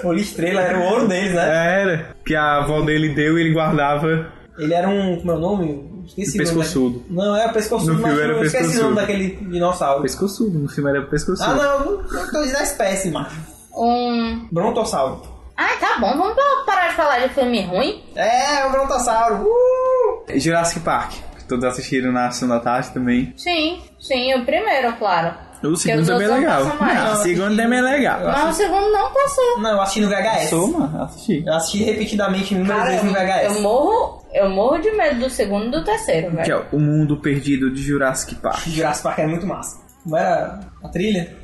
[SPEAKER 3] Folha Estrela era o ouro deles,
[SPEAKER 1] É.
[SPEAKER 3] né?
[SPEAKER 2] É. Era. Que a avó dele deu e ele guardava.
[SPEAKER 3] Ele era um. Como é o nome? Esqueci.
[SPEAKER 2] O
[SPEAKER 3] o nome
[SPEAKER 2] pescoçudo.
[SPEAKER 3] daquele- Não, era pescoçudo,
[SPEAKER 2] No
[SPEAKER 3] mas
[SPEAKER 2] filme era
[SPEAKER 3] eu esqueci o nome
[SPEAKER 2] pescoçudo.
[SPEAKER 3] daquele dinossauro.
[SPEAKER 2] Pescoçudo, no filme era pescoçudo.
[SPEAKER 3] Ah, não, não não tô dizendo a espécie, macho.
[SPEAKER 1] Um.
[SPEAKER 3] Brontossauro.
[SPEAKER 1] Ai, tá bom, vamos pa- parar de falar de filme ruim?
[SPEAKER 3] É, o brontossauro. Uh!
[SPEAKER 2] Jurassic Park. que Todos assistiram na Ação da Tarde também.
[SPEAKER 1] Sim, sim, o primeiro, claro.
[SPEAKER 2] O segundo
[SPEAKER 1] os
[SPEAKER 2] também é
[SPEAKER 1] outros não
[SPEAKER 2] legal.
[SPEAKER 1] passam mais.
[SPEAKER 2] Não, o segundo também é legal.
[SPEAKER 1] Mas o segundo não é. passou.
[SPEAKER 3] Não, eu assisti no VHS.
[SPEAKER 2] Passou, mano. Assisti.
[SPEAKER 3] Eu assisti repetidamente inúmeras
[SPEAKER 1] Cara,
[SPEAKER 3] vezes
[SPEAKER 2] um
[SPEAKER 3] no
[SPEAKER 1] eu, eu
[SPEAKER 3] VHS.
[SPEAKER 1] morro. Eu morro de medo do segundo e do terceiro,
[SPEAKER 2] Que é
[SPEAKER 1] velho.
[SPEAKER 2] o mundo perdido de Jurassic Park.
[SPEAKER 3] Jurassic Park era muito massa. Não era a trilha?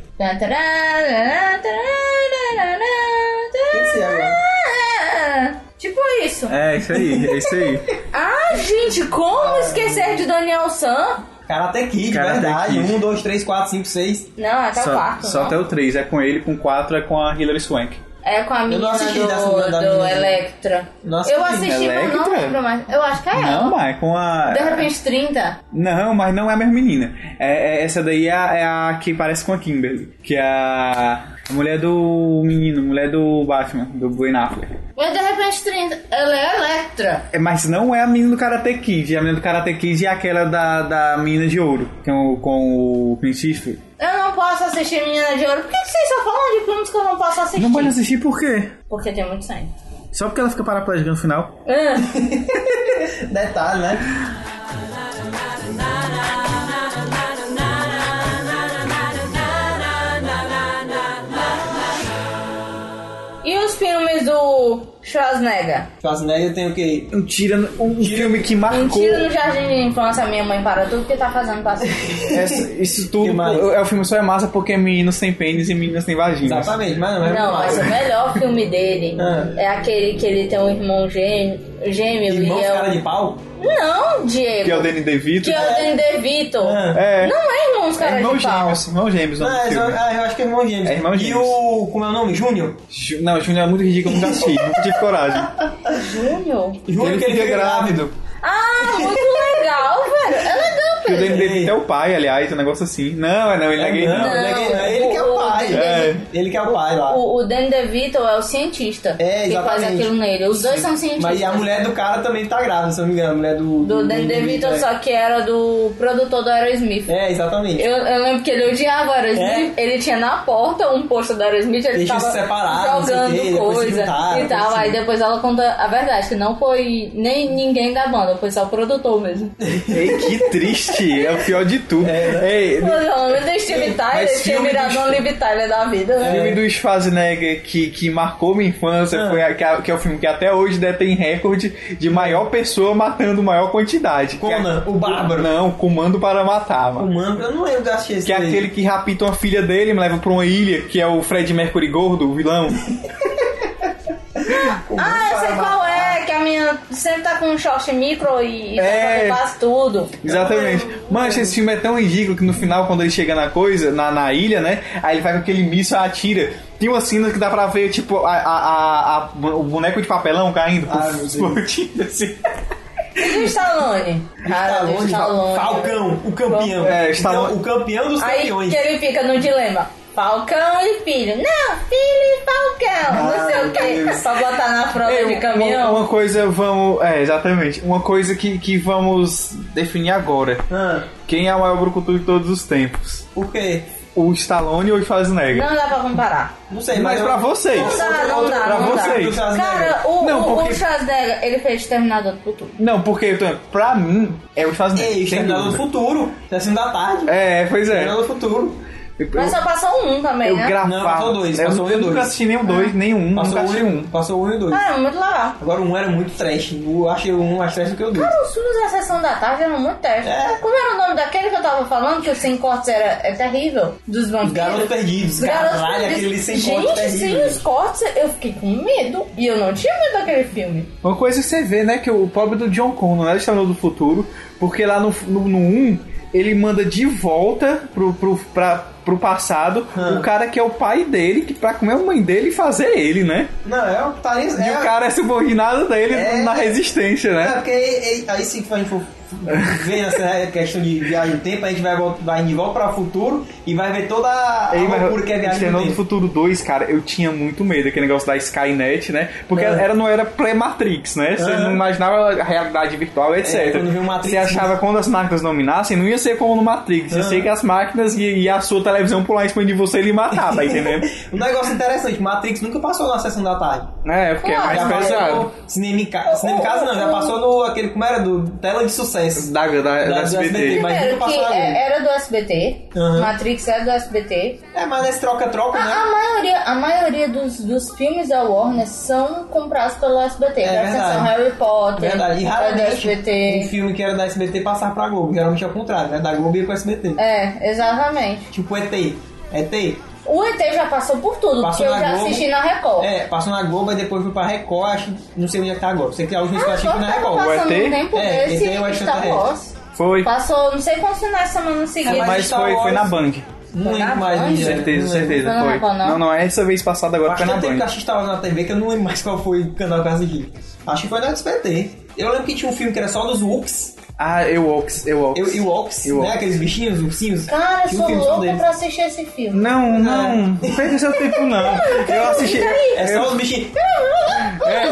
[SPEAKER 3] Esqueci agora.
[SPEAKER 1] Tipo isso.
[SPEAKER 2] É, isso aí, é isso aí.
[SPEAKER 1] Ah, gente, como esquecer de Daniel San?
[SPEAKER 3] Karate Kid,
[SPEAKER 2] Karate
[SPEAKER 3] verdade.
[SPEAKER 2] Kid.
[SPEAKER 3] Um, dois, três, quatro, cinco, seis.
[SPEAKER 1] Não, até o
[SPEAKER 2] só
[SPEAKER 1] quarto. né?
[SPEAKER 2] só
[SPEAKER 1] não.
[SPEAKER 2] até o 3. É com ele, com o 4 é com a Hilary Swank.
[SPEAKER 1] É com a menina
[SPEAKER 3] assisti
[SPEAKER 1] do,
[SPEAKER 3] dessa- da
[SPEAKER 1] do
[SPEAKER 3] menina.
[SPEAKER 1] Electra.
[SPEAKER 3] Nossa,
[SPEAKER 1] eu
[SPEAKER 3] que
[SPEAKER 1] assisti, mas não
[SPEAKER 2] Electra?
[SPEAKER 1] lembro mais. Eu acho que é
[SPEAKER 2] Não,
[SPEAKER 1] ela.
[SPEAKER 2] mas é com a.
[SPEAKER 1] De repente 30.
[SPEAKER 2] Não, mas não é a mesma menina. É, é- essa daí é a, é a que parece com a Kimberly. Que é a, a mulher do menino, mulher do Batman, do Ben Affleck.
[SPEAKER 1] Mas de repente 30. Ela é Electra.
[SPEAKER 2] É, Mas não é a menina do Karate Kid. A menina do Karate Kid é aquela da, da menina de ouro. Com, o- com o Clint Eastwood.
[SPEAKER 1] Eu não posso assistir Menina de Ouro. Por que, que vocês só falam de filmes que eu não posso assistir?
[SPEAKER 2] Não pode assistir por quê?
[SPEAKER 1] Porque tem muito sangue.
[SPEAKER 2] Só porque ela fica paraplégica no final.
[SPEAKER 1] Ah,
[SPEAKER 3] Detalhe, né?
[SPEAKER 1] Schwarzenegger.
[SPEAKER 3] Schwarzenegger tem o quê?
[SPEAKER 2] Um, tira, um filme que
[SPEAKER 1] Um
[SPEAKER 2] marcou.
[SPEAKER 1] tiro no jardim de infância, minha mãe para tudo que tá fazendo pra assistir.
[SPEAKER 2] Essa- isso tudo.
[SPEAKER 3] Que mais?
[SPEAKER 2] pô, é, o filme só é massa porque meninos têm pênis e meninas têm vagina.
[SPEAKER 3] Exatamente, mas não é
[SPEAKER 1] Não, mas o melhor filme dele
[SPEAKER 3] Ah.
[SPEAKER 1] é aquele que ele tem um irmão gêmeo, gêmeo
[SPEAKER 3] Irmão
[SPEAKER 1] e é o-
[SPEAKER 3] cara de pau?
[SPEAKER 1] Não, Diego.
[SPEAKER 2] Que é o Danny DeVito.
[SPEAKER 1] Que é o Danny DeVito.
[SPEAKER 3] Ah.
[SPEAKER 2] É.
[SPEAKER 1] Não é irmãos
[SPEAKER 2] É
[SPEAKER 1] cara
[SPEAKER 2] irmão
[SPEAKER 1] de pau.
[SPEAKER 2] gêmeos. Irmão gêmeos. né? o nome
[SPEAKER 3] Ah,
[SPEAKER 2] do
[SPEAKER 3] eu,
[SPEAKER 2] filme.
[SPEAKER 3] ah, eu acho que é irmão gêmeo.
[SPEAKER 2] É irmão
[SPEAKER 3] E
[SPEAKER 2] gêmeo.
[SPEAKER 3] o. Como é o nome? Júnior?
[SPEAKER 2] Ju- Não, Júnior é muito ridículo, eu nunca assisti. nunca tive coragem.
[SPEAKER 1] Júnior?
[SPEAKER 3] Júnior é que ele fica grávido.
[SPEAKER 1] Ah, muito legal, velho. É legal,
[SPEAKER 2] Que o
[SPEAKER 1] velho.
[SPEAKER 2] Danny DeVito é o pai, aliás, um negócio assim. Não, não, ele é gay.
[SPEAKER 3] Não,
[SPEAKER 2] Não.
[SPEAKER 3] ele é gay, não. Ele que é
[SPEAKER 1] Não,
[SPEAKER 3] o
[SPEAKER 1] o-
[SPEAKER 3] pai.
[SPEAKER 2] É.
[SPEAKER 3] Ele que é o pai lá.
[SPEAKER 1] O, o Danny DeVito é o cientista
[SPEAKER 3] É,
[SPEAKER 1] que faz
[SPEAKER 3] exatamente.
[SPEAKER 1] aquilo nele. Os dois são cientistas.
[SPEAKER 3] Mas a mulher do cara também tá grávida, se eu não me engano. A mulher do.
[SPEAKER 1] do Danny DeVito,
[SPEAKER 3] é.
[SPEAKER 1] só que era do produtor do Aerosmith.
[SPEAKER 3] É, exatamente.
[SPEAKER 1] Eu, eu lembro que ele odiava o Aerosmith. Ele tinha na porta um posto da Aerosmith, ele
[SPEAKER 3] Deixa
[SPEAKER 1] tava
[SPEAKER 3] isso separado, não sei o
[SPEAKER 1] jogando
[SPEAKER 3] quê, depois se
[SPEAKER 1] coisa
[SPEAKER 3] juntaram,
[SPEAKER 1] e tal.
[SPEAKER 3] assim.
[SPEAKER 1] Aí depois ela conta a verdade, que não foi nem ninguém da banda, foi só o produtor mesmo.
[SPEAKER 2] Ei, que triste. É o pior de tudo.
[SPEAKER 3] É,
[SPEAKER 2] Ei,
[SPEAKER 1] Mas o nome do Steve Tyler
[SPEAKER 2] mas
[SPEAKER 1] tinha
[SPEAKER 2] filme
[SPEAKER 1] virado
[SPEAKER 2] do-
[SPEAKER 1] um Liv Tyler da vida,
[SPEAKER 2] O
[SPEAKER 3] É.
[SPEAKER 1] né?
[SPEAKER 2] filme do Schwarzenegger que, que marcou minha
[SPEAKER 3] Ah.
[SPEAKER 2] infância, foi a- que, a- que é o filme que até hoje detém recorde de maior pessoa matando maior quantidade. Que é-
[SPEAKER 3] Conan, o Bárbaro.
[SPEAKER 2] Não, Comando para Matar,
[SPEAKER 3] O
[SPEAKER 2] mano.
[SPEAKER 3] mano, eu não lembro de assistir esse
[SPEAKER 2] Que é
[SPEAKER 3] daí.
[SPEAKER 2] aquele que rapita uma filha dele e me leva pra uma ilha, que é o Fred Mercury gordo, o vilão.
[SPEAKER 1] Ah, eu sei qual é, que a minha sempre tá com um short micro e, e
[SPEAKER 2] É.
[SPEAKER 1] faz tudo.
[SPEAKER 2] Exatamente. Mas esse filme é tão ridículo que no final, quando ele chega na coisa, na, na ilha, né? Aí ele vai com aquele míssil e atira. Tem uma cena que dá pra ver, tipo, a, a- a- a- o boneco de papelão caindo,
[SPEAKER 3] Ah, meu Deus.
[SPEAKER 2] explodindo assim.
[SPEAKER 1] E do Stallone? Cara, do
[SPEAKER 3] Stallone,
[SPEAKER 1] Stallone.
[SPEAKER 3] tá Falcão, o campeão.
[SPEAKER 2] É, Stallone.
[SPEAKER 3] Então, o campeão dos
[SPEAKER 1] Aí
[SPEAKER 3] campeões.
[SPEAKER 1] que ele fica no dilema. Falcão e filho. Não, filho e Falcão. não sei o
[SPEAKER 3] meu
[SPEAKER 1] quê.
[SPEAKER 3] Deus.
[SPEAKER 1] Só botar na prova
[SPEAKER 2] É,
[SPEAKER 1] de
[SPEAKER 2] uma-
[SPEAKER 1] caminhão.
[SPEAKER 2] Uma, coisa vamos. É, exatamente. Uma coisa que, que vamos definir agora.
[SPEAKER 3] Ah,
[SPEAKER 2] Quem é o maior brucutu de todos os tempos?
[SPEAKER 3] por quê?
[SPEAKER 2] O Stallone ou o Schwarzenegger?
[SPEAKER 1] Não dá pra comparar.
[SPEAKER 3] Não sei,
[SPEAKER 2] Mas
[SPEAKER 3] mas. é um eu-
[SPEAKER 2] pra vocês.
[SPEAKER 1] Não dá, não
[SPEAKER 3] Outro-
[SPEAKER 1] dá,
[SPEAKER 2] pra
[SPEAKER 1] não dá.
[SPEAKER 2] vocês.
[SPEAKER 3] do Schwarzenegger.
[SPEAKER 1] Cara, o,
[SPEAKER 2] Não,
[SPEAKER 1] o,
[SPEAKER 2] porque-
[SPEAKER 1] o Schwarzenegger, ele fez Terminador do Futuro.
[SPEAKER 2] Não, porque então, pra mim é o Schwarzenegger.
[SPEAKER 3] Ei,
[SPEAKER 2] sem
[SPEAKER 3] Exterminador do
[SPEAKER 2] dúvida.
[SPEAKER 3] Futuro. Sessão da tarde.
[SPEAKER 2] É, pois é.
[SPEAKER 3] Exterminador do Futuro.
[SPEAKER 2] Eu,
[SPEAKER 1] Mas só passou um também,
[SPEAKER 2] eu
[SPEAKER 1] né?
[SPEAKER 3] Não,
[SPEAKER 2] gravava.
[SPEAKER 3] passou dois,
[SPEAKER 2] eu
[SPEAKER 3] passou um e
[SPEAKER 2] eu nunca
[SPEAKER 3] dois.
[SPEAKER 2] assisti nenhum dois, nenhum.
[SPEAKER 3] Passou
[SPEAKER 2] Nunca
[SPEAKER 3] um
[SPEAKER 2] assisti
[SPEAKER 3] e
[SPEAKER 2] um.
[SPEAKER 3] Passou um e dois.
[SPEAKER 1] Ah, é muito legal.
[SPEAKER 3] Agora um era muito trash. Eu achei um mais trash do que o dois.
[SPEAKER 1] Os filmes da sessão da tarde eram muito testes.
[SPEAKER 3] É.
[SPEAKER 1] Como era o nome daquele que eu tava falando, que o Sem Cortes era é terrível? Dos vampiros.
[SPEAKER 3] Os Garotos Perdidos.
[SPEAKER 1] Os garotos
[SPEAKER 3] Caralho,
[SPEAKER 1] perdidos.
[SPEAKER 3] aquele Sem
[SPEAKER 1] Gente,
[SPEAKER 3] Cortes
[SPEAKER 1] sem
[SPEAKER 3] terrível.
[SPEAKER 1] os cortes eu fiquei com medo. E eu não tinha medo daquele filme.
[SPEAKER 2] Uma coisa que você vê, né, que o pobre do John Connor, né, Estranho do Futuro, porque lá no, no, no 1, ele manda de volta pro, pro, pra, pro passado
[SPEAKER 3] Ah.
[SPEAKER 2] o cara que é o pai dele, que pra comer a mãe dele e fazer ele, né?
[SPEAKER 3] Não, é o tá
[SPEAKER 2] E o cara é subordinado dele
[SPEAKER 3] É.
[SPEAKER 2] na resistência,
[SPEAKER 3] É,
[SPEAKER 2] né?
[SPEAKER 3] porque aí, aí- aí se a gente for ver essa questão de viagem no tempo, a gente vai, vol- vai de volta para o futuro e vai ver toda a
[SPEAKER 2] Ei, mas
[SPEAKER 3] loucura que é viagem no
[SPEAKER 2] Exterminador do
[SPEAKER 3] tempo.
[SPEAKER 2] Futuro 2, cara, eu tinha muito medo daquele negócio da Skynet, né? Porque
[SPEAKER 3] É.
[SPEAKER 2] era, não era pré-Matrix, né? Você
[SPEAKER 3] É.
[SPEAKER 2] não imaginava a realidade virtual, etc.
[SPEAKER 3] quando viu o Matrix, né?
[SPEAKER 2] Você achava que quando as máquinas dominassem, não ia ser como no Matrix. Ia
[SPEAKER 3] É.
[SPEAKER 2] ser que as máquinas e, e a sua televisão pular em cima de você e lhe matar, tá entendendo?
[SPEAKER 3] Um negócio interessante, Matrix nunca passou na sessão da tarde.
[SPEAKER 2] é, porque é
[SPEAKER 1] Claro,
[SPEAKER 2] mais
[SPEAKER 3] Ah, Já
[SPEAKER 2] pesado.
[SPEAKER 3] passou no cinema em casa. Cinema em casa não, já passou no aquele, como era? Do Tela de Sucesso.
[SPEAKER 2] Da, da, da,
[SPEAKER 3] Da- do
[SPEAKER 2] SBT.
[SPEAKER 3] SBT. Mas
[SPEAKER 1] Primeiro,
[SPEAKER 3] nunca
[SPEAKER 1] que
[SPEAKER 3] passaram.
[SPEAKER 1] é- era do SBT.
[SPEAKER 3] Aham.
[SPEAKER 1] Matrix era do SBT.
[SPEAKER 3] É, mas nesse troca-troca,
[SPEAKER 1] A, a
[SPEAKER 3] né?
[SPEAKER 1] maioria, a maioria dos, dos filmes da Warner são comprados pelo SBT.
[SPEAKER 3] É
[SPEAKER 1] Presta atenção,
[SPEAKER 3] verdade.
[SPEAKER 1] Harry Potter.
[SPEAKER 3] Verdade, e
[SPEAKER 1] é do
[SPEAKER 3] raramente um
[SPEAKER 1] SBT.
[SPEAKER 3] filme que era da SBT passar pra Globo. Geralmente é o contrário, né? Da Globo ia pro SBT.
[SPEAKER 1] É, exatamente.
[SPEAKER 3] Tipo ET. ET.
[SPEAKER 1] O ET já passou por tudo, porque
[SPEAKER 3] Passou
[SPEAKER 1] eu
[SPEAKER 3] na
[SPEAKER 1] já
[SPEAKER 3] Globo.
[SPEAKER 1] assisti na Record.
[SPEAKER 3] É, passou na Globo e depois foi pra Record. Acho, não sei onde é que tá a Globo. Sei que a última vez que eu
[SPEAKER 1] Ah,
[SPEAKER 3] achei foi na
[SPEAKER 1] tava
[SPEAKER 3] Record.
[SPEAKER 1] passando
[SPEAKER 2] O ET?
[SPEAKER 1] um tempo
[SPEAKER 3] É,
[SPEAKER 1] desse
[SPEAKER 3] ET, eu acho que
[SPEAKER 1] Star
[SPEAKER 3] tá
[SPEAKER 1] Wars.
[SPEAKER 2] Foi.
[SPEAKER 1] Passou não sei quantos finais de semana seguidos.
[SPEAKER 3] Mas
[SPEAKER 2] Mas
[SPEAKER 3] Star
[SPEAKER 2] foi, foi
[SPEAKER 3] Wars- Hum,
[SPEAKER 2] na Band.
[SPEAKER 3] Não
[SPEAKER 1] Foi na
[SPEAKER 3] lembro mais,
[SPEAKER 1] Band?
[SPEAKER 3] não lembro,
[SPEAKER 2] Certeza,
[SPEAKER 3] não lembro.
[SPEAKER 2] certeza.
[SPEAKER 1] Foi na
[SPEAKER 2] Foi.
[SPEAKER 1] Record, não?
[SPEAKER 2] Não, não, é essa vez passada, agora
[SPEAKER 3] Acho
[SPEAKER 2] foi
[SPEAKER 3] que
[SPEAKER 2] na
[SPEAKER 3] eu tenho que
[SPEAKER 2] Band.
[SPEAKER 3] assistir lá na TV, que eu não lembro mais qual foi o canal que eu assisti. Acho que foi na SBT. Eu lembro que tinha um filme que era só dos Wooks,
[SPEAKER 2] Ah, eu Ox, eu Ox.
[SPEAKER 3] eu e Woks, né?
[SPEAKER 2] Ewoks.
[SPEAKER 3] Aqueles bichinhos, os ursinhos.
[SPEAKER 1] Cara, Ah, eu
[SPEAKER 3] Tinha um
[SPEAKER 1] sou
[SPEAKER 3] filme só
[SPEAKER 1] louco
[SPEAKER 3] deles.
[SPEAKER 1] pra assistir esse filme.
[SPEAKER 2] Não, não, É. não perca seu tempo não. Eu assisti.
[SPEAKER 3] É
[SPEAKER 2] eu-
[SPEAKER 3] só os bichinhos.
[SPEAKER 2] É.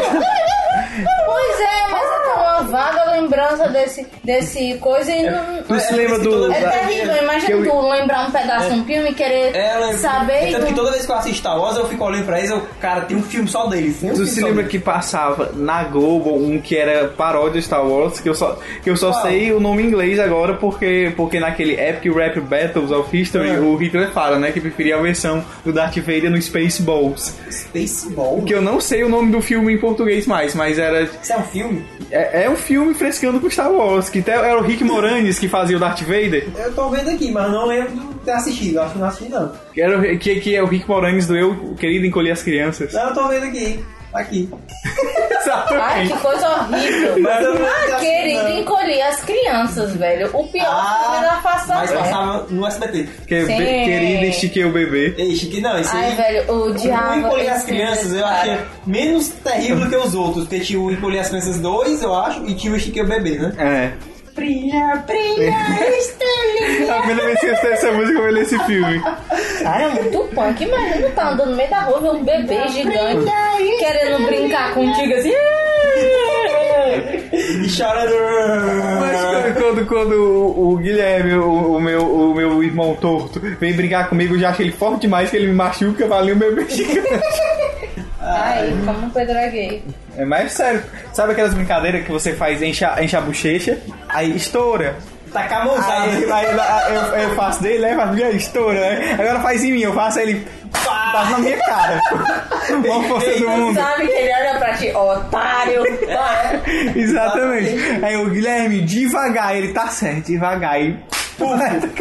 [SPEAKER 1] Pois é, mas eu tenho uma vaga lembrança desse, desse coisa
[SPEAKER 3] É.
[SPEAKER 1] e não.
[SPEAKER 2] Tu se lembra do.
[SPEAKER 1] É
[SPEAKER 3] da-
[SPEAKER 1] terrível, imagina
[SPEAKER 2] que eu-
[SPEAKER 1] tu lembrar um pedaço de um filme e querer
[SPEAKER 3] Ela,
[SPEAKER 1] saber. e
[SPEAKER 3] tanto É, Então, que
[SPEAKER 1] tu-
[SPEAKER 3] toda vez que eu assisto Star Wars, eu fico olhando pra eles, eu, cara, tem um filme só deles. Tem um
[SPEAKER 2] Tu
[SPEAKER 3] filme
[SPEAKER 2] se
[SPEAKER 3] só
[SPEAKER 2] lembra
[SPEAKER 3] deles.
[SPEAKER 2] que passava na Globo um que era paródia do Star Wars, que eu só, que eu só
[SPEAKER 3] Qual?
[SPEAKER 2] sei o nome em inglês agora porque, porque naquele Epic Rap Battles of History
[SPEAKER 3] É.
[SPEAKER 2] o Hitler fala, né, que preferia a versão do Darth Vader no Spaceballs.
[SPEAKER 3] Spaceball?
[SPEAKER 2] Que eu não sei o nome do filme em português mais, mas era
[SPEAKER 3] Isso é um filme?
[SPEAKER 2] é, é um filme frescando com Star Wars, que até era o Rick Moranis que fazia o Darth Vader,
[SPEAKER 3] Eu tô vendo aqui, mas não lembro de ter assistido. Acho que não assisti, não.
[SPEAKER 2] que, era, o- que, que é o Rick Moranis do Eu Querido Encolher as Crianças.
[SPEAKER 3] Não, eu tô vendo aqui. Aqui.
[SPEAKER 1] Ai,
[SPEAKER 2] Exatamente.
[SPEAKER 1] que coisa horrível.
[SPEAKER 3] Mas eu não
[SPEAKER 1] ah,
[SPEAKER 3] assisto,
[SPEAKER 1] querido, então,
[SPEAKER 3] não. Ah,
[SPEAKER 1] encolher as crianças, velho. O pior filme da
[SPEAKER 3] mas assim,
[SPEAKER 1] façanha.
[SPEAKER 3] passava no SBT.
[SPEAKER 2] Que é
[SPEAKER 1] Sim.
[SPEAKER 2] be- querida, estiquei o bebê.
[SPEAKER 3] Ei, Chique, não, isso
[SPEAKER 1] Ai,
[SPEAKER 3] aí...
[SPEAKER 1] velho, o diabo.
[SPEAKER 3] O Encolher as
[SPEAKER 1] esse filme
[SPEAKER 3] Crianças eu
[SPEAKER 1] cara.
[SPEAKER 3] achei menos terrível que os outros, porque tinha o Encolher as Crianças 2, eu acho, e tinha o Chique e o Bebê, né?
[SPEAKER 2] É.
[SPEAKER 1] Brilha, brilha, estrelinha.
[SPEAKER 2] A primeira vez que eu escutei essa música foi nesse filme.
[SPEAKER 1] Cara, é muito punk. Imagina tu tá andando no meio da rua, ver um bebê gigante querendo brincar contigo assim.
[SPEAKER 3] E chorando...
[SPEAKER 2] Mas quando, quando o, o Guilherme, o, o meu, o meu irmão torto, vem brigar comigo, eu já acho ele forte demais que ele me machuca, valeu meu mexicano.
[SPEAKER 1] Ai, como pedraguei.
[SPEAKER 2] É mais sério. Sabe aquelas brincadeiras que você faz, enche a, enche a bochecha, aí estoura.
[SPEAKER 3] Tacar a mãozada.
[SPEAKER 2] Aí, aí lá, eu, eu faço dele, né? Faço, "Ih, estoura, né? Agora faz em mim, eu faço aí ele. pá, Passa na minha cara. Mó força do
[SPEAKER 1] Tu
[SPEAKER 2] mundo.
[SPEAKER 1] sabe que ele olha pra ti, otário.
[SPEAKER 2] Exatamente. Aí o Guilherme, devagar, ele tá certo, devagar. E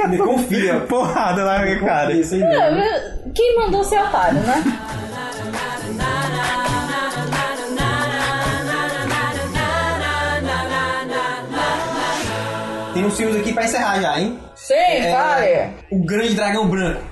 [SPEAKER 3] Me confia.
[SPEAKER 2] porrada na minha cara.
[SPEAKER 3] Isso aí,
[SPEAKER 1] Ah,
[SPEAKER 3] não.
[SPEAKER 1] meu- Quem mandou ser otário, né?
[SPEAKER 3] Tem uns filmes aqui pra encerrar já, hein?
[SPEAKER 1] Sim,
[SPEAKER 3] É.
[SPEAKER 1] fale.
[SPEAKER 3] O Grande Dragão Branco.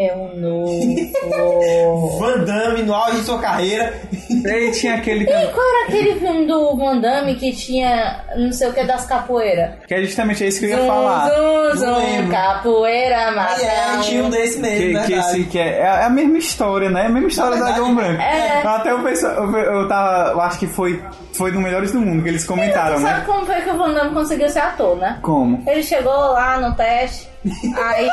[SPEAKER 1] É um novo.
[SPEAKER 3] Van Damme no auge de sua carreira.
[SPEAKER 2] Ele tinha aquele
[SPEAKER 1] E qual era aquele filme do Van Damme que tinha não sei o que das capoeiras?
[SPEAKER 2] que é justamente isso que eu ia falar.
[SPEAKER 1] Zum, zum,
[SPEAKER 3] Não
[SPEAKER 1] zum,
[SPEAKER 3] lembro.
[SPEAKER 1] capoeira,
[SPEAKER 3] E é,
[SPEAKER 1] mata.
[SPEAKER 3] tinha um desse mesmo,
[SPEAKER 2] Que,
[SPEAKER 3] né?
[SPEAKER 2] que esse que é, é a mesma história, né? É a mesma história da
[SPEAKER 3] verdade.
[SPEAKER 2] Dragão Branco.
[SPEAKER 1] É.
[SPEAKER 2] Até eu, penso, eu, eu tava. Eu acho que foi, foi do Melhores do Mundo que eles comentaram,
[SPEAKER 1] Sabe
[SPEAKER 2] né?
[SPEAKER 1] como foi que o Van Damme conseguiu ser ator, né?
[SPEAKER 2] Como?
[SPEAKER 1] Ele chegou lá no teste, aí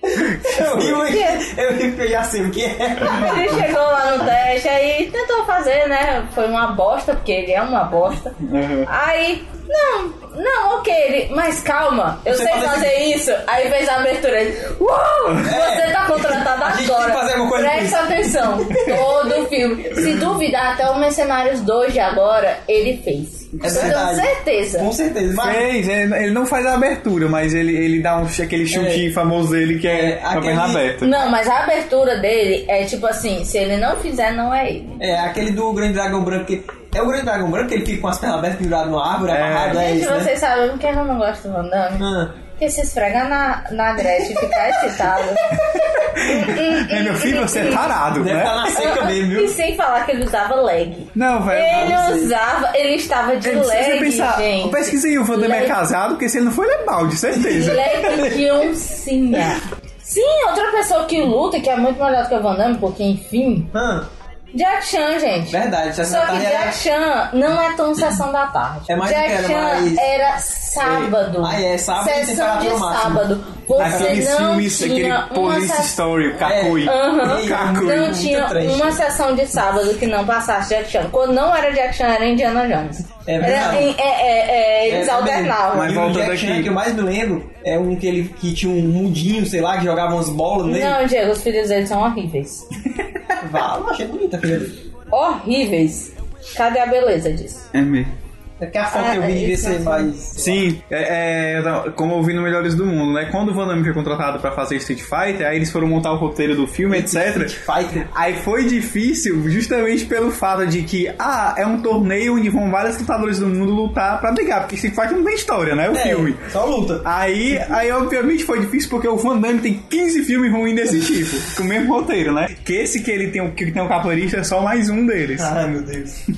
[SPEAKER 2] tipo
[SPEAKER 3] Eu vi, eu vi- eu vi que eu já sei o que é.
[SPEAKER 1] ele chegou lá no teste, aí tentou fazer, né? Foi uma bosta, porque ele é uma bosta.
[SPEAKER 2] Uhum.
[SPEAKER 1] Aí, não, não, ok, ele, mas calma, eu
[SPEAKER 3] Você
[SPEAKER 1] sei
[SPEAKER 3] faz assim. É.
[SPEAKER 1] fazer isso. Aí fez a abertura, ele, uau, você tá contratado
[SPEAKER 3] A gente tem
[SPEAKER 1] agora.
[SPEAKER 3] que fazer alguma coisa com
[SPEAKER 1] Presta atenção, todo filme. Se duvidar, até o Mercenários 2 de agora, ele fez.
[SPEAKER 3] É
[SPEAKER 1] eu tenho
[SPEAKER 3] verdade.
[SPEAKER 1] certeza.
[SPEAKER 3] Com certeza. Mas
[SPEAKER 2] Fez, ele, ele não faz a abertura, mas ele, ele dá um, aquele chutinho famoso dele que é,
[SPEAKER 3] É,
[SPEAKER 2] a
[SPEAKER 3] aquele-
[SPEAKER 2] perna aberta.
[SPEAKER 1] Não, mas a abertura dele é tipo assim, se ele não fizer, não é ele.
[SPEAKER 3] é aquele do Grande Dragão Branco que. É o Grande Dragão Branco que ele fica com as pernas abertas pendurado numa árvore,
[SPEAKER 2] É.
[SPEAKER 3] amarrado, é
[SPEAKER 1] Gente,
[SPEAKER 3] isso. Né?
[SPEAKER 1] vocês sabem por que eu não gosto do Van Damme?
[SPEAKER 3] Ah,
[SPEAKER 1] Porque se esfregar na, na Gretchen e ficar excitado.
[SPEAKER 2] É, meu filho, você é tarado,
[SPEAKER 3] deve
[SPEAKER 2] né?
[SPEAKER 3] estar na seca mesmo,
[SPEAKER 1] e
[SPEAKER 3] viu?
[SPEAKER 1] sem falar que ele usava leg.
[SPEAKER 2] Não, velho.
[SPEAKER 1] Ele usava, ele estava de
[SPEAKER 2] É, se você
[SPEAKER 1] leg,
[SPEAKER 2] pensar,
[SPEAKER 1] gente.
[SPEAKER 2] pesquisa aí, o Vandame é
[SPEAKER 1] Leg-
[SPEAKER 2] casado, porque se ele não for, ele é balde, certeza.
[SPEAKER 1] Leg de oncinha. Sim, outra pessoa que luta, que é muito melhor do que o Van Damme, porque enfim...
[SPEAKER 3] Ah,
[SPEAKER 1] Jack Chan, gente.
[SPEAKER 3] verdade, já
[SPEAKER 1] Só que
[SPEAKER 3] era-
[SPEAKER 1] Jack Chan não é tão sessão da tarde.
[SPEAKER 3] É mais do que
[SPEAKER 1] Jack
[SPEAKER 3] era,
[SPEAKER 1] Chan
[SPEAKER 3] mas- é,
[SPEAKER 1] era sábado.
[SPEAKER 3] Ah, é, sábado tem
[SPEAKER 1] Sessão de
[SPEAKER 3] temperatura máxima.
[SPEAKER 1] sábado. Você
[SPEAKER 2] Aquele
[SPEAKER 1] não
[SPEAKER 2] filme,
[SPEAKER 1] tinha
[SPEAKER 2] aquele
[SPEAKER 1] uma
[SPEAKER 2] Police
[SPEAKER 1] sessão.
[SPEAKER 2] Story, o Kakui.
[SPEAKER 1] Aham. É
[SPEAKER 3] Ei,
[SPEAKER 2] Kakui.
[SPEAKER 3] Foi
[SPEAKER 1] Não
[SPEAKER 3] muito
[SPEAKER 1] tinha
[SPEAKER 3] trash.
[SPEAKER 1] uma sessão de sábado que não passasse Jack Chan. Quando não era Jack Chan, era Indiana Jones.
[SPEAKER 3] É
[SPEAKER 1] era,
[SPEAKER 3] verdade.
[SPEAKER 1] em- é, é, é, eles
[SPEAKER 3] É, também.
[SPEAKER 1] alternavam.
[SPEAKER 2] Mas
[SPEAKER 3] E o
[SPEAKER 2] voltando
[SPEAKER 3] Jack
[SPEAKER 2] aqui.
[SPEAKER 3] Chan que eu mais me lembro é um que ele que tinha um mundinho, sei lá, que jogava umas bolas nele.
[SPEAKER 1] Não, Diego, os filhos deles são horríveis.
[SPEAKER 3] Vá, eu achei bonita a filha dele.
[SPEAKER 1] horríveis. Cadê a beleza disso?
[SPEAKER 2] É mesmo.
[SPEAKER 3] É porque a foto que eu vi
[SPEAKER 1] Ah,
[SPEAKER 3] devia
[SPEAKER 1] isso
[SPEAKER 3] ser
[SPEAKER 1] é
[SPEAKER 3] mais.
[SPEAKER 2] Sim, é, é, não, como eu vi no Melhores do Mundo, né? Quando o Van Damme foi contratado pra fazer Street Fighter, aí eles foram montar o roteiro do filme, etc.
[SPEAKER 3] Fighter.
[SPEAKER 2] Aí foi difícil justamente pelo fato de que, ah, é um torneio onde vão vários lutadores do mundo lutar pra brigar, porque Street Fighter não tem história, né? É o filme.
[SPEAKER 3] É, só luta.
[SPEAKER 2] Aí, aí, obviamente, foi difícil porque o Van Damme tem 15 filmes ruins desse tipo, com o mesmo roteiro, né? Que esse que ele tem, o- que tem o capoeirista é só mais um deles.
[SPEAKER 3] Ai meu Deus.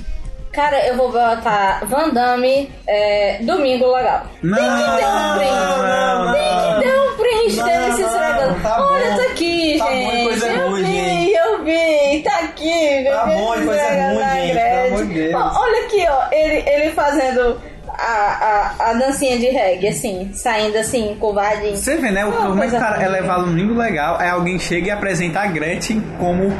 [SPEAKER 1] Cara, eu vou botar Van Damme, é, Domingo Legal.
[SPEAKER 2] Não,
[SPEAKER 3] não,
[SPEAKER 1] um Tem que ter um print
[SPEAKER 3] Não,
[SPEAKER 1] dele se
[SPEAKER 3] não,
[SPEAKER 1] esfregando.
[SPEAKER 3] tá
[SPEAKER 1] Olha,
[SPEAKER 3] bom.
[SPEAKER 1] tá aqui,
[SPEAKER 3] Tá bom,
[SPEAKER 1] gente.
[SPEAKER 3] coisa
[SPEAKER 1] eu
[SPEAKER 3] ruim,
[SPEAKER 1] vi,
[SPEAKER 3] gente.
[SPEAKER 1] eu vi, tá aqui.
[SPEAKER 3] Tá
[SPEAKER 1] bebê
[SPEAKER 3] bom,
[SPEAKER 1] se
[SPEAKER 3] coisa
[SPEAKER 1] esfregando
[SPEAKER 3] ruim,
[SPEAKER 1] na
[SPEAKER 3] gente,
[SPEAKER 1] grade.
[SPEAKER 3] pelo amor de Deus.
[SPEAKER 1] Ó, olha aqui, ó, ele, ele fazendo a, a, a dancinha de reggae, assim, saindo assim, covarde.
[SPEAKER 2] Você vê, né? O
[SPEAKER 1] Não, assim,
[SPEAKER 2] como é que o
[SPEAKER 1] coisa
[SPEAKER 2] cara é
[SPEAKER 1] feia.
[SPEAKER 2] levado num nível legal, aí alguém chega e apresenta a Gretchen como.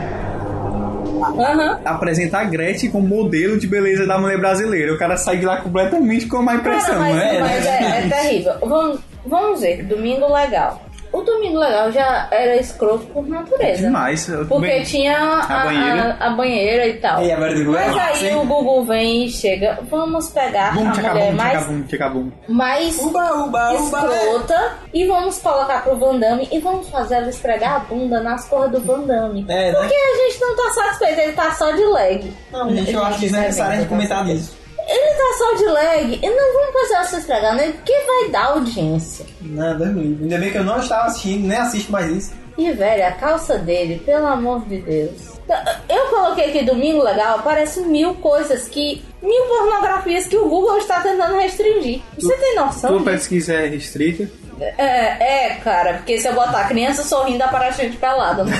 [SPEAKER 1] Aham.
[SPEAKER 2] Apresenta a Gretchen como modelo de beleza da mulher brasileira. O cara sai de lá completamente com a má impressão,
[SPEAKER 1] Cara, mas,
[SPEAKER 2] né?
[SPEAKER 1] mas é, é terrível. Vamos, vamos ver, domingo legal. O domingo legal já era escroto por natureza.
[SPEAKER 2] Demais. eu
[SPEAKER 1] Porque
[SPEAKER 2] também-
[SPEAKER 1] tinha a,
[SPEAKER 2] a banheira.
[SPEAKER 1] a- a banheira e tal.
[SPEAKER 3] E a banheira do Google é
[SPEAKER 1] Mas aí
[SPEAKER 3] massa, hein?
[SPEAKER 1] o Google vem e chega. Vamos pegar
[SPEAKER 2] Bum,
[SPEAKER 1] a mulher
[SPEAKER 2] tchacabum,
[SPEAKER 1] mais,
[SPEAKER 2] tchacabum, tchacabum.
[SPEAKER 1] mais
[SPEAKER 3] Uba, uba, é. uba.
[SPEAKER 1] escrota e vamos colocar pro Van Damme e vamos fazer ela esfregar a bunda nas cores do Van Damme.
[SPEAKER 3] É, né?
[SPEAKER 1] Porque a gente não tá satisfeito, ele tá só de leg.
[SPEAKER 3] Não, é gente, eu acho desnecessário a gente comentar nisso.
[SPEAKER 1] Ele tá só de leg e não vamos fazer ela se esfregar nele porque vai dar audiência.
[SPEAKER 3] Nada ruim. é Ainda bem que eu não estava assistindo, nem assisto mais isso.
[SPEAKER 1] E velho, a calça dele, pelo amor de Deus. Eu coloquei aqui domingo legal, parece mil coisas que. mil pornografias que o Google está tentando restringir. Você tem noção?
[SPEAKER 2] Tua pesquisa é restrita.
[SPEAKER 1] É, é, cara, porque se eu botar criança sorrindo, aparece gente pelada. né?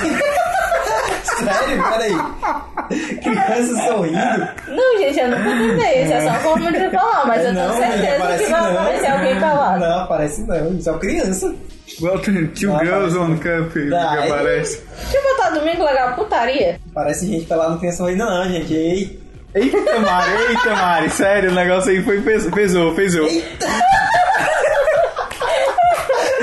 [SPEAKER 3] Sério? Peraí. Criança sorrindo?
[SPEAKER 1] Não, gente, eu nunca tentei isso, é só uma forma de falar, mas eu tenho
[SPEAKER 3] não,
[SPEAKER 1] certeza
[SPEAKER 3] aparece
[SPEAKER 1] que vai
[SPEAKER 3] não.
[SPEAKER 1] aparecer alguém pelado.
[SPEAKER 3] Não, aparece não. Só criança.
[SPEAKER 2] Welcome to
[SPEAKER 3] Ah,
[SPEAKER 2] Girls
[SPEAKER 3] parece-
[SPEAKER 2] on Camp, que
[SPEAKER 3] Ah, é-
[SPEAKER 2] aparece.
[SPEAKER 1] Deixa eu botar domingo legal, putaria.
[SPEAKER 3] Parece gente pelada, não criança sorrindo não, gente. Ei.
[SPEAKER 2] Eita, Mari, eita, Mari, sério, o negócio aí foi pes- pesou, pesou.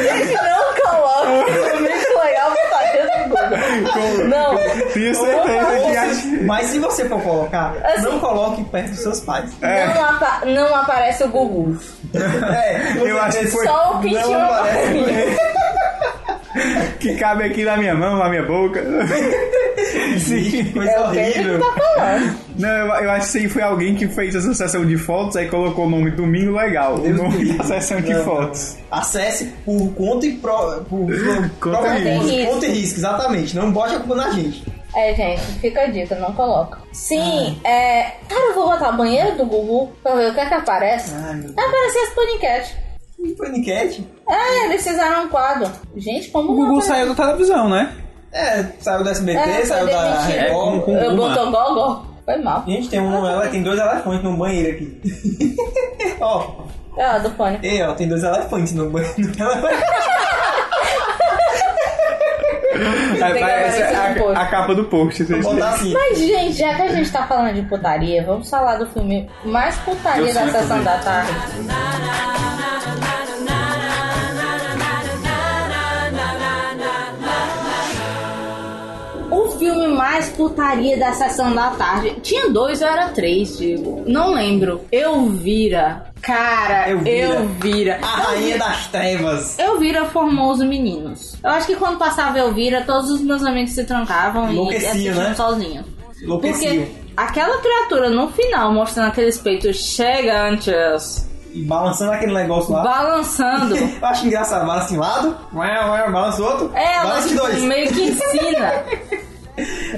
[SPEAKER 1] Não coloque domingo legal, putaria no Google. Não.
[SPEAKER 2] Tenho certeza que a
[SPEAKER 3] Mas se você for colocar,
[SPEAKER 1] Assim.
[SPEAKER 3] não coloque perto dos seus pais.
[SPEAKER 2] É,
[SPEAKER 1] Não, apa- não aparece o Gugu.
[SPEAKER 3] É,
[SPEAKER 2] eu acho que foi-
[SPEAKER 1] Só o que
[SPEAKER 3] Não
[SPEAKER 1] tinha
[SPEAKER 3] aparece.
[SPEAKER 2] que cabe aqui na minha mão, na minha boca.
[SPEAKER 3] Sim, coisa
[SPEAKER 1] É o que ele
[SPEAKER 3] horrível.
[SPEAKER 1] tá falando.
[SPEAKER 2] Não, eu, eu acho que isso aí foi alguém que fez essa sessão de fotos, aí colocou o nome Domingo Legal,
[SPEAKER 3] Deus
[SPEAKER 2] o nome
[SPEAKER 3] me
[SPEAKER 2] da
[SPEAKER 3] livre.
[SPEAKER 2] sessão de
[SPEAKER 3] Não, não.
[SPEAKER 2] fotos.
[SPEAKER 3] Acesse por conta e pro, por, por
[SPEAKER 2] Conta e
[SPEAKER 3] própria
[SPEAKER 1] risco.
[SPEAKER 3] conta, conta e risco, exatamente. Não bote a culpa na gente.
[SPEAKER 1] É, gente, fica a dica, não coloca. Sim,
[SPEAKER 3] Ah.
[SPEAKER 1] é. Cara, eu vou botar a banheira do Gugu pra ver o que é que aparece.
[SPEAKER 3] Ai, meu
[SPEAKER 1] Vai aparecer as paniquete.
[SPEAKER 3] Deus. Paniquete?
[SPEAKER 1] É, eles fizeram um quadro. Gente, como
[SPEAKER 2] O
[SPEAKER 1] não
[SPEAKER 2] Google
[SPEAKER 1] aparece?
[SPEAKER 2] saiu da televisão, né?
[SPEAKER 3] É, saiu da SBT,
[SPEAKER 1] É,
[SPEAKER 3] saiu
[SPEAKER 1] foi
[SPEAKER 3] da
[SPEAKER 1] demitido.
[SPEAKER 3] Record.
[SPEAKER 2] com
[SPEAKER 1] Eu
[SPEAKER 2] uma.
[SPEAKER 1] botou gogó. Foi mal.
[SPEAKER 3] Gente, tem um, ela tem dois elefantes no banheiro aqui. ó,
[SPEAKER 1] É,
[SPEAKER 5] Ah,
[SPEAKER 1] a do fone.
[SPEAKER 3] ei, ó, tem dois elefantes no banheiro. no elefante.
[SPEAKER 2] Aí vai-
[SPEAKER 1] aparecer
[SPEAKER 2] essa é
[SPEAKER 1] no post.
[SPEAKER 2] a, a capa do post. vocês
[SPEAKER 3] Vou
[SPEAKER 2] viram.
[SPEAKER 3] botar assim.
[SPEAKER 1] Mas, gente, já que a gente tá falando de putaria, vamos falar do filme mais putaria da sessão da tarde. O filme mais putaria da sessão da tarde. Tinha dois ou era três, digo. Não lembro. Elvira. Cara,
[SPEAKER 3] Elvira. Ah.
[SPEAKER 1] Elvira.
[SPEAKER 3] A rainha das trevas.
[SPEAKER 1] Elvira formou os meninos. Eu acho que quando passava Elvira, todos os meus amigos se trancavam e
[SPEAKER 3] Enlouqueciam,
[SPEAKER 1] assistiam
[SPEAKER 3] né?
[SPEAKER 1] sozinhos.
[SPEAKER 3] Enlouqueciam.
[SPEAKER 1] Porque aquela criatura no final mostrando aqueles peitos chegantes,
[SPEAKER 3] E balançando aquele negócio lá.
[SPEAKER 1] balançando.
[SPEAKER 3] Eu acho engraçado. Balança de um lado, ué, ué, balança o outro,
[SPEAKER 1] Ela
[SPEAKER 3] balança de
[SPEAKER 1] tipo,
[SPEAKER 3] dois.
[SPEAKER 1] meio que ensina.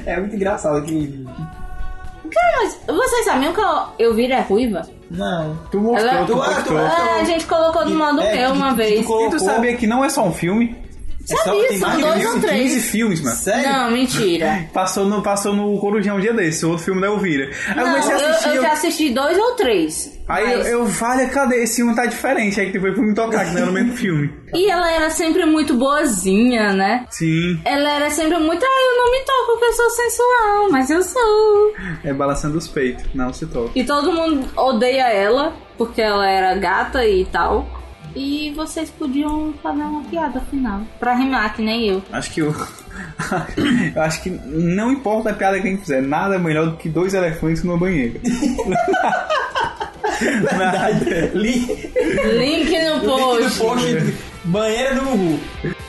[SPEAKER 3] É muito engraçado aquele...
[SPEAKER 1] Cara, mas vocês sabiam que a Elvira é ruiva?
[SPEAKER 3] Não.
[SPEAKER 2] Tu mostrou,
[SPEAKER 1] Ela-
[SPEAKER 2] tu
[SPEAKER 3] Tu- ah, tu-
[SPEAKER 2] postou.
[SPEAKER 1] Ah, a gente colocou no modo
[SPEAKER 3] É,
[SPEAKER 1] meu
[SPEAKER 3] que-
[SPEAKER 1] uma
[SPEAKER 3] que-
[SPEAKER 1] vez.
[SPEAKER 3] que colocou-
[SPEAKER 2] E tu sabia que não é só um filme?
[SPEAKER 3] É só-
[SPEAKER 1] Sabia,
[SPEAKER 3] tem
[SPEAKER 1] são
[SPEAKER 3] mais de
[SPEAKER 1] dois ou
[SPEAKER 3] 15
[SPEAKER 1] três.
[SPEAKER 2] 15 filmes, mano.
[SPEAKER 3] Sério?
[SPEAKER 1] Não, mentira.
[SPEAKER 2] Passou no, passou no Corujão um dia desse, o outro filme da Elvira. Aí eu
[SPEAKER 1] Não,
[SPEAKER 2] comecei a
[SPEAKER 1] eu,
[SPEAKER 2] assistir.
[SPEAKER 1] eu
[SPEAKER 2] eu-
[SPEAKER 1] já assisti dois ou três.
[SPEAKER 2] Aí eu,
[SPEAKER 1] mas-
[SPEAKER 2] eu falei, cadê? Esse filme tá diferente. Aí depois fui me tocar, que não era o mesmo filme.
[SPEAKER 1] E ela era sempre muito boazinha, né?
[SPEAKER 2] Sim,
[SPEAKER 1] Ela era sempre muito, ah, eu não me toco porque eu sou sensual, mas eu sou.
[SPEAKER 2] é balançando os peitos. Não se toca.
[SPEAKER 1] E todo mundo odeia ela, porque ela era gata e tal. E vocês podiam fazer uma piada final. Pra rimar, que nem eu.
[SPEAKER 2] Acho que eu. eu acho que não importa a piada que a gente fizer, nada é melhor do que dois elefantes numa banheira. nada.
[SPEAKER 3] Li...
[SPEAKER 1] Link no
[SPEAKER 3] Link do
[SPEAKER 1] post.
[SPEAKER 3] post, banheira do Gugu.